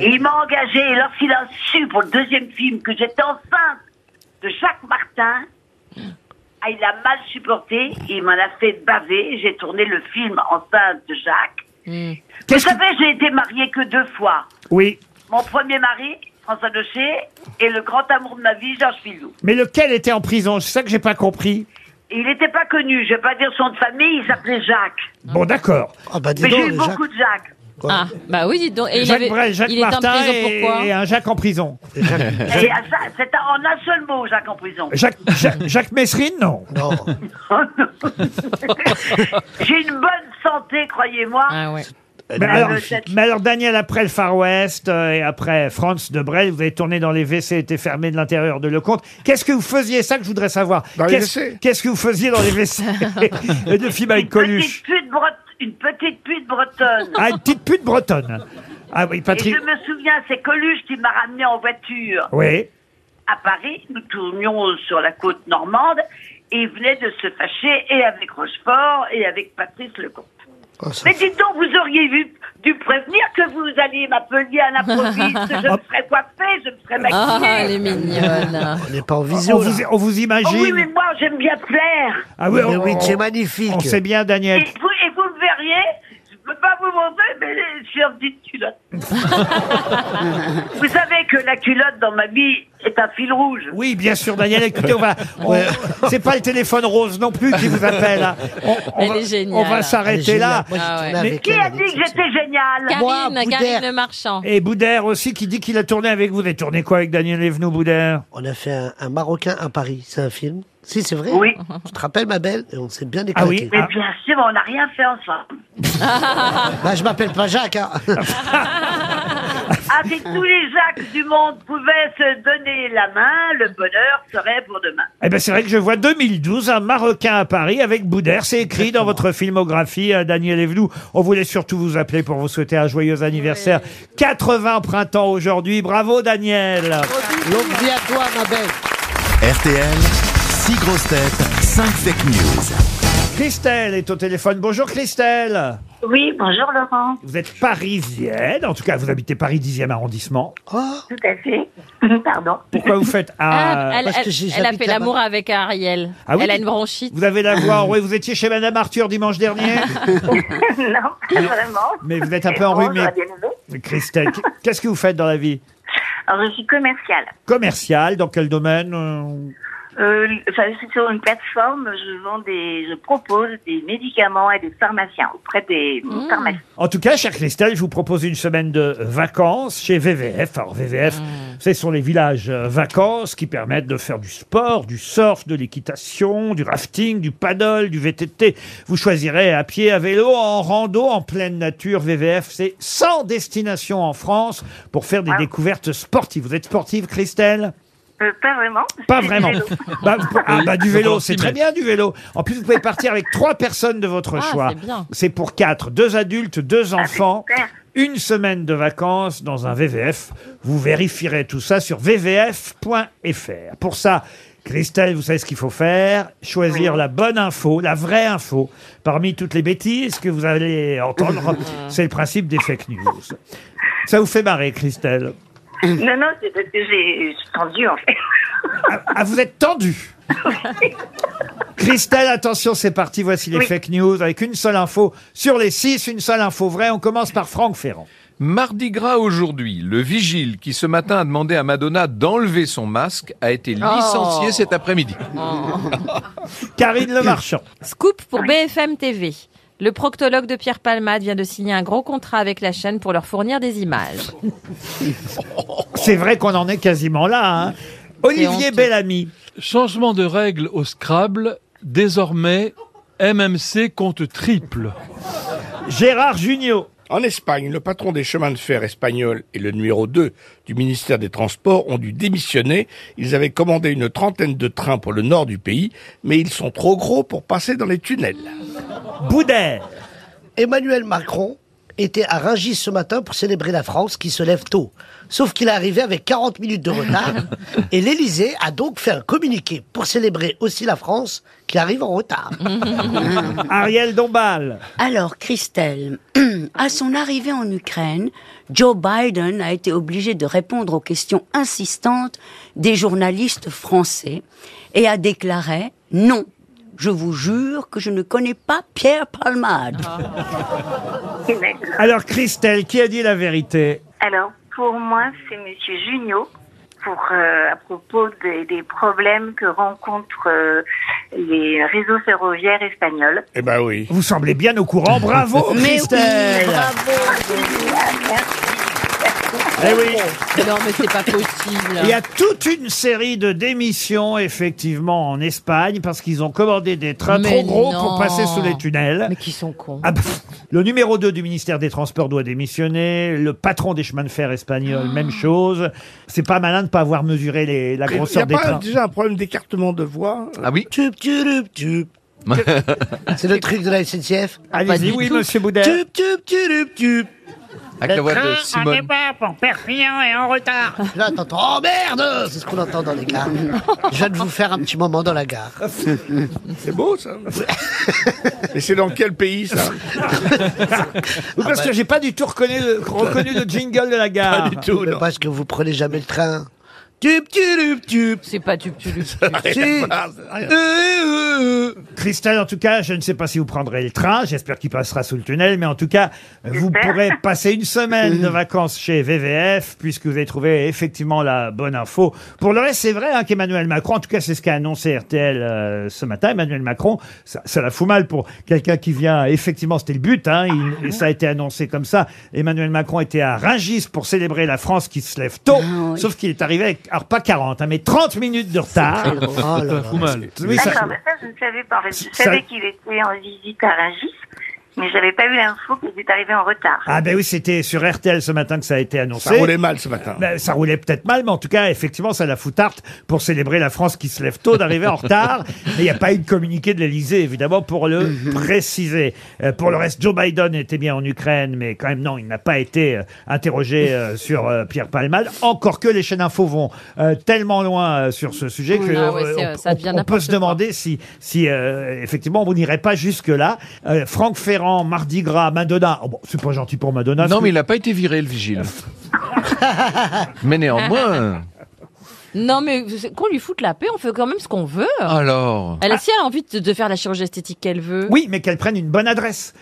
Q: et il m'a engagé. Et lorsqu'il a su pour le deuxième film que j'étais enceinte de Jacques Martin, ah, il a mal supporté. Il m'en a fait baver. J'ai tourné le film enceinte de Jacques. Vous savez, j'ai été mariée que deux fois.
B: Oui.
Q: Mon premier mari, François Docher, et le grand amour de ma vie, Georges Filou.
B: Mais lequel était en prison C'est ça que j'ai pas compris.
Q: Et Il n'était pas connu, je vais pas dire son nom de famille, il s'appelait Jacques.
B: Bon, d'accord.
Q: Mais j'ai eu beaucoup de bah, Jacques.
C: Ah, bah oui, dis donc. Et il
B: Jacques
C: avait-
B: Brel, Jacques
C: il était en
B: Martin
C: prison
B: et,
C: pourquoi
B: et un Jacques en prison.
Q: Et à ça- c'est un- en un seul mot, Jacques en prison.
B: Jacques, Jacques, Jacques Messrine, non Non.
Q: J'ai une bonne santé, croyez-moi.
C: Ah
B: Mais alors,
Q: Euh, cette-
B: mais alors, Daniel, après le Far West euh, et après France de Brel, vous avez tourné dans les WC étaient fermés de l'intérieur de Lecomte. Qu'est-ce que vous faisiez Ça que je voudrais savoir.
Q: Dans les
B: Qu'est-ce
Q: WC?
B: qu'est-ce que vous faisiez dans
Q: [laughs]
B: les WC [laughs] Et de film avec
Q: petite
B: Coluche.
Q: pute bret- une petite pute bretonne.
B: Ah, une petite pute bretonne. Ah oui, Patrick.
Q: Et je me souviens, c'est Coluche qui m'a ramené en voiture.
B: Oui.
Q: à Paris, nous tournions sur la côte normande et il venait de se fâcher et avec Rochefort et avec Patrice Lecomte.
B: Oh,
Q: Mais dites donc, vous auriez vu- dû prévenir que vous alliez m'appeler à
B: [laughs]
Q: l'improviste, je me serais coiffée, je me serais
C: Ah,
Q: maquillée.
C: elle est mignonne.
D: On n'est pas en
B: on,
D: vision.
B: vous, on vous
Q: Oh
B: imagine.
Q: oui, mais moi j'aime bien plaire.
B: Ah oui,
D: Mais
B: on-
D: oui, c'est
B: on-
D: magnifique.
B: On sait bien,
Q: Et
B: Daniel.
Q: vous, et vous me verriez, je peux pas vous montrer, mais je suis en petite
B: [laughs]
Q: culotte. vous savez que la culotte dans ma vie est un fil rouge.
B: Oui, bien sûr, Daniel. Écoutez, on va. on- C'est pas le téléphone rose non plus qui vous appelle.
C: [laughs]
B: hein. On, on
C: Elle
B: va,
C: est géniale. Ah
B: on va s'arrêter là. Mais-
Q: Qui a dit que j'étais géniale
B: Moi,
C: Karine,
B: Boudère.
C: Karine Marchand.
B: Et Boudère aussi qui dit qu'il a tourné avec vous. Vous avez tourné quoi avec Daniel Evenou, Boudère
D: On a fait un, un Marocain à Paris. C'est un film. Si, c'est vrai.
Q: Oui.
D: Je te rappelle, ma belle, et on s'est bien
Q: Ah
D: éclaté.
Q: oui. Mais bien sûr, on n'a rien fait ensemble.
C: [laughs]
B: Ah.
D: Bah, je m'appelle pas Jacques.
B: [laughs]
D: hein.
Q: Ah, si tous les Jacques du monde pouvaient se donner la main, le bonheur serait pour demain.
B: Eh ben c'est vrai que je vois 2012 un Marocain à Paris avec Boudère. C'est écrit dans votre filmographie, euh, Daniel Evenou. On voulait surtout vous appeler pour vous souhaiter un joyeux anniversaire. 80 printemps aujourd'hui. Bravo Daniel.
D: Longue vie à toi, ma belle.
A: RTL, 6 grosses têtes, 5 fake news.
B: Christelle est au téléphone. Bonjour Christelle.
N: Oui, bonjour Laurent.
B: Vous êtes parisienne, en tout cas vous habitez Paris 10e arrondissement.
D: Oh.
N: Tout à fait. [laughs] Pardon.
B: Pourquoi vous faites
C: Ah,
B: ah,
C: elle, elle- elle a fait l'amour avec Ariel.
B: Ah oui
C: elle a une bronchite.
B: Vous avez la
C: [laughs]
B: voix, oui, vous étiez chez Madame Arthur dimanche dernier.
N: non, pas vraiment.
B: Mais vous êtes un
N: Et
B: peu
N: bon,
B: enrhumée.
N: j'aurais bien aimé.
B: Christelle, qu'est-ce que vous faites dans la vie
N: Alors, je suis commerciale.
B: Commercial, dans quel domaine euh,
N: Euh, enfin, je suis sur une plateforme, je vends des, je propose des médicaments à des pharmaciens auprès des
B: Mmh.
N: pharmacies.
B: En tout cas, chère Christelle, je vous propose une semaine de vacances chez VVF. Alors, VVF, ce sont les villages euh, vacances qui permettent de faire du sport, du surf, de l'équitation, du rafting, du paddle, du VTT. Vous choisirez à pied, à vélo, en rando, en pleine nature. VVF, c'est 100 destinations en France pour faire des découvertes sportives. Vous êtes sportive, Christelle
N: Euh, pas vraiment.
B: pas
N: C'est du
B: vraiment.
N: vélo.
B: Bah, vous- ah, bah, du
H: Oui,
B: vélo,
H: pendant
B: c'est
H: six
B: très
H: mètres.
B: bien du vélo. En plus, vous pouvez partir avec trois personnes de votre
N: Ah,
B: choix.
N: c'est bien.
B: C'est pour quatre, deux adultes, deux enfants.
N: super.
B: Une semaine de vacances dans un VVF. Vous vérifierez tout ça sur vvf.fr. Pour ça, Christelle, vous savez ce qu'il faut faire Choisir la bonne info, la vraie info, parmi toutes les bêtises que vous allez entendre. c'est le principe des fake news. Ça vous fait marrer, Christelle
N: [laughs] Non, non, c'est parce que j'ai, je suis tendue, en fait.
B: ah, vous êtes tendu. Christelle, attention, c'est parti. Voici les
N: Oui.
B: fake news avec une seule info sur les six, une seule info vraie. On commence par Franck Ferrand.
E: Mardi gras aujourd'hui, le vigile qui ce matin a demandé à Madonna d'enlever son masque a été licencié
C: Oh.
E: cet après-midi.
B: Karine Le Marchand.
C: [laughs] Scoop pour BFM TV. Le proctologue de Pierre Palmade vient de signer un gros contrat avec la chaîne pour leur fournir des images.
B: C'est vrai qu'on en est quasiment là. hein. Olivier Bellamy.
H: Changement de règle au Scrabble. Désormais, MMC compte triple.
B: Gérard Junio.
G: En Espagne, le patron des chemins de fer espagnols et le numéro 2 du ministère des Transports ont dû démissionner. Ils avaient commandé une trentaine de trains pour le nord du pays, mais ils sont trop gros pour passer dans les tunnels.
B: Boudet
D: Emmanuel Macron était à Rungis ce matin pour célébrer la France qui se lève tôt. Sauf qu'il est arrivé avec 40 minutes de retard et l'Élysée a donc fait un communiqué pour célébrer aussi la France qui arrive en retard.
E: Mmh.
B: Ariel Dombal.
F: Alors, Christelle, [clears throat] à son arrivée en Ukraine, Joe Biden a été obligé de répondre aux questions insistantes des journalistes français et a déclaré non. Je vous jure que je ne connais pas Pierre Palmade. Ah.
B: Alors, Christelle, qui a dit la vérité
N: Alors, pour moi, c'est Monsieur Junio pour euh, à propos des, des problèmes que rencontrent euh, les réseaux ferroviaires espagnols.
G: Eh ben oui.
B: Vous semblez bien au courant. Oh, Bravo,
N: Mais oui,
B: Christelle Eh oui.
C: Non, mais c'est pas possible.
B: Il y a toute une série de démissions, effectivement, en Espagne, parce qu'ils ont commandé des trains
C: Mais
B: trop gros
C: non.
B: pour passer sous les tunnels.
C: Mais qui sont cons.
B: Ah, pff. le numéro 2 du ministère des Transports doit démissionner. Le patron des chemins de fer espagnol,
C: Ah.
B: même chose. C'est pas malin de pas avoir mesuré les- la
G: Il n'y
B: grosseur
G: a
B: des
G: pas
B: trains.
G: déjà un problème d'écartement de voie
E: Ah oui
D: Tup,
E: [laughs]
D: tup, tup. C'est le truc de la SNCF
B: Allez-y, oui, monsieur Boudet.
D: Tup, tup, tup, tup.
E: Avec la voix de Simone.
D: en perfillant et en retard. Là, t'entends, oh merde C'est ce qu'on entend dans les
B: [laughs]
D: gares. Je viens de vous faire un petit moment dans la gare.
G: [laughs] C'est beau ça. Mais c'est dans quel pays
D: [laughs]
G: ça
B: Oui, parce
D: Ah bah.
B: que j'ai pas du tout reconnu le, reconnu le jingle de la gare.
D: Mais Parce que vous prenez jamais le train. Tup, tup, tup.
C: C'est pas tup,
B: [laughs]
C: tup, tup.
D: [laughs] Si.
B: Christelle, en tout cas, je ne sais pas si vous prendrez le train. J'espère qu'il passera sous le tunnel. Mais en tout cas, vous pourrez passer une semaine de vacances chez VVF puisque vous avez trouvé effectivement la bonne info. Pour le reste, c'est vrai hein, qu'Emmanuel Macron, en tout cas, c'est ce qu'a annoncé RTL euh, ce matin. Emmanuel Macron, ça, ça la fout mal pour quelqu'un qui vient. Effectivement, c'était le but. Hein, il- et ça a été annoncé comme ça. Emmanuel Macron était à Rungis pour célébrer la France qui se lève tôt. Sauf qu'il est arrivé avec, alors pas 40, hein, mais 30 minutes de
C: Ah,
B: retard.
H: très drôle. Oh là là. Ça fout mal.
B: Oui, ça-
N: D'accord, mais ça, je ne savais pas. En fait, je
B: Ça-
N: savais qu'il était en visite à Rungis. mais j'avais pas eu l'info que vous êtes arrivé en retard.
B: Ah ben oui, c'était sur RTL ce matin que ça a été annoncé.
G: Ça roulait mal ce matin.
B: Ben, ça roulait peut-être mal, mais en tout cas, effectivement, ça la foutarte pour célébrer la France qui se lève tôt d'arriver
G: [laughs]
B: en retard. Mais il n'y a pas eu de communiqué de l'Elysée, évidemment, pour le
G: Mhm.
B: préciser. Euh, pour le reste, Joe Biden était bien en Ukraine, mais quand même, non, il n'a pas été euh,
G: [laughs]
B: interrogé euh, sur euh, Pierre Palmade. Encore que les chaînes info vont euh, tellement loin euh, sur ce sujet que
C: Ah ouais,
B: euh,
C: c'est,
B: on-
C: euh, ça
B: on-
C: devient
B: on, peut
C: n'importe
B: se demander si, si euh, effectivement, on n'irait pas jusque-là. Euh, Franck Ferrand, Mardi Gras, Madonna. Oh, bon, c'est pas gentil pour Madonna.
E: Non, mais il n'a pas été viré, le [laughs] vigile. mais néanmoins,
C: Non, mais c'est- qu'on lui foute la paix, on fait quand même ce qu'on veut.
E: alors.
C: Elle, si elle a envie de, de faire la chirurgie esthétique qu'elle veut.
B: Oui, mais qu'elle prenne une bonne adresse.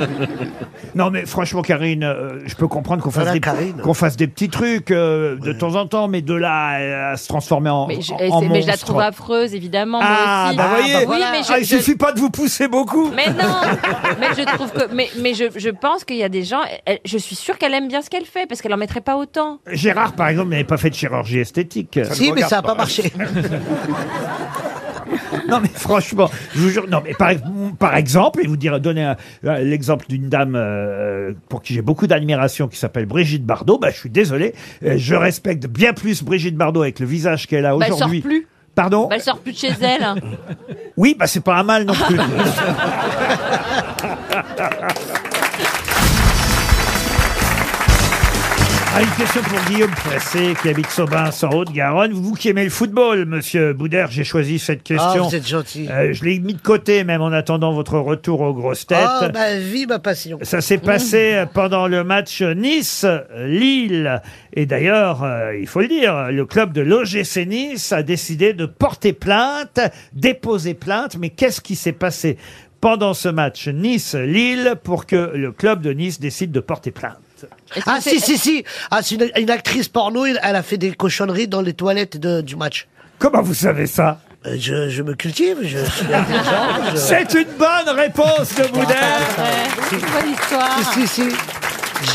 B: [laughs] non, mais franchement, Karine, euh, je peux comprendre qu'on fasse,
D: Voilà,
B: des-
D: Karine.
B: qu'on fasse des petits trucs euh, de temps en temps, mais de là euh, à, à se transformer en.
C: Mais je,
B: en-
C: eh,
B: en
C: c'est- mais je la
B: monstre.
C: trouve affreuse, évidemment. moi
B: Ah,
C: aussi.
B: bah voyez,
C: oui, mais je,
B: Ah, il
C: je-
B: suffit pas de vous pousser beaucoup. [laughs]
C: Mais non, mais je trouve que, mais, mais je, je pense qu'il y a des gens, elle- je suis sûre qu'elle aime bien ce qu'elle fait, parce qu'elle en mettrait pas autant.
B: Gérard, par exemple, n'avait pas fait de chirurgie esthétique.
D: Ça Si, ne mais regarde ça a pas pas.
B: marché. non, mais franchement, je vous jure, non, mais par, par exemple, et vous dire, donner un- un- l'exemple d'une dame euh, pour qui j'ai beaucoup d'admiration qui s'appelle Brigitte Bardot, bah, je suis désolé, euh, je respecte bien plus Brigitte Bardot avec le visage qu'elle a
C: Bah, elle sort
B: aujourd'hui.
C: plus.
B: Pardon
C: Bah, elle sort plus de chez elle.
B: Oui, bah, c'est pas un
C: [laughs]
B: mal non plus. Ah, une question pour Guillaume Pressé, qui habite Saubin, en Haute-Garonne. Vous qui aimez le football, monsieur Boudère, j'ai choisi cette question.
D: Ah, vous êtes gentil.
B: Euh, je l'ai mis de côté, même en attendant votre retour aux grosses têtes.
D: Oh, ma vie, ma passion.
B: Ça s'est passé euh, pendant le match Nice-Lille. Et d'ailleurs, euh, il faut le dire, le club de l'OGC Nice a décidé de porter plainte, déposer plainte. Mais qu'est-ce qui s'est passé pendant ce match Nice-Lille pour que le club de Nice décide de porter plainte
D: Ah si, si, si. Ah, c'est une, une actrice porno, elle elle a fait des cochonneries dans les toilettes de- du match. Euh,
B: Comment vous savez ça
D: je, je me cultive, je suis
B: [laughs]
D: intelligent. je- Ah,
B: C'est une bonne réponse de Boudin.
D: Si.
C: histoire.
D: Si, si, si.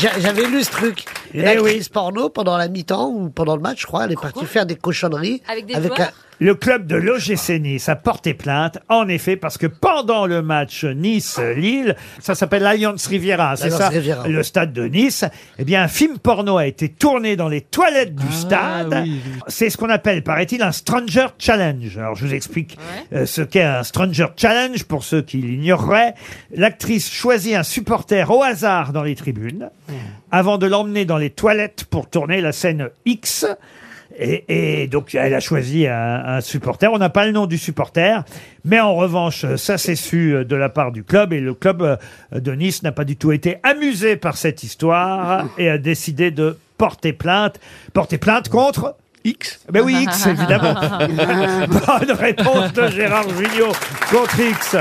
D: J'a- J'avais lu ce truc. Une
B: Eh
D: actrice porno, pendant la mi-temps ou pendant le match, je crois, elle est partie faire des cochonneries.
C: Avec des
D: un-
C: joueurs
B: Le club de l'OGC Nice a porté plainte, en effet, parce que pendant le match Nice-Lille, ça s'appelle l'Alliance Riviera, c'est
D: L'Alliance
B: ça,
D: Riviera, oui.
B: le stade de Nice. Eh bien, un film porno a été tourné dans les toilettes
D: Ah,
B: du stade. C'est ce qu'on appelle, paraît-il, un Stranger Challenge. Alors, je vous explique euh, ce qu'est un Stranger Challenge pour ceux qui l'ignoreraient. L'actrice choisit un supporter au hasard dans les tribunes avant de l'emmener dans les toilettes pour tourner la scène X. Et, et donc, elle a choisi un, un supporter. On n'a pas le nom du supporter, mais en revanche, euh, ça s'est su euh, de la part du club. Et le club euh, de Nice n'a pas du tout été amusé par cette histoire et a décidé de porter plainte. Porter plainte contre X Ben oui,
G: [laughs]
B: X, évidemment. Bonne réponse de Gérard Jugnot contre X.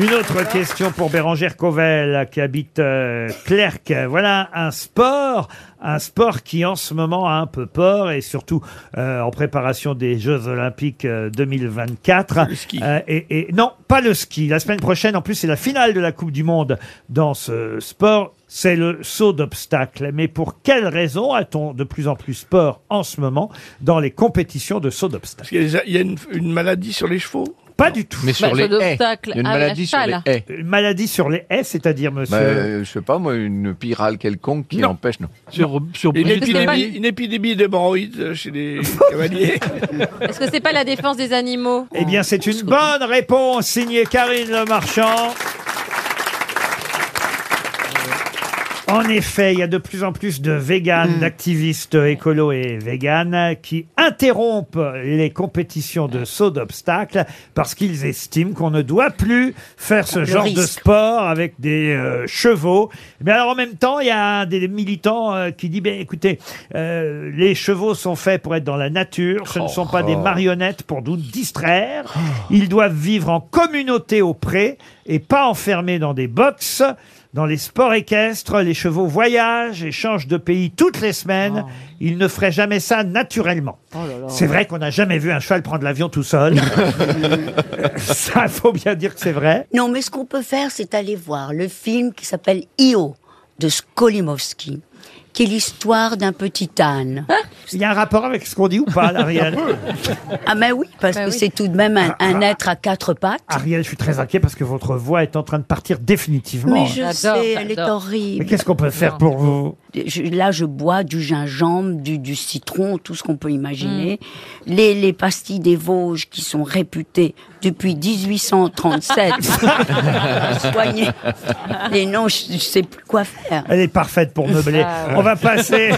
B: Une autre question pour Bérangère Covel qui habite euh, Clerc. Voilà un sport, un sport qui en ce moment a un peu peur et surtout euh, en préparation des Jeux Olympiques euh, 2024. Euh, et, et- non, pas le ski. La semaine prochaine, en plus, c'est la finale de la Coupe du Monde dans ce sport. C'est le saut d'obstacle. Mais pour quelle raison a-t-on de plus en plus peur en ce moment dans les compétitions de saut d'obstacle
G: Parce qu'il y a des- il y a une, une maladie sur les chevaux
B: Pas du tout.
E: Mais sur Bah, les saut haies. d'obstacle, Il y a une ah oui, à maladie sur les cheval. haies.
B: Une maladie sur les haies, c'est-à-dire, monsieur
E: Bah, euh, je sais pas, moi, une pyrale quelconque qui empêche, non.
H: Sur,
G: une épidémie, une épidémie d'hémorroïdes chez les cavaliers.
C: Est-ce que c'est pas la défense des animaux?
B: Eh bien, c'est une bonne réponse signée Karine Le Marchand. En effet, il y a de plus en plus de véganes,
R: Mm.
B: d'activistes écolos et véganes qui interrompent les compétitions de saut d'obstacles parce qu'ils estiment qu'on ne doit plus faire ce
R: Le
B: genre de
R: risque.
B: sport avec des euh, chevaux. Mais alors en même temps, il y a un des militants euh, qui dit, ben écoutez, euh, les chevaux sont faits pour être dans la nature, ce ne sont pas des
R: oh.
B: marionnettes pour nous distraire. Ils doivent vivre en communauté au pré et pas enfermés dans des boxes. Dans les sports équestres, les chevaux voyagent et changent de pays toutes les semaines. Ils ne feraient jamais ça naturellement.
D: Oh.
G: Oh
B: C'est vrai qu'on n'a jamais vu un cheval prendre l'avion tout seul. ça, faut bien dire que c'est vrai.
F: Non, mais ce qu'on peut faire, c'est aller voir le film qui s'appelle Io de Skolimowski, qui est l'histoire d'un petit âne.
B: Il y a un rapport avec ce qu'on dit ou pas, là, Ariel
F: Ah ben oui, parce
B: Ben
F: que
B: oui. Ah.
F: c'est tout de même un, un être à quatre pattes.
B: Ariel, je suis très inquiet parce que votre voix est en train de partir définitivement.
F: Mais je sais, elle est horrible.
B: Mais qu'est-ce qu'on peut faire pour vous
F: Je- Là, je bois du gingembre, du, du citron, tout ce qu'on peut imaginer.
B: Mm.
F: Les, les pastilles des Vosges qui sont réputées depuis
B: [laughs]
F: 1837
E: [laughs]
F: soigner. Et non, je ne sais plus quoi faire.
B: Elle est parfaite
F: [laughs]
B: pour meubler.
F: Ah ouais.
B: On va
F: [laughs]
B: passer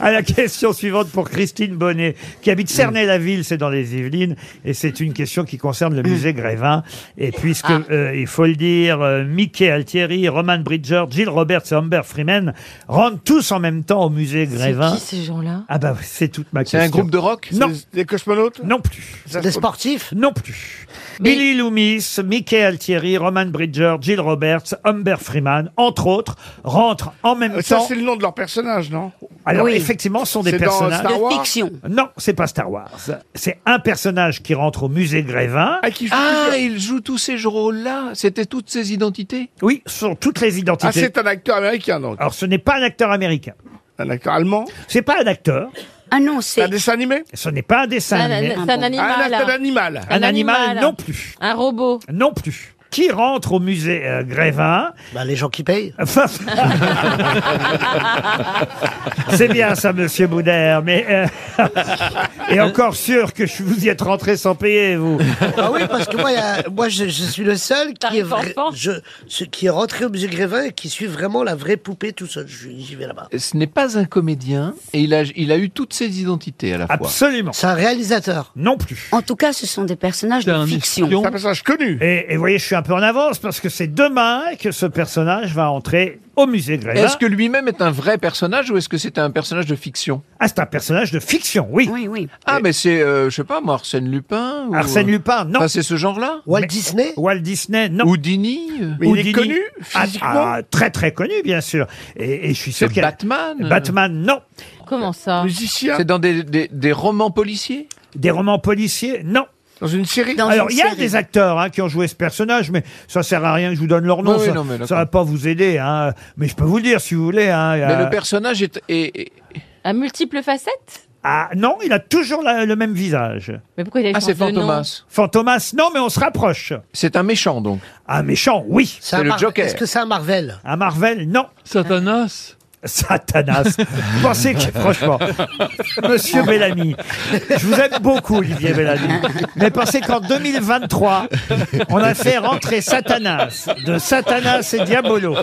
B: à la question suivante pour Christine Bonnet, qui habite Cernay-la-Ville, c'est dans les Yvelines, et c'est une question qui concerne le musée Grévin. Et puisque, euh, il faut le dire, euh, Mickey Altieri, Roman Bridger, Jill Roberts et Amber Freeman rentrent tous en même temps au musée Grévin.
C: qui ces gens-là
B: Ah bah c'est toute ma question.
G: un groupe de rock
B: Non.
G: Des cosmonautes
B: Non plus.
G: Des
B: sportifs Non plus. Billy Loomis, Mickey Altieri, Roman Bridger, Jill Roberts, Humbert Freeman, entre autres, rentrent en même
G: Euh, Ça,
B: temps.
G: c'est le nom de leur personnage, non
B: Alors effectivement, ce sont des
G: C'est dans
B: personnages
G: Star Wars
B: Non, c'est pas Star Wars. C'est un personnage qui rentre au musée Grévin.
E: Ah, il joue tous ces rôles-là. C'était toutes ces identités.
B: Oui, ce sont toutes les identités.
G: Ah, c'est un acteur américain, donc.
B: Alors, ce n'est pas un acteur américain.
G: Un acteur allemand
B: C'est pas un acteur.
F: Ah non, c'est.
G: Un dessin animé
B: Ce n'est pas un dessin
C: C'est un-
B: animé.
C: c'est un animal.
G: Ah, là, c'est un animal.
B: Un, animal, non plus.
C: Un robot.
B: Non plus. Qui rentre au musée euh, Grévin Les gens qui payent. [laughs] C'est bien ça, monsieur Boudère, mais. euh, [laughs] Et encore sûr que je vous y êtes rentré sans payer, vous.
D: [laughs] Ah oui, parce que moi, il y a- moi, je, je suis le seul qui est, vrai- je, ce- qui est rentré au musée Grévin et qui suit vraiment la vraie poupée tout seul. Je- J'y vais là-bas.
E: Ce n'est pas un comédien et il a, il a eu toutes ses identités à la fois.
B: Absolument.
D: C'est un réalisateur.
B: Non plus.
F: En tout cas, ce sont des personnages de fiction.
G: C'est un personnage connu.
B: Et, et vous voyez, je suis un peu en avance parce que c'est demain que ce personnage va entrer au musée Grévin.
E: Est-ce que lui-même est un vrai personnage ou est-ce que c'est un personnage de fiction
B: Ah, c'est un personnage de fiction, oui.
F: Oui, oui.
E: Ah, mais c'est, euh, je sais pas, moi, Arsène Lupin ou- euh,
B: Arsène Lupin, non.
E: Enfin, c'est ce genre-là
D: Walt Disney
B: Walt Disney, non.
E: Houdini euh.
G: Mais il est connu,
B: Ah,
G: physiquement
B: ah, Très, très connu, bien sûr. Et, et je suis sûr qu'il y a-
E: Batman, euh.
B: Batman, non.
C: Comment ça
G: Musicien
E: C'est dans des, des- des romans policiers
B: Des romans policiers, non.
G: Dans une série
E: Dans
B: Alors,
E: une
B: il y a
E: série.
B: des acteurs hein, qui ont joué ce personnage, mais ça sert à rien que je vous donne leur nom.
E: Oui, oui,
B: ça,
E: non, mais d'accord.
B: ça va pas vous aider. hein. Mais je peux vous le dire si vous voulez. hein, il y a-
E: Mais le personnage est, est- est-
C: À multiples facettes
B: Ah non, il a toujours la- le même visage.
C: Mais pourquoi il a
E: Ah, c'est
C: changé de nom
E: Fantomas.
B: Fantomas, non, mais on se rapproche.
E: C'est un méchant, donc.
B: Un méchant, oui.
D: C'est un Mar- Est-ce que c'est un Marvel
B: Un Marvel, non.
H: Satanas
B: Satanas. Vous Pensez que,
D: [laughs]
B: franchement, Monsieur Bellamy, je vous aime beaucoup, Olivier Bellamy, mais pensez qu'en 2023, on a fait rentrer Satanas, de Satanas et Diabolo,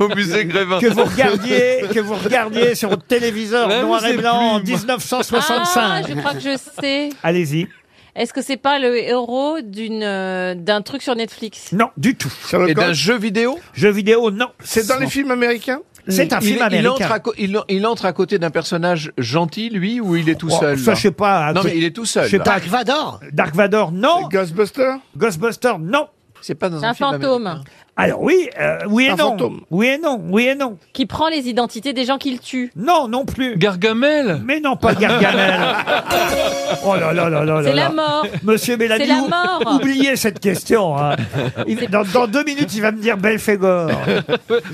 E: Au musée Grévin.
B: que vous regardiez, que vous regardiez sur votre téléviseur
E: Ouais,
B: noir
E: je
B: et
E: sais
B: blanc en
E: plus, moi.
C: Ah,
B: 1965.
C: je crois que je sais.
B: Allez-y.
C: Est-ce que c'est pas le héros d'une euh, d'un truc sur Netflix
B: Non, du tout.
E: Et d'un jeu vidéo
B: Jeu vidéo, non.
G: C'est dans les films américains
B: C'est un
E: Il-
B: film
E: il,
B: américain.
E: Entre à co- il, il entre à côté d'un personnage gentil, lui, ou il est tout
B: Oh,
E: seul
B: ça,
E: là
B: je sais pas. à
E: Non,
B: côté-
E: mais il est tout seul.
B: Je sais
E: là.
B: pas.
D: Dark Vador
B: Dark Vador, non.
G: Ghostbusters
B: Ghostbuster, non.
E: C'est pas dans
C: C'est un fantôme
B: Alors oui, euh, oui et
G: Un
B: non.
G: fantôme.
B: Oui et non, oui et non.
C: qui prend les identités des gens qu'il tue.
B: Non, non plus.
H: Gargamel
B: Mais non, pas
C: [laughs]
B: Gargamel. oh là là là là là.
C: C'est la
B: là.
C: mort.
B: Monsieur Bellamy,
C: C'est la
B: ou-
C: mort.
B: oubliez cette question.
C: [laughs]
B: hein. Il- dans, dans deux minutes, il va me dire Belphégor.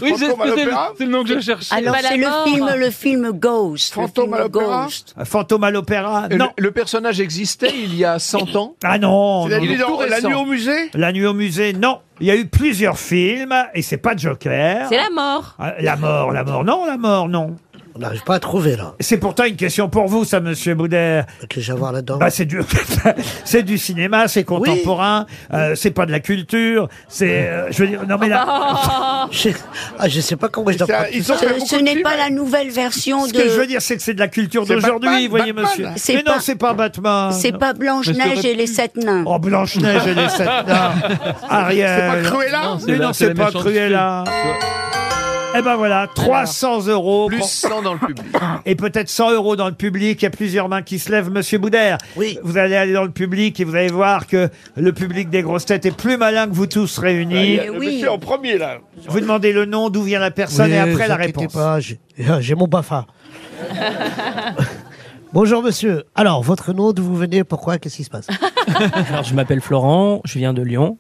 H: Oui, c'est
G: Fantôme à
H: c'est le,
G: l'opéra
H: c'est le nom que je cherchais.
F: Alors,
C: pas la
F: c'est le
C: mort.
F: film, le film Ghost. le
G: Fantôme
F: film
G: à l'opéra
F: Ghost.
B: Fantôme à l'opéra.
H: Euh,
E: Et le-
B: Non.
E: Le, personnage existait il y a 100 ans.
B: Ah non.
G: C'est la
B: non,
E: est
G: nuit
B: non.
E: tout
G: dans- la
E: récent.
G: nuit au musée
B: La nuit au musée. Non. Il y a eu plusieurs films et c'est pas Joker.
C: C'est la mort.
B: Ah, la mort, la mort. Non, la mort, non.
D: On n'arrive pas à trouver là.
B: C'est pourtant une question pour vous, ça, Monsieur Boudère.
D: Que j'ai à voir là-dedans.
B: Bah, c'est du, [laughs] c'est du cinéma, c'est contemporain, euh, c'est pas de la culture, c'est, euh, je veux dire, non mais là,
C: Oh.
D: [laughs] Je... Ah, je sais pas comment je dois
G: C'est un-
D: prendre tout
G: Euh, Ils
D: ça.
G: ont fait
F: Ce, ce
G: beaucoup de
F: n'est
G: films.
F: pas la nouvelle version
B: ce que je veux
F: de.
B: dire, c'est que c'est de la culture
G: C'est
B: d'aujourd'hui,
G: Batman,
B: vous voyez,
G: Batman.
B: monsieur.
F: C'est
B: Mais non,
F: pas-
B: c'est pas Batman.
F: C'est pas Blanche-Neige
H: Monsieur
F: et les sept nains.
B: Oh, Blanche-Neige et
F: [laughs]
H: [laughs]
B: les sept nains. Ariel.
G: C'est pas Cruella
B: Mais non, c'est pas Cruella. Eh ben voilà, 300 euros.
E: Plus
B: pour-
E: 100 dans le public.
B: [coughs] et peut-être 100 euros dans le public. Il y a plusieurs mains qui se lèvent, Monsieur Boudère.
D: Oui.
B: Vous allez aller dans le public et vous allez voir que le public des grosses têtes est plus malin que vous tous réunis.
F: Eh
G: Le
F: oui.
G: monsieur en premier, là.
B: Vous demandez le nom, d'où vient la personne
D: Oui,
B: et après la
D: vous inquiétez
B: réponse.
D: pas, j'ai- [laughs] J'ai mon BAFA. Bonjour monsieur. Alors, votre nom, d'où vous venez, pourquoi, qu'est-ce qui se passe
R: Alors, je m'appelle Florent, je viens de Lyon.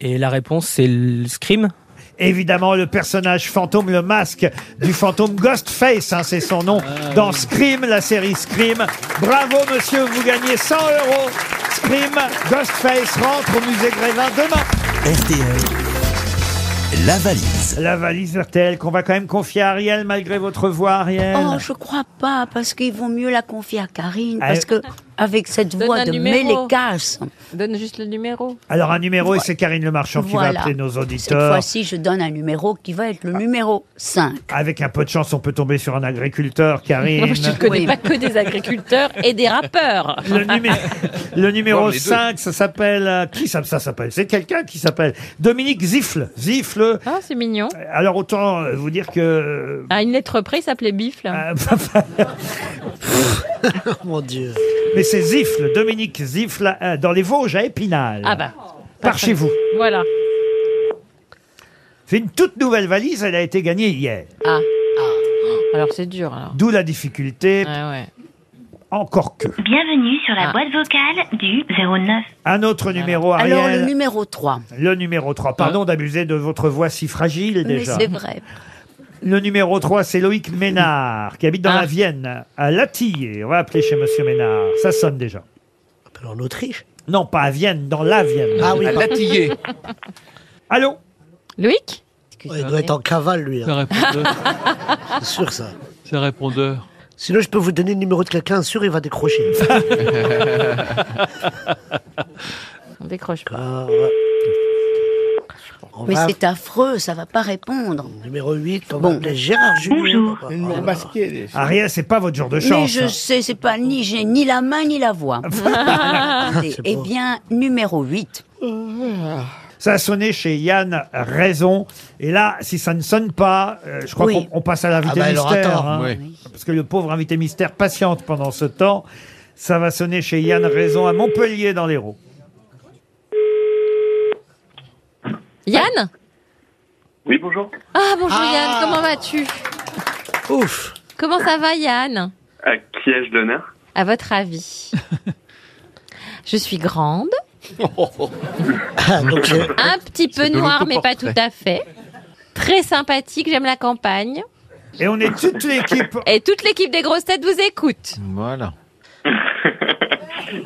R: Et la réponse, c'est le Scream.
B: évidemment le personnage fantôme, le masque du fantôme Ghostface, hein, c'est son nom, dans Scream, la série Scream. Bravo monsieur, vous gagnez 100 euros. Scream, Ghostface rentre au musée Grévin demain. La valise. La valise RTL qu'on va quand même confier à Ariel malgré votre voix, Ariel.
F: Oh, je crois pas, parce qu'il vaut mieux la confier à Karine,
B: Ah,
F: parce
B: euh,
F: que avec cette
C: Donne
F: voix
C: un
F: de
C: numéro.
F: mélécasse.
C: Donne juste le numéro.
B: Alors un numéro et c'est Karine Le Marchand qui va appeler nos
F: Cette
B: auditeurs.
F: fois-ci, je donne un numéro qui va être le numéro 5.
B: Avec un peu de chance, on peut tomber sur un agriculteur,
C: [laughs]
B: Karine.
C: Je ne connais pas que des agriculteurs et des rappeurs.
B: [laughs] Le
C: [laughs]
B: numéro, le numéro
C: Bon, les deux.
B: 5, ça s'appelle... euh, Qui ça, ça s'appelle C'est quelqu'un qui s'appelle Dominique Zifle. Zifle.
C: Ah, c'est mignon.
B: Alors autant euh, vous dire que...
C: À Ah, une lettre près, il s'appelait Bifle.
B: [laughs] Ah, bah, Mon Dieu. Mais c'est Zifle, Dominique Zifle, euh, dans les Vosges, à Épinal.
C: Ah bah.
B: Par chez vous.
C: Voilà.
B: C'est une toute nouvelle valise, elle a été gagnée hier.
C: Ah. Alors c'est dur alors. Ah,
B: D'où la difficulté. Encore que.
R: Bienvenue sur
B: Ah.
R: la boîte vocale du 09.
B: Un autre numéro, Ariel.
R: Alors, le
F: numéro 3.
B: Le numéro 3. Pardon d'abuser de votre voix si fragile
F: Mais
B: déjà.
F: c'est vrai.
B: Le numéro 3, c'est Loïc Ménard, qui habite
F: Ah.
B: dans la Vienne, à Latillé. On va appeler chez Monsieur Ménard. Ça sonne déjà. En Autriche Non, pas à Vienne, dans la Vienne.
D: Ah oui, À pardon.
B: Latillé.
D: Latillé.
B: Allô
C: Loïc
D: Il doit être en cavale, lui. hein. [laughs] C'est sûr, ça.
H: C'est un répondeur.
D: Sinon, je peux vous donner le numéro de quelqu'un, sûr, il va décrocher.
C: [laughs] On décroche
D: pas. Ah, On
F: Mais
D: va-
F: c'est affreux, ça va pas répondre.
D: Numéro 8, on va appeler Gérard Junior.
F: Bonjour.
B: Ariel, c'est pas votre jour Ah. de chance.
F: Mais je
B: hein.
F: sais, c'est pas ni j'ai ni la main ni la
B: [laughs]
F: voix. Et-
B: C'est
F: eh
B: beau.
F: bien, numéro 8.
B: Ah. Ça a sonné chez Yann Raison. Et là, si ça ne sonne pas, euh, je crois
F: Oui.
B: qu'on on passe à l'invité
D: Ah bah, elle aura
B: mystère.
D: tort.
B: hein.
D: Oui.
B: Parce que le pauvre invité mystère patiente pendant ce temps. Ça va sonner chez Yann Raison à Montpellier dans l'Hérault. Ah.
C: Yann
J: Oui,
D: [laughs]
J: bonjour.
C: Ah bonjour Yann, comment vas-tu
D: Ouf
C: Comment ça va Yann
J: À qui ai-je l'honneur
C: À
B: [laughs]
C: votre avis Je suis grande,
D: Ah, euh,
C: un petit peu
B: C'est de
C: noire mais pas tout
B: l'autoportrait.
C: à fait, très sympathique, j'aime la campagne.
B: Et on est toute l'équipe.
C: Et toute l'équipe des grosses têtes vous écoute.
J: Voilà.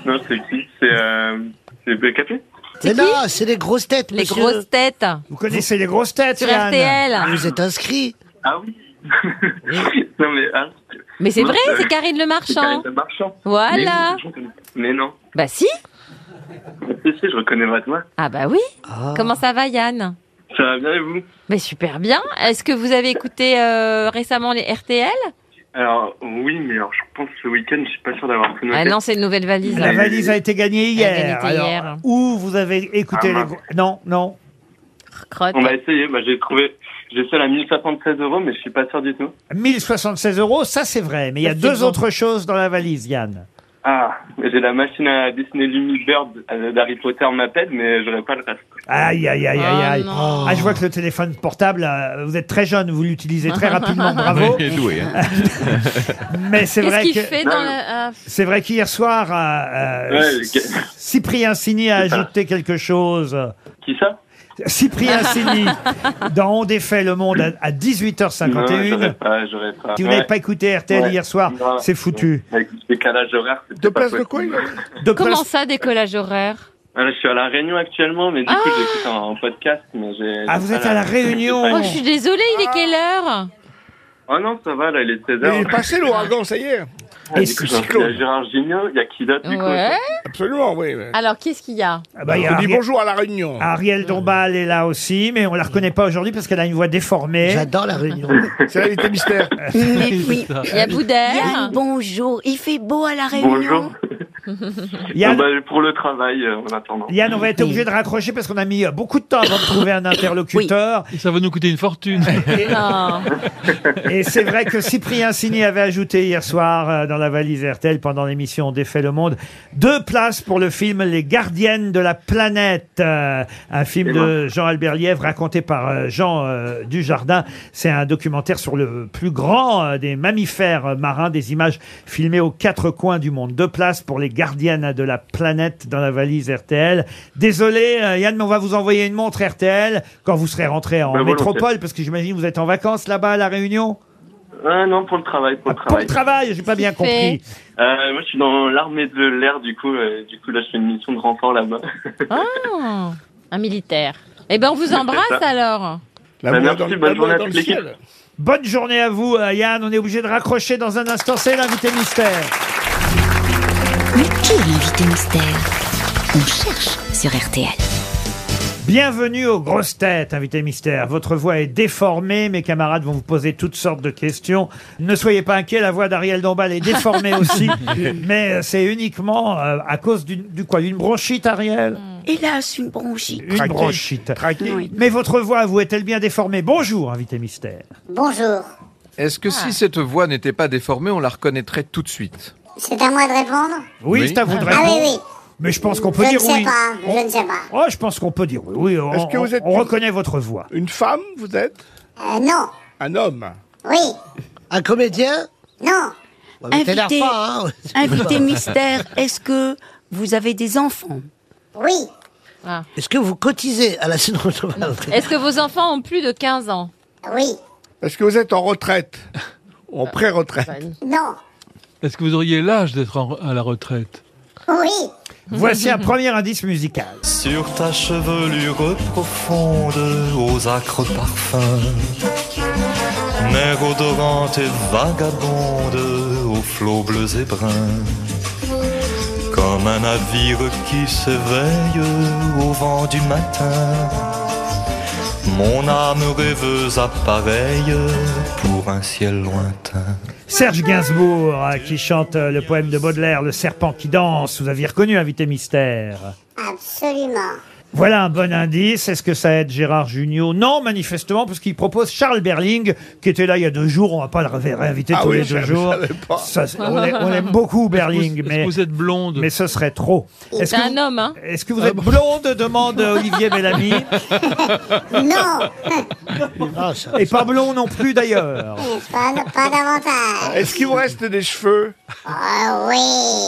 J: non, c'est qui C'est euh, c'est BKP
D: Mais non, c'est les grosses têtes,
C: Les
D: monsieur.
C: grosses têtes.
B: Vous connaissez les grosses têtes,
C: Sur Yann RTL.
D: Vous êtes inscrit.
J: Ah oui [laughs] Non, mais. ah,
C: Mais c'est
J: non,
C: vrai,
J: euh,
C: c'est Karine Le
J: c'est Karine
C: Marchand.
J: Le Marchand.
C: Voilà.
J: Mais, oui, je- mais non.
C: Bah si.
J: Si, si, je reconnais votre voix.
C: Ah bah oui. Comment ça va Yann
J: Ça va bien et vous
C: Mais super bien. Est-ce que vous avez écouté euh, récemment les RTL
J: Alors, oui, mais alors, je pense ce week-end, je suis pas sûr d'avoir tout noté.
C: Ah non, c'est une nouvelle valise.
B: La valise a été gagnée hier.
C: Elle a été
B: Alors,
C: hier.
B: Où vous avez écouté
J: Ah,
B: les
J: mince.
B: gros... Non, non.
C: Crotte.
J: On va essayer. Bah, j'ai trouvé. J'ai seul à 1073 euros, mais je suis pas sûr du tout.
B: 1076 euros, ça c'est vrai. Mais il y a
J: Ça, c'est
B: deux
J: bon.
B: autres choses dans la valise, Yann.
J: Ah, j'ai la machine à Disney Lumibird euh, d'Harry Potter m'appelle, mais j'aurai pas le reste.
B: Aïe, aïe, aïe, aïe,
J: Ah,
B: aïe.
J: non.
B: Ah, je vois que le téléphone portable, euh, vous êtes très jeune, vous l'utilisez
C: [laughs]
B: très rapidement, bravo.
E: Il est doué. hein.
B: [laughs] Mais c'est
C: Qu'est-ce
B: vrai
C: qu'il
B: que.
C: fait dans la... ah,
B: C'est vrai qu'hier soir, euh, euh,
J: Ouais, ok.
B: Cyprien Sini a ajouté quelque chose.
J: Qui ça
C: [laughs]
B: Cyprien Sini, dans On défait le monde à- à
J: Non,
B: 18h51.
J: j'aurais pas, j'aurais pas.
B: Si vous n'avez pas écouté RTL hier soir,
J: Non.
B: c'est foutu.
J: Avec ce décalage horaire, c'est pas possible.
B: De
C: Comment ça, décollage horaire
J: Ah, Je suis à La Réunion actuellement, mais du
C: Ah
J: coup, j'écoute en, en podcast. Mais j'ai,
B: Ah,
J: j'ai
B: vous
J: pas
B: êtes à La Réunion.
J: j'ai pas
C: Oh,
J: eu-
C: je suis désolée, il est quelle heure
J: Oh non, ça va, là, il est 16h.
G: Mais Ah. il est passé l'ouragan, ça y est.
S: Ah,
J: Et du coup, j'ai- il y a Gérard Gignot, il y a qui d'autre du coup
C: Ouais.
G: Absolument, oui.
C: Alors, qu'est-ce qu'il y a
B: Ah bah, il y a
G: On dit
B: Ariel-
G: bonjour à la Réunion.
B: Ariel Dombal est là aussi, mais on la reconnaît pas aujourd'hui parce qu'elle a une voix déformée.
D: J'adore la réunion.
G: [laughs] C'est l'invité
B: [laughs]
G: mystère.
F: Mais oui.
C: Il y a Boudère.
F: Yann, bonjour. Il fait beau à la Réunion.
J: Bonjour.
B: Yann-
J: Ah bah, pour le travail, euh, en attendant.
B: Yann, on va être obligé de raccrocher parce qu'on a mis euh, beaucoup de temps avant de
F: [laughs]
B: trouver un interlocuteur.
H: Ça va nous coûter une
B: [laughs]
H: fortune.
C: Non.
B: Et c'est vrai que Cyprien Sini avait ajouté hier soir euh, dans la valise RTL pendant l'émission On défait le monde deux places pour le film Les gardiennes de la planète, euh, un film de Jean-Albert Lièvre raconté par euh, Jean euh, Dujardin. C'est un documentaire sur le plus grand euh, des mammifères euh, marins, des images filmées aux quatre coins du monde. Deux places pour les Gardiana de la planète dans la valise RTL. Désolé, euh, Yann, mais on va vous envoyer une montre RTL quand vous serez rentré en
S: Ben, volontiers.
B: métropole, parce que j'imagine que vous êtes en vacances là-bas à La Réunion.
S: Ah non, pour le travail, pour le
B: Pour
S: travail.
B: le travail, j'ai pas bien compris.
S: Euh, moi, je suis dans l'armée de l'air, du coup, euh, du coup, là, je fais une mission de renfort là-bas.
C: Ah, un militaire. Eh ben, on vous embrasse alors.
S: Bah, merci, bonne journée à toute l'équipe.
B: Bonne journée à vous, euh, Yann. On est obligé de raccrocher dans un instant. C'est l'invité mystère.
I: Mais qui est l'invité mystère On cherche sur RTL.
B: Bienvenue aux grosses têtes, invité mystère. Votre voix est déformée. Mes camarades vont vous poser toutes sortes de questions. Ne soyez pas inquiets, la voix d'Ariel Dombal est déformée aussi. mais euh, c'est uniquement euh, à cause d'une- du quoi D'une bronchite, Ariel
F: [laughs] Hélas, une bronchite.
B: Une bronchite. Mais votre voix, vous est-elle bien déformée Bonjour, invité mystère.
O: Bonjour,
E: Est-ce que
O: Ah.
E: si cette voix n'était pas déformée, on la reconnaîtrait tout de suite
O: c'est à moi de répondre
B: Oui, c'est à vous de
O: Ah
B: répondre.
O: oui, oui.
B: Mais je pense qu'on peut
O: Je ne
B: dire
O: sais
B: oui.
O: pas, je ne sais pas.
B: Oh, je pense qu'on peut dire oui. oui on,
G: Est-ce que vous
B: on-
G: êtes
B: on reconnaît votre voix.
G: Une femme, vous êtes
O: Euh, non,
G: Un homme
O: oui,
D: Un comédien
O: non.
D: Ouais, mais t'énerve
F: Invité-
D: pas, hein.
F: Invité mystère, est-ce que vous avez des enfants
O: Oui.
C: Ah.
D: Est-ce que vous cotisez à la [laughs]
C: Est-ce que vos enfants ont plus de 15 ans
O: Oui.
G: Est-ce que vous êtes en retraite
B: Ah.
G: Ou en pré-retraite
O: Non.
H: Est-ce que vous auriez l'âge d'être en- à la retraite
O: Oui.
B: Voici un premier indice musical.
T: [laughs] Sur ta chevelure profonde aux acres parfums, mer odorante et vagabonde aux flots bleus et bruns, comme un navire qui s'éveille au vent du matin. Mon âme rêveuse appareille pour un ciel lointain.
B: Serge Gainsbourg euh, qui chante euh, le poème de Baudelaire, Le serpent qui danse. Vous aviez reconnu, invité mystère.
O: Absolument.
B: Voilà un bon indice. Est-ce que ça aide Gérard Junior Non, manifestement, parce qu'il propose Charles Berling, qui était là il y a deux jours. On va pas le ré- réinviter
G: Ah
B: tous
G: oui,
B: les
G: je-
B: deux
G: je
B: jours.
G: savais pas.
B: Ça, c'est- on l'aime- on l'aime beaucoup, Berling. mais vous
H: êtes blonde
B: Mais ce serait trop. Est-ce
G: Oh.
C: C'est
B: que,
C: un homme, hein
B: est-ce que vous êtes blonde demande Olivier Bellamy.
O: Non.
B: Et pas blond non plus, d'ailleurs.
O: pas, pas davantage.
G: Ah, Est-ce qu'il vous reste des cheveux
O: Ah oui.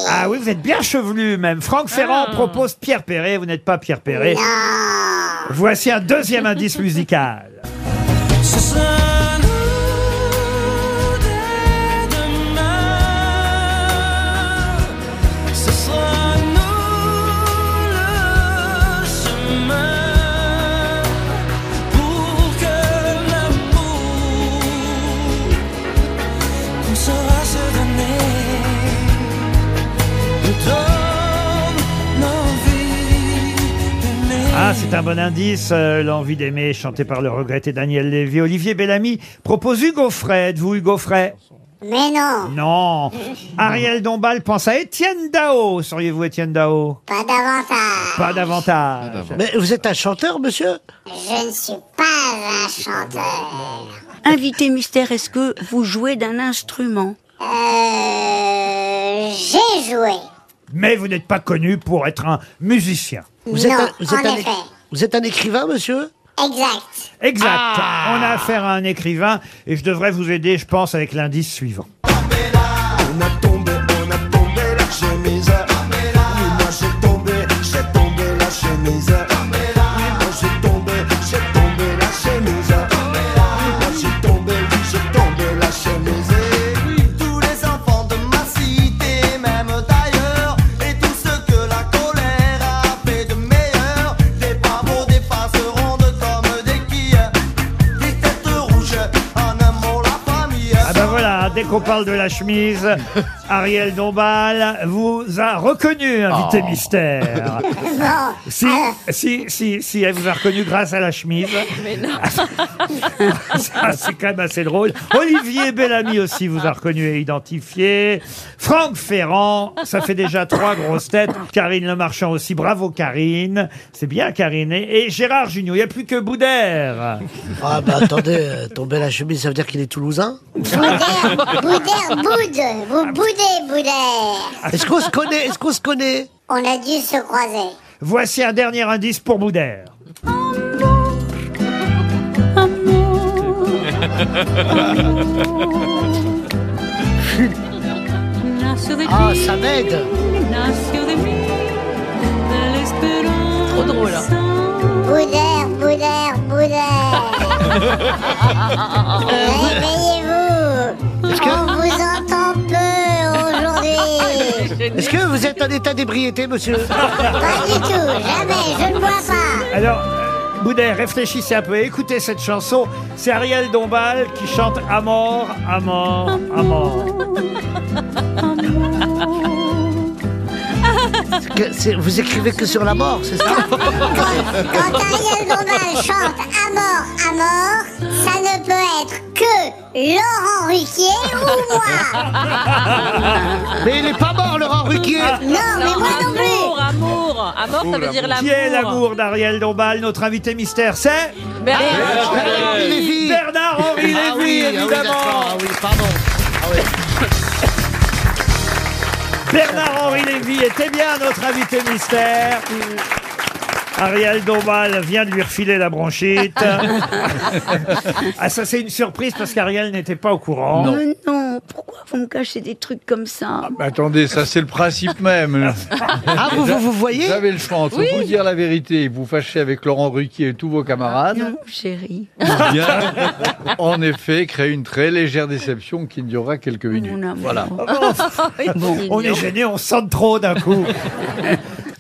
O: Ah.
B: Ah oui, vous êtes bien chevelu même. Franck Ferrand propose Pierre Perret, vous n'êtes pas Pierre Perret. Voici un deuxième indice musical.
M: Ce sera nous dès demain. Ce sera nous le chemin pour que l'amour nous sera serené. Nous donne l'envie d'aimer.
B: Ah, c'est un bon indice. euh, L'envie d'aimer, chanté par le regretté Daniel Lévy. Olivier Bellamy propose Hugo Frey. Êtes-vous Hugo Frey
O: Mais non.
B: Non. Ariel Dombal pense à Étienne Dao. Seriez-vous Étienne Dao
O: Pas davantage.
B: Pas davantage.
D: Mais vous êtes un chanteur, monsieur
O: Je ne suis pas un chanteur.
F: Invité mystère, est-ce que vous jouez d'un instrument
O: Euh, j'ai joué.
B: Mais vous n'êtes pas connu pour être un musicien.
D: Vous êtes
O: non,
D: un- vous êtes
O: en
D: un-
O: effet.
D: Vous êtes un écrivain, monsieur
O: Exact.
B: Exact. On a affaire à un écrivain et je devrais vous aider, je pense, avec l'indice suivant.
M: On a tombé, on a tombé la chemise. Oui, moi j'ai tombé, j'ai tombé la chemise. Oui, moi j'ai tombé, j'ai tombé la chemise. Oui, moi j'ai tombé, j'ai tombé la chemise. Tous les enfants de ma cité, même d'ailleurs, et tout ce que la colère a fait de meilleur, des pavots, des faces rondes comme des quilles, des têtes rouges, en un mot la famille.
B: Ah ben voilà, dès qu'on parle de la chemise, Ariel Dombal vous a reconnu, invité
M: Oh.
O: [laughs]
B: mystère.
O: Bon.
B: Si, si, si, si, elle vous a reconnu grâce à la chemise.
C: Mais non.
B: Ça, c'est quand même assez drôle. Olivier Bellamy aussi vous a reconnu et identifié. Franck Ferrand, ça fait déjà trois grosses têtes. Karine Le Marchand aussi, bravo Karine. C'est bien Karine. Et, et Gérard Junior, il n'y a plus que Boudère.
D: Ah bah attendez, euh, tomber la chemise, ça veut dire qu'il est toulousain
O: Boudère, Boudère, boude. Vous boudez, Boudère.
D: Est-ce qu'on se connaît Est-ce qu'on se connaît
O: On a dû se croiser.
B: Voici un dernier indice pour Boudère.
L: La serait
D: Ah, ça m'aide
U: nació de mí, de la esperanza.
O: Trop drôle,
D: hein.
O: Boudère, boudère,
D: [laughs]
O: boudère. Réveillez-vous. On vous entend peu aujourd'hui.
D: Est-ce que vous êtes en état d'ébriété, monsieur
O: Pas du tout, jamais, je ne bois pas.
B: Alors, euh, Boudet, réfléchissez un peu, écoutez cette chanson. C'est Ariel Dombal qui chante À mort, à mort, à mort.
D: Que c'est- Vous écrivez que sur la mort, c'est ça
O: Quand Ariel Dombal chante à mort, à mort, ça ne peut être que Laurent Ruquier ou moi.
D: Mais il est pas mort, Laurent Ruquier
O: Non, mais moi non plus.
C: Amour, amour, amour, ça veut dire l'amour.
B: Qui est l'amour d'Ariel Dombal Notre invité mystère, c'est
C: Bernard
B: Bernard-Henri Lévy. Bernard-Henri Lévy,
D: Ah oui, ah oui,
B: évidemment.
D: d'accord, ah oui, pardon. Ah oui.
B: Bernard-Henri Lévy était bien notre invité mystère. Ariel Dombal vient de lui refiler la bronchite. ah, ça, c'est une surprise parce qu'Ariel n'était pas au courant.
F: Mais non, pourquoi vous me cachez des trucs comme
B: Ah
F: ça
B: bah,
V: Attendez, ça c'est le principe même.
F: Ah, vous- vous- vous voyez
V: Vous avez le choix entre
F: Oui.
V: vous dire la vérité et vous fâcher avec Laurent Ruquier et tous vos
B: ah
V: camarades.
F: Non, chérie.
V: ou bien, en effet, créer une très légère déception qui ne durera quelques minutes. Voilà.
B: Ah
F: [laughs]
B: Bon, on est gêné, on sent trop d'un coup.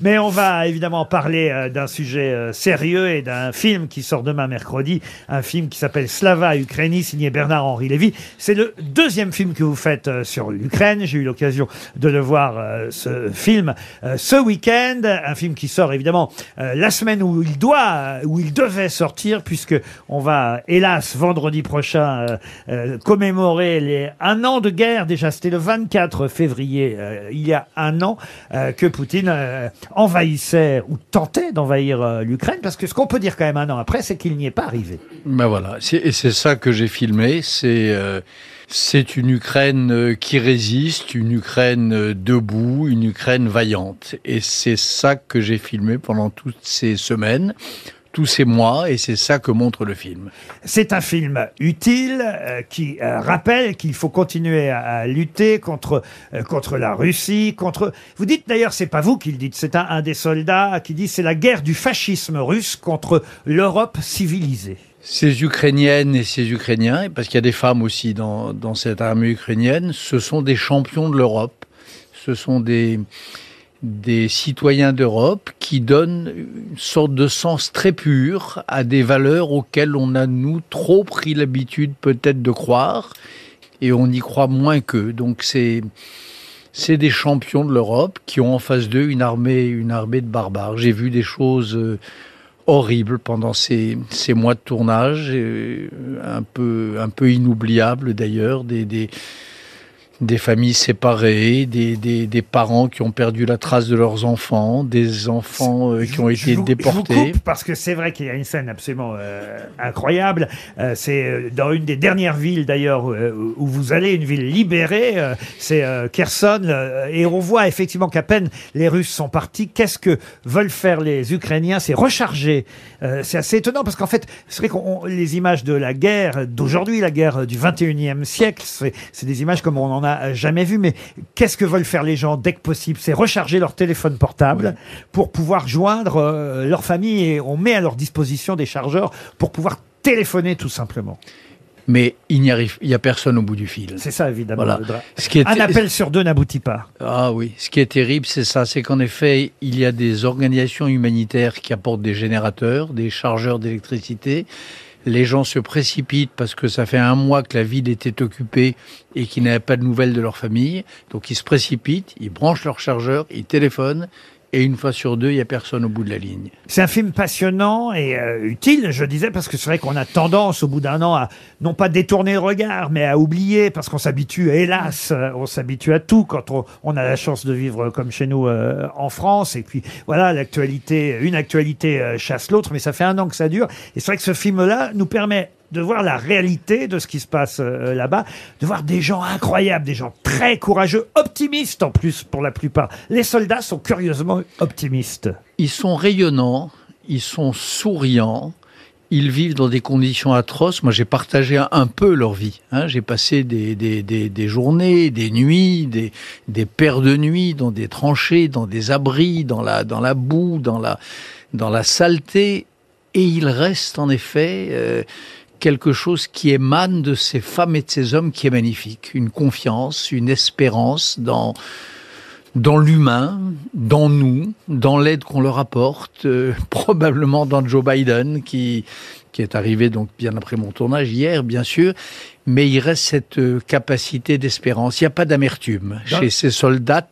B: Mais on va évidemment parler euh, d'un sujet euh, sérieux et d'un film qui sort demain mercredi, un film qui s'appelle Slava Ukraini, signé Bernard-Henri Lévy. C'est le deuxième film que vous faites euh, sur l'Ukraine. J'ai eu l'occasion de le voir, euh, ce film, euh, ce week-end. Un film qui sort évidemment euh, la semaine où il doit, euh, où il devait sortir, puisque on va, hélas, vendredi prochain, euh, euh, commémorer les un an de guerre. Déjà, c'était le 24 février, euh, il y a un an, euh, que Poutine euh, envahissait ou tentait d'envahir euh, l'Ukraine, parce que ce qu'on peut dire quand même un an après, c'est qu'il n'y est pas arrivé.
V: Ben voilà, c'est- et c'est ça que j'ai filmé. C'est euh, c'est une Ukraine euh, qui résiste, une Ukraine euh, debout, une Ukraine vaillante. Et c'est ça que j'ai filmé pendant toutes ces semaines, tous ces mois, et c'est ça que montre le film.
B: C'est un film utile euh, qui euh, rappelle qu'il faut continuer à, à lutter contre euh, contre la Russie, contre. Vous dites d'ailleurs, c'est pas vous qui le dites, c'est un, un des soldats qui dit c'est la guerre du fascisme russe contre l'Europe civilisée.
V: Ces Ukrainiennes et ces Ukrainiens, et parce qu'il y a des femmes aussi dans, dans cette armée ukrainienne, ce sont des champions de l'Europe. Ce sont des, des citoyens d'Europe qui donnent une sorte de sens très pur à des valeurs auxquelles on a, nous, trop pris l'habitude peut-être de croire, et on y croit moins qu'eux. Donc c'est... C'est des champions de l'Europe qui ont en face d'eux une armée, une armée de barbares. J'ai vu des choses euh, horrible pendant ces, ces mois de tournage, euh, un peu, un peu inoubliable d'ailleurs, des, des, des familles séparées, des, des, des parents qui ont perdu la trace de leurs enfants, des enfants euh, qui ont été
B: Je vous-
V: déportés.
B: Je vous coupe parce que c'est vrai qu'il y a une scène absolument euh, incroyable. Euh, c'est euh, dans une des dernières villes d'ailleurs euh, où vous allez, une ville libérée, euh, c'est euh, Kherson. euh, et on voit effectivement qu'à peine les Russes sont partis, qu'est-ce que veulent faire les Ukrainiens C'est recharger. Euh, c'est assez étonnant parce qu'en fait, c'est vrai qu'on on- les images de la guerre d'aujourd'hui, la guerre du 21e siècle, c'est c'est des images comme on n'en a jamais vu. Mais qu'est-ce que veulent faire les gens dès que possible C'est recharger leur téléphone portable pour pouvoir joindre euh, leur famille et on met à leur disposition des chargeurs pour pouvoir téléphoner tout simplement.
V: Mais il n'y arrive, il n'y a personne au bout du fil.
B: C'est ça évidemment.
V: Voilà.
B: le drame.
V: Ce qui est-
B: Un appel sur deux n'aboutit pas.
V: Ah oui, ce qui est terrible, c'est ça, c'est qu'en effet, il y a des organisations humanitaires qui apportent des générateurs, des chargeurs d'électricité. Les gens se précipitent parce que ça fait un mois que la ville était occupée et qu'ils n'avaient pas de nouvelles de leur famille. Donc ils se précipitent, ils branchent leur chargeur, ils téléphonent et une fois sur deux, il n'y a personne au bout de la ligne.
B: C'est un film passionnant et euh, utile, je disais, parce que c'est vrai qu'on a tendance, au bout d'un an, à non pas détourner le regard, mais à oublier, parce qu'on s'habitue, hélas, euh, on s'habitue à tout quand on, on a la chance de vivre comme chez nous euh, en France. Et puis voilà, l'actualité, une actualité euh, chasse l'autre, mais ça fait un an que ça dure. Et c'est vrai que ce film-là nous permet de voir la réalité de ce qui se passe euh, là-bas, de voir des gens incroyables, des gens très courageux, optimistes en plus pour la plupart. Les soldats sont curieusement optimistes.
V: Ils sont rayonnants, ils sont souriants, ils vivent dans des conditions atroces. Moi, j'ai partagé un, un peu leur vie. hein. J'ai passé des, des, des- des journées, des nuits, des, des paires de nuits dans des tranchées, dans des abris, dans la, dans la boue, dans la, dans la saleté. Et il reste en effet euh, quelque chose qui émane de ces femmes et de ces hommes qui est magnifique. Une confiance, une espérance dans, dans l'humain, dans nous, dans l'aide qu'on leur apporte, euh, [laughs] probablement dans Joe Biden qui qui est arrivé donc bien après mon tournage hier, bien sûr, mais il reste cette euh, capacité d'espérance. Il n'y a pas d'amertume
B: Dans-
V: chez ces soldats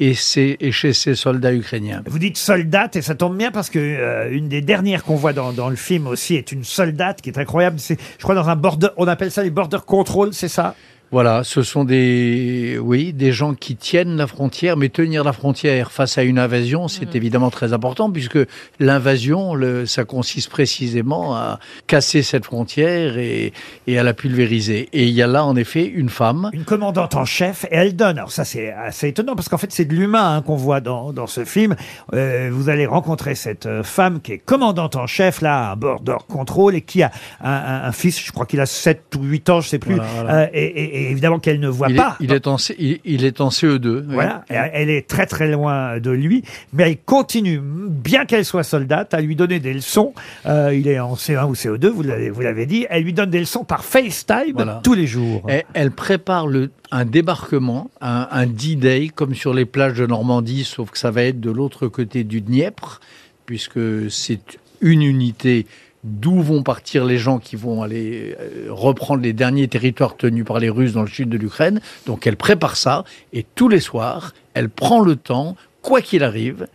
V: et, ces- et chez ces soldats ukrainiens.
B: Vous dites soldate et ça tombe bien parce que euh, une des dernières qu'on voit dans, dans le film aussi est une soldate qui est incroyable. C'est, je crois, dans un border, on appelle ça les border control, c'est ça
V: Voilà, ce sont des, oui, des gens qui tiennent la frontière, mais tenir la frontière face à une invasion, c'est évidemment très important puisque l'invasion, le- ça consiste précisément à casser cette frontière et, et à la pulvériser. Et il y a là, en effet, une femme.
B: Une commandante en chef et elle donne. Alors ça c'est assez étonnant parce qu'en fait c'est de l'humain hein, qu'on voit dans, dans ce film. Euh, vous allez rencontrer cette euh, femme qui est commandante en chef là à border control et qui a un, un- un fils, je crois qu'il a 7 ou 8 ans, je sais plus.
V: Voilà, voilà.
B: Euh, et, et- et évidemment qu'elle ne voit
V: Il est,
B: pas.
V: il est en, C- E il, il est en CE2. oui.
B: Voilà, elle elle est très très loin de lui, mais elle continue, bien qu'elle soit soldate, à lui donner des leçons. Euh, il est en C1 ou CO2, vous l'avez, vous l'avez dit. Elle lui donne des leçons par FaceTime
V: Voilà.
B: tous les jours.
V: Elle, elle prépare le, un débarquement, un, un D-Day, comme sur les plages de Normandie, sauf que ça va être de l'autre côté du Dniepr, puisque c'est une unité d'où vont partir les gens qui vont aller euh, reprendre les derniers territoires tenus par les Russes dans le sud de l'Ukraine. Donc elle prépare ça, et tous les soirs, elle prend le temps, quoi qu'il arrive,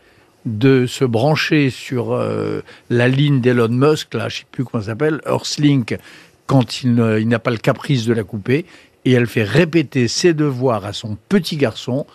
V: de se brancher sur euh, la ligne d'Elon Musk, là, je sais plus comment ça s'appelle, Earthlink, quand il ne- il n'a pas le caprice de la couper, et elle fait répéter ses devoirs à son petit garçon,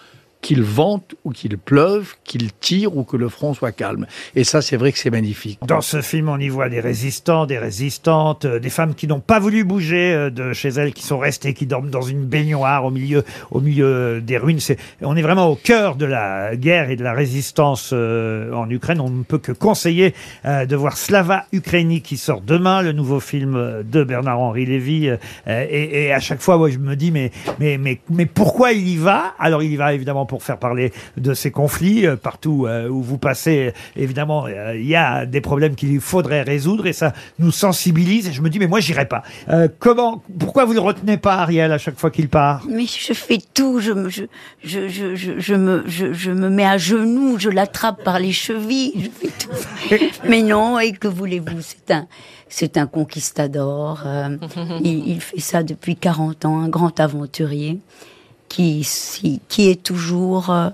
V: qu'il vente ou qu'il pleuve, qu'il tire ou que le front soit calme. Et ça, c'est vrai que c'est magnifique.
B: Dans ce film, on y voit des résistants, des résistantes, euh, des femmes qui n'ont pas voulu bouger euh, de chez elles, qui sont restées, qui dorment dans une baignoire au milieu, au milieu euh, des ruines. C'est, on est vraiment au cœur de la guerre et de la résistance euh, en Ukraine. On ne peut que conseiller euh, de voir Slava Ukraini qui sort demain, le nouveau film euh, de Bernard-Henri Lévy. euh, euh, et, et à chaque fois, moi, je me dis, mais, mais, mais, mais pourquoi il y va Alors, il y va évidemment pour faire parler de ces conflits euh, partout euh, où vous passez. Évidemment, euh, il y a des problèmes qu'il faudrait résoudre et ça nous sensibilise. Et je me dis, mais moi, j'irai pas. Euh, comment Pourquoi vous le retenez pas, Ariel, à chaque fois qu'il part
F: Mais je fais tout, je me, je, je, je, je, je me, je, je me mets à genoux, je l'attrape par les chevilles, je fais tout.
B: [laughs]
F: Mais non, et que voulez-vous C'est un, c'est un conquistador. euh, il, il fait ça depuis 40 ans, un grand aventurier qui, si- qui est toujours euh,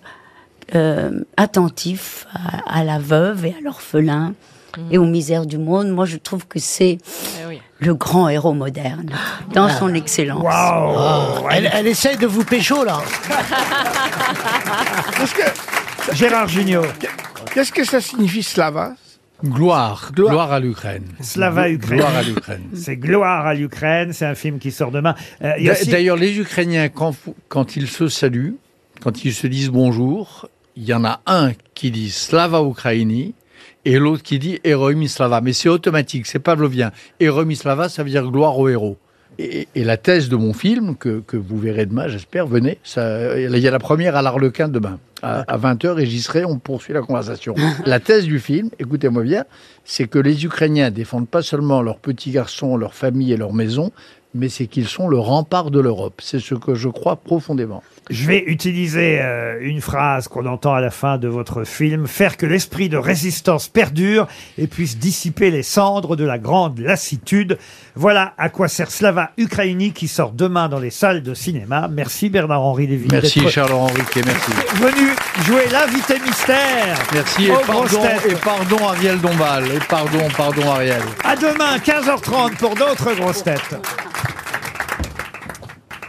F: euh, attentif à, à la veuve et à l'orphelin et aux misères du monde. Moi, je trouve que c'est le grand héros moderne dans son excellence.
D: Waouh. Elle- elle
F: essaye de vous pécho là.
B: Gérard Junior.
G: Qu'est-ce que ça signifie Slava
V: Gloire, gloire, à l'Ukraine.
B: Slava Ukraine.
V: Gloire à l'Ukraine. [laughs]
B: C'est gloire à l'Ukraine. C'est un film qui sort demain. Euh, il y a
V: D'a-
B: aussi-
V: D'ailleurs, les Ukrainiens, quand, vous- quand ils se saluent, quand ils se disent bonjour, il y en a un qui dit Slava Ukraini et l'autre qui dit Eroim Slava. Mais c'est automatique, c'est pavlovien. Eroim Slava, ça veut dire gloire aux héros. Et, et la thèse de mon film, que, que vous verrez demain, j'espère, venez. ça- il y a la première à l'Arlequin demain, à, 20h, et j'y serai, on poursuit la conversation. La thèse du film, écoutez-moi bien, c'est que les Ukrainiens défendent pas seulement leurs petits garçons, leur famille et leur maison, mais c'est qu'ils sont le rempart de l'Europe. C'est ce que je crois profondément.
B: Je vais utiliser euh, une phrase qu'on entend à la fin de votre film, faire que l'esprit de résistance perdure et puisse dissiper les cendres de la grande lassitude. Voilà à quoi sert Slava Ukraini qui sort demain dans les salles de cinéma. Merci Bernard-Henri Lévy.
V: Merci
B: d'être
V: Charles-Laurent Riquet, merci.
B: Venu jouer l'invité mystère.
V: Merci et
B: aux grosses
V: pardon,
B: têtes.
V: et pardon Ariel Dombal, et pardon, pardon Ariel.
B: À demain, 15h30 pour d'autres grosses têtes.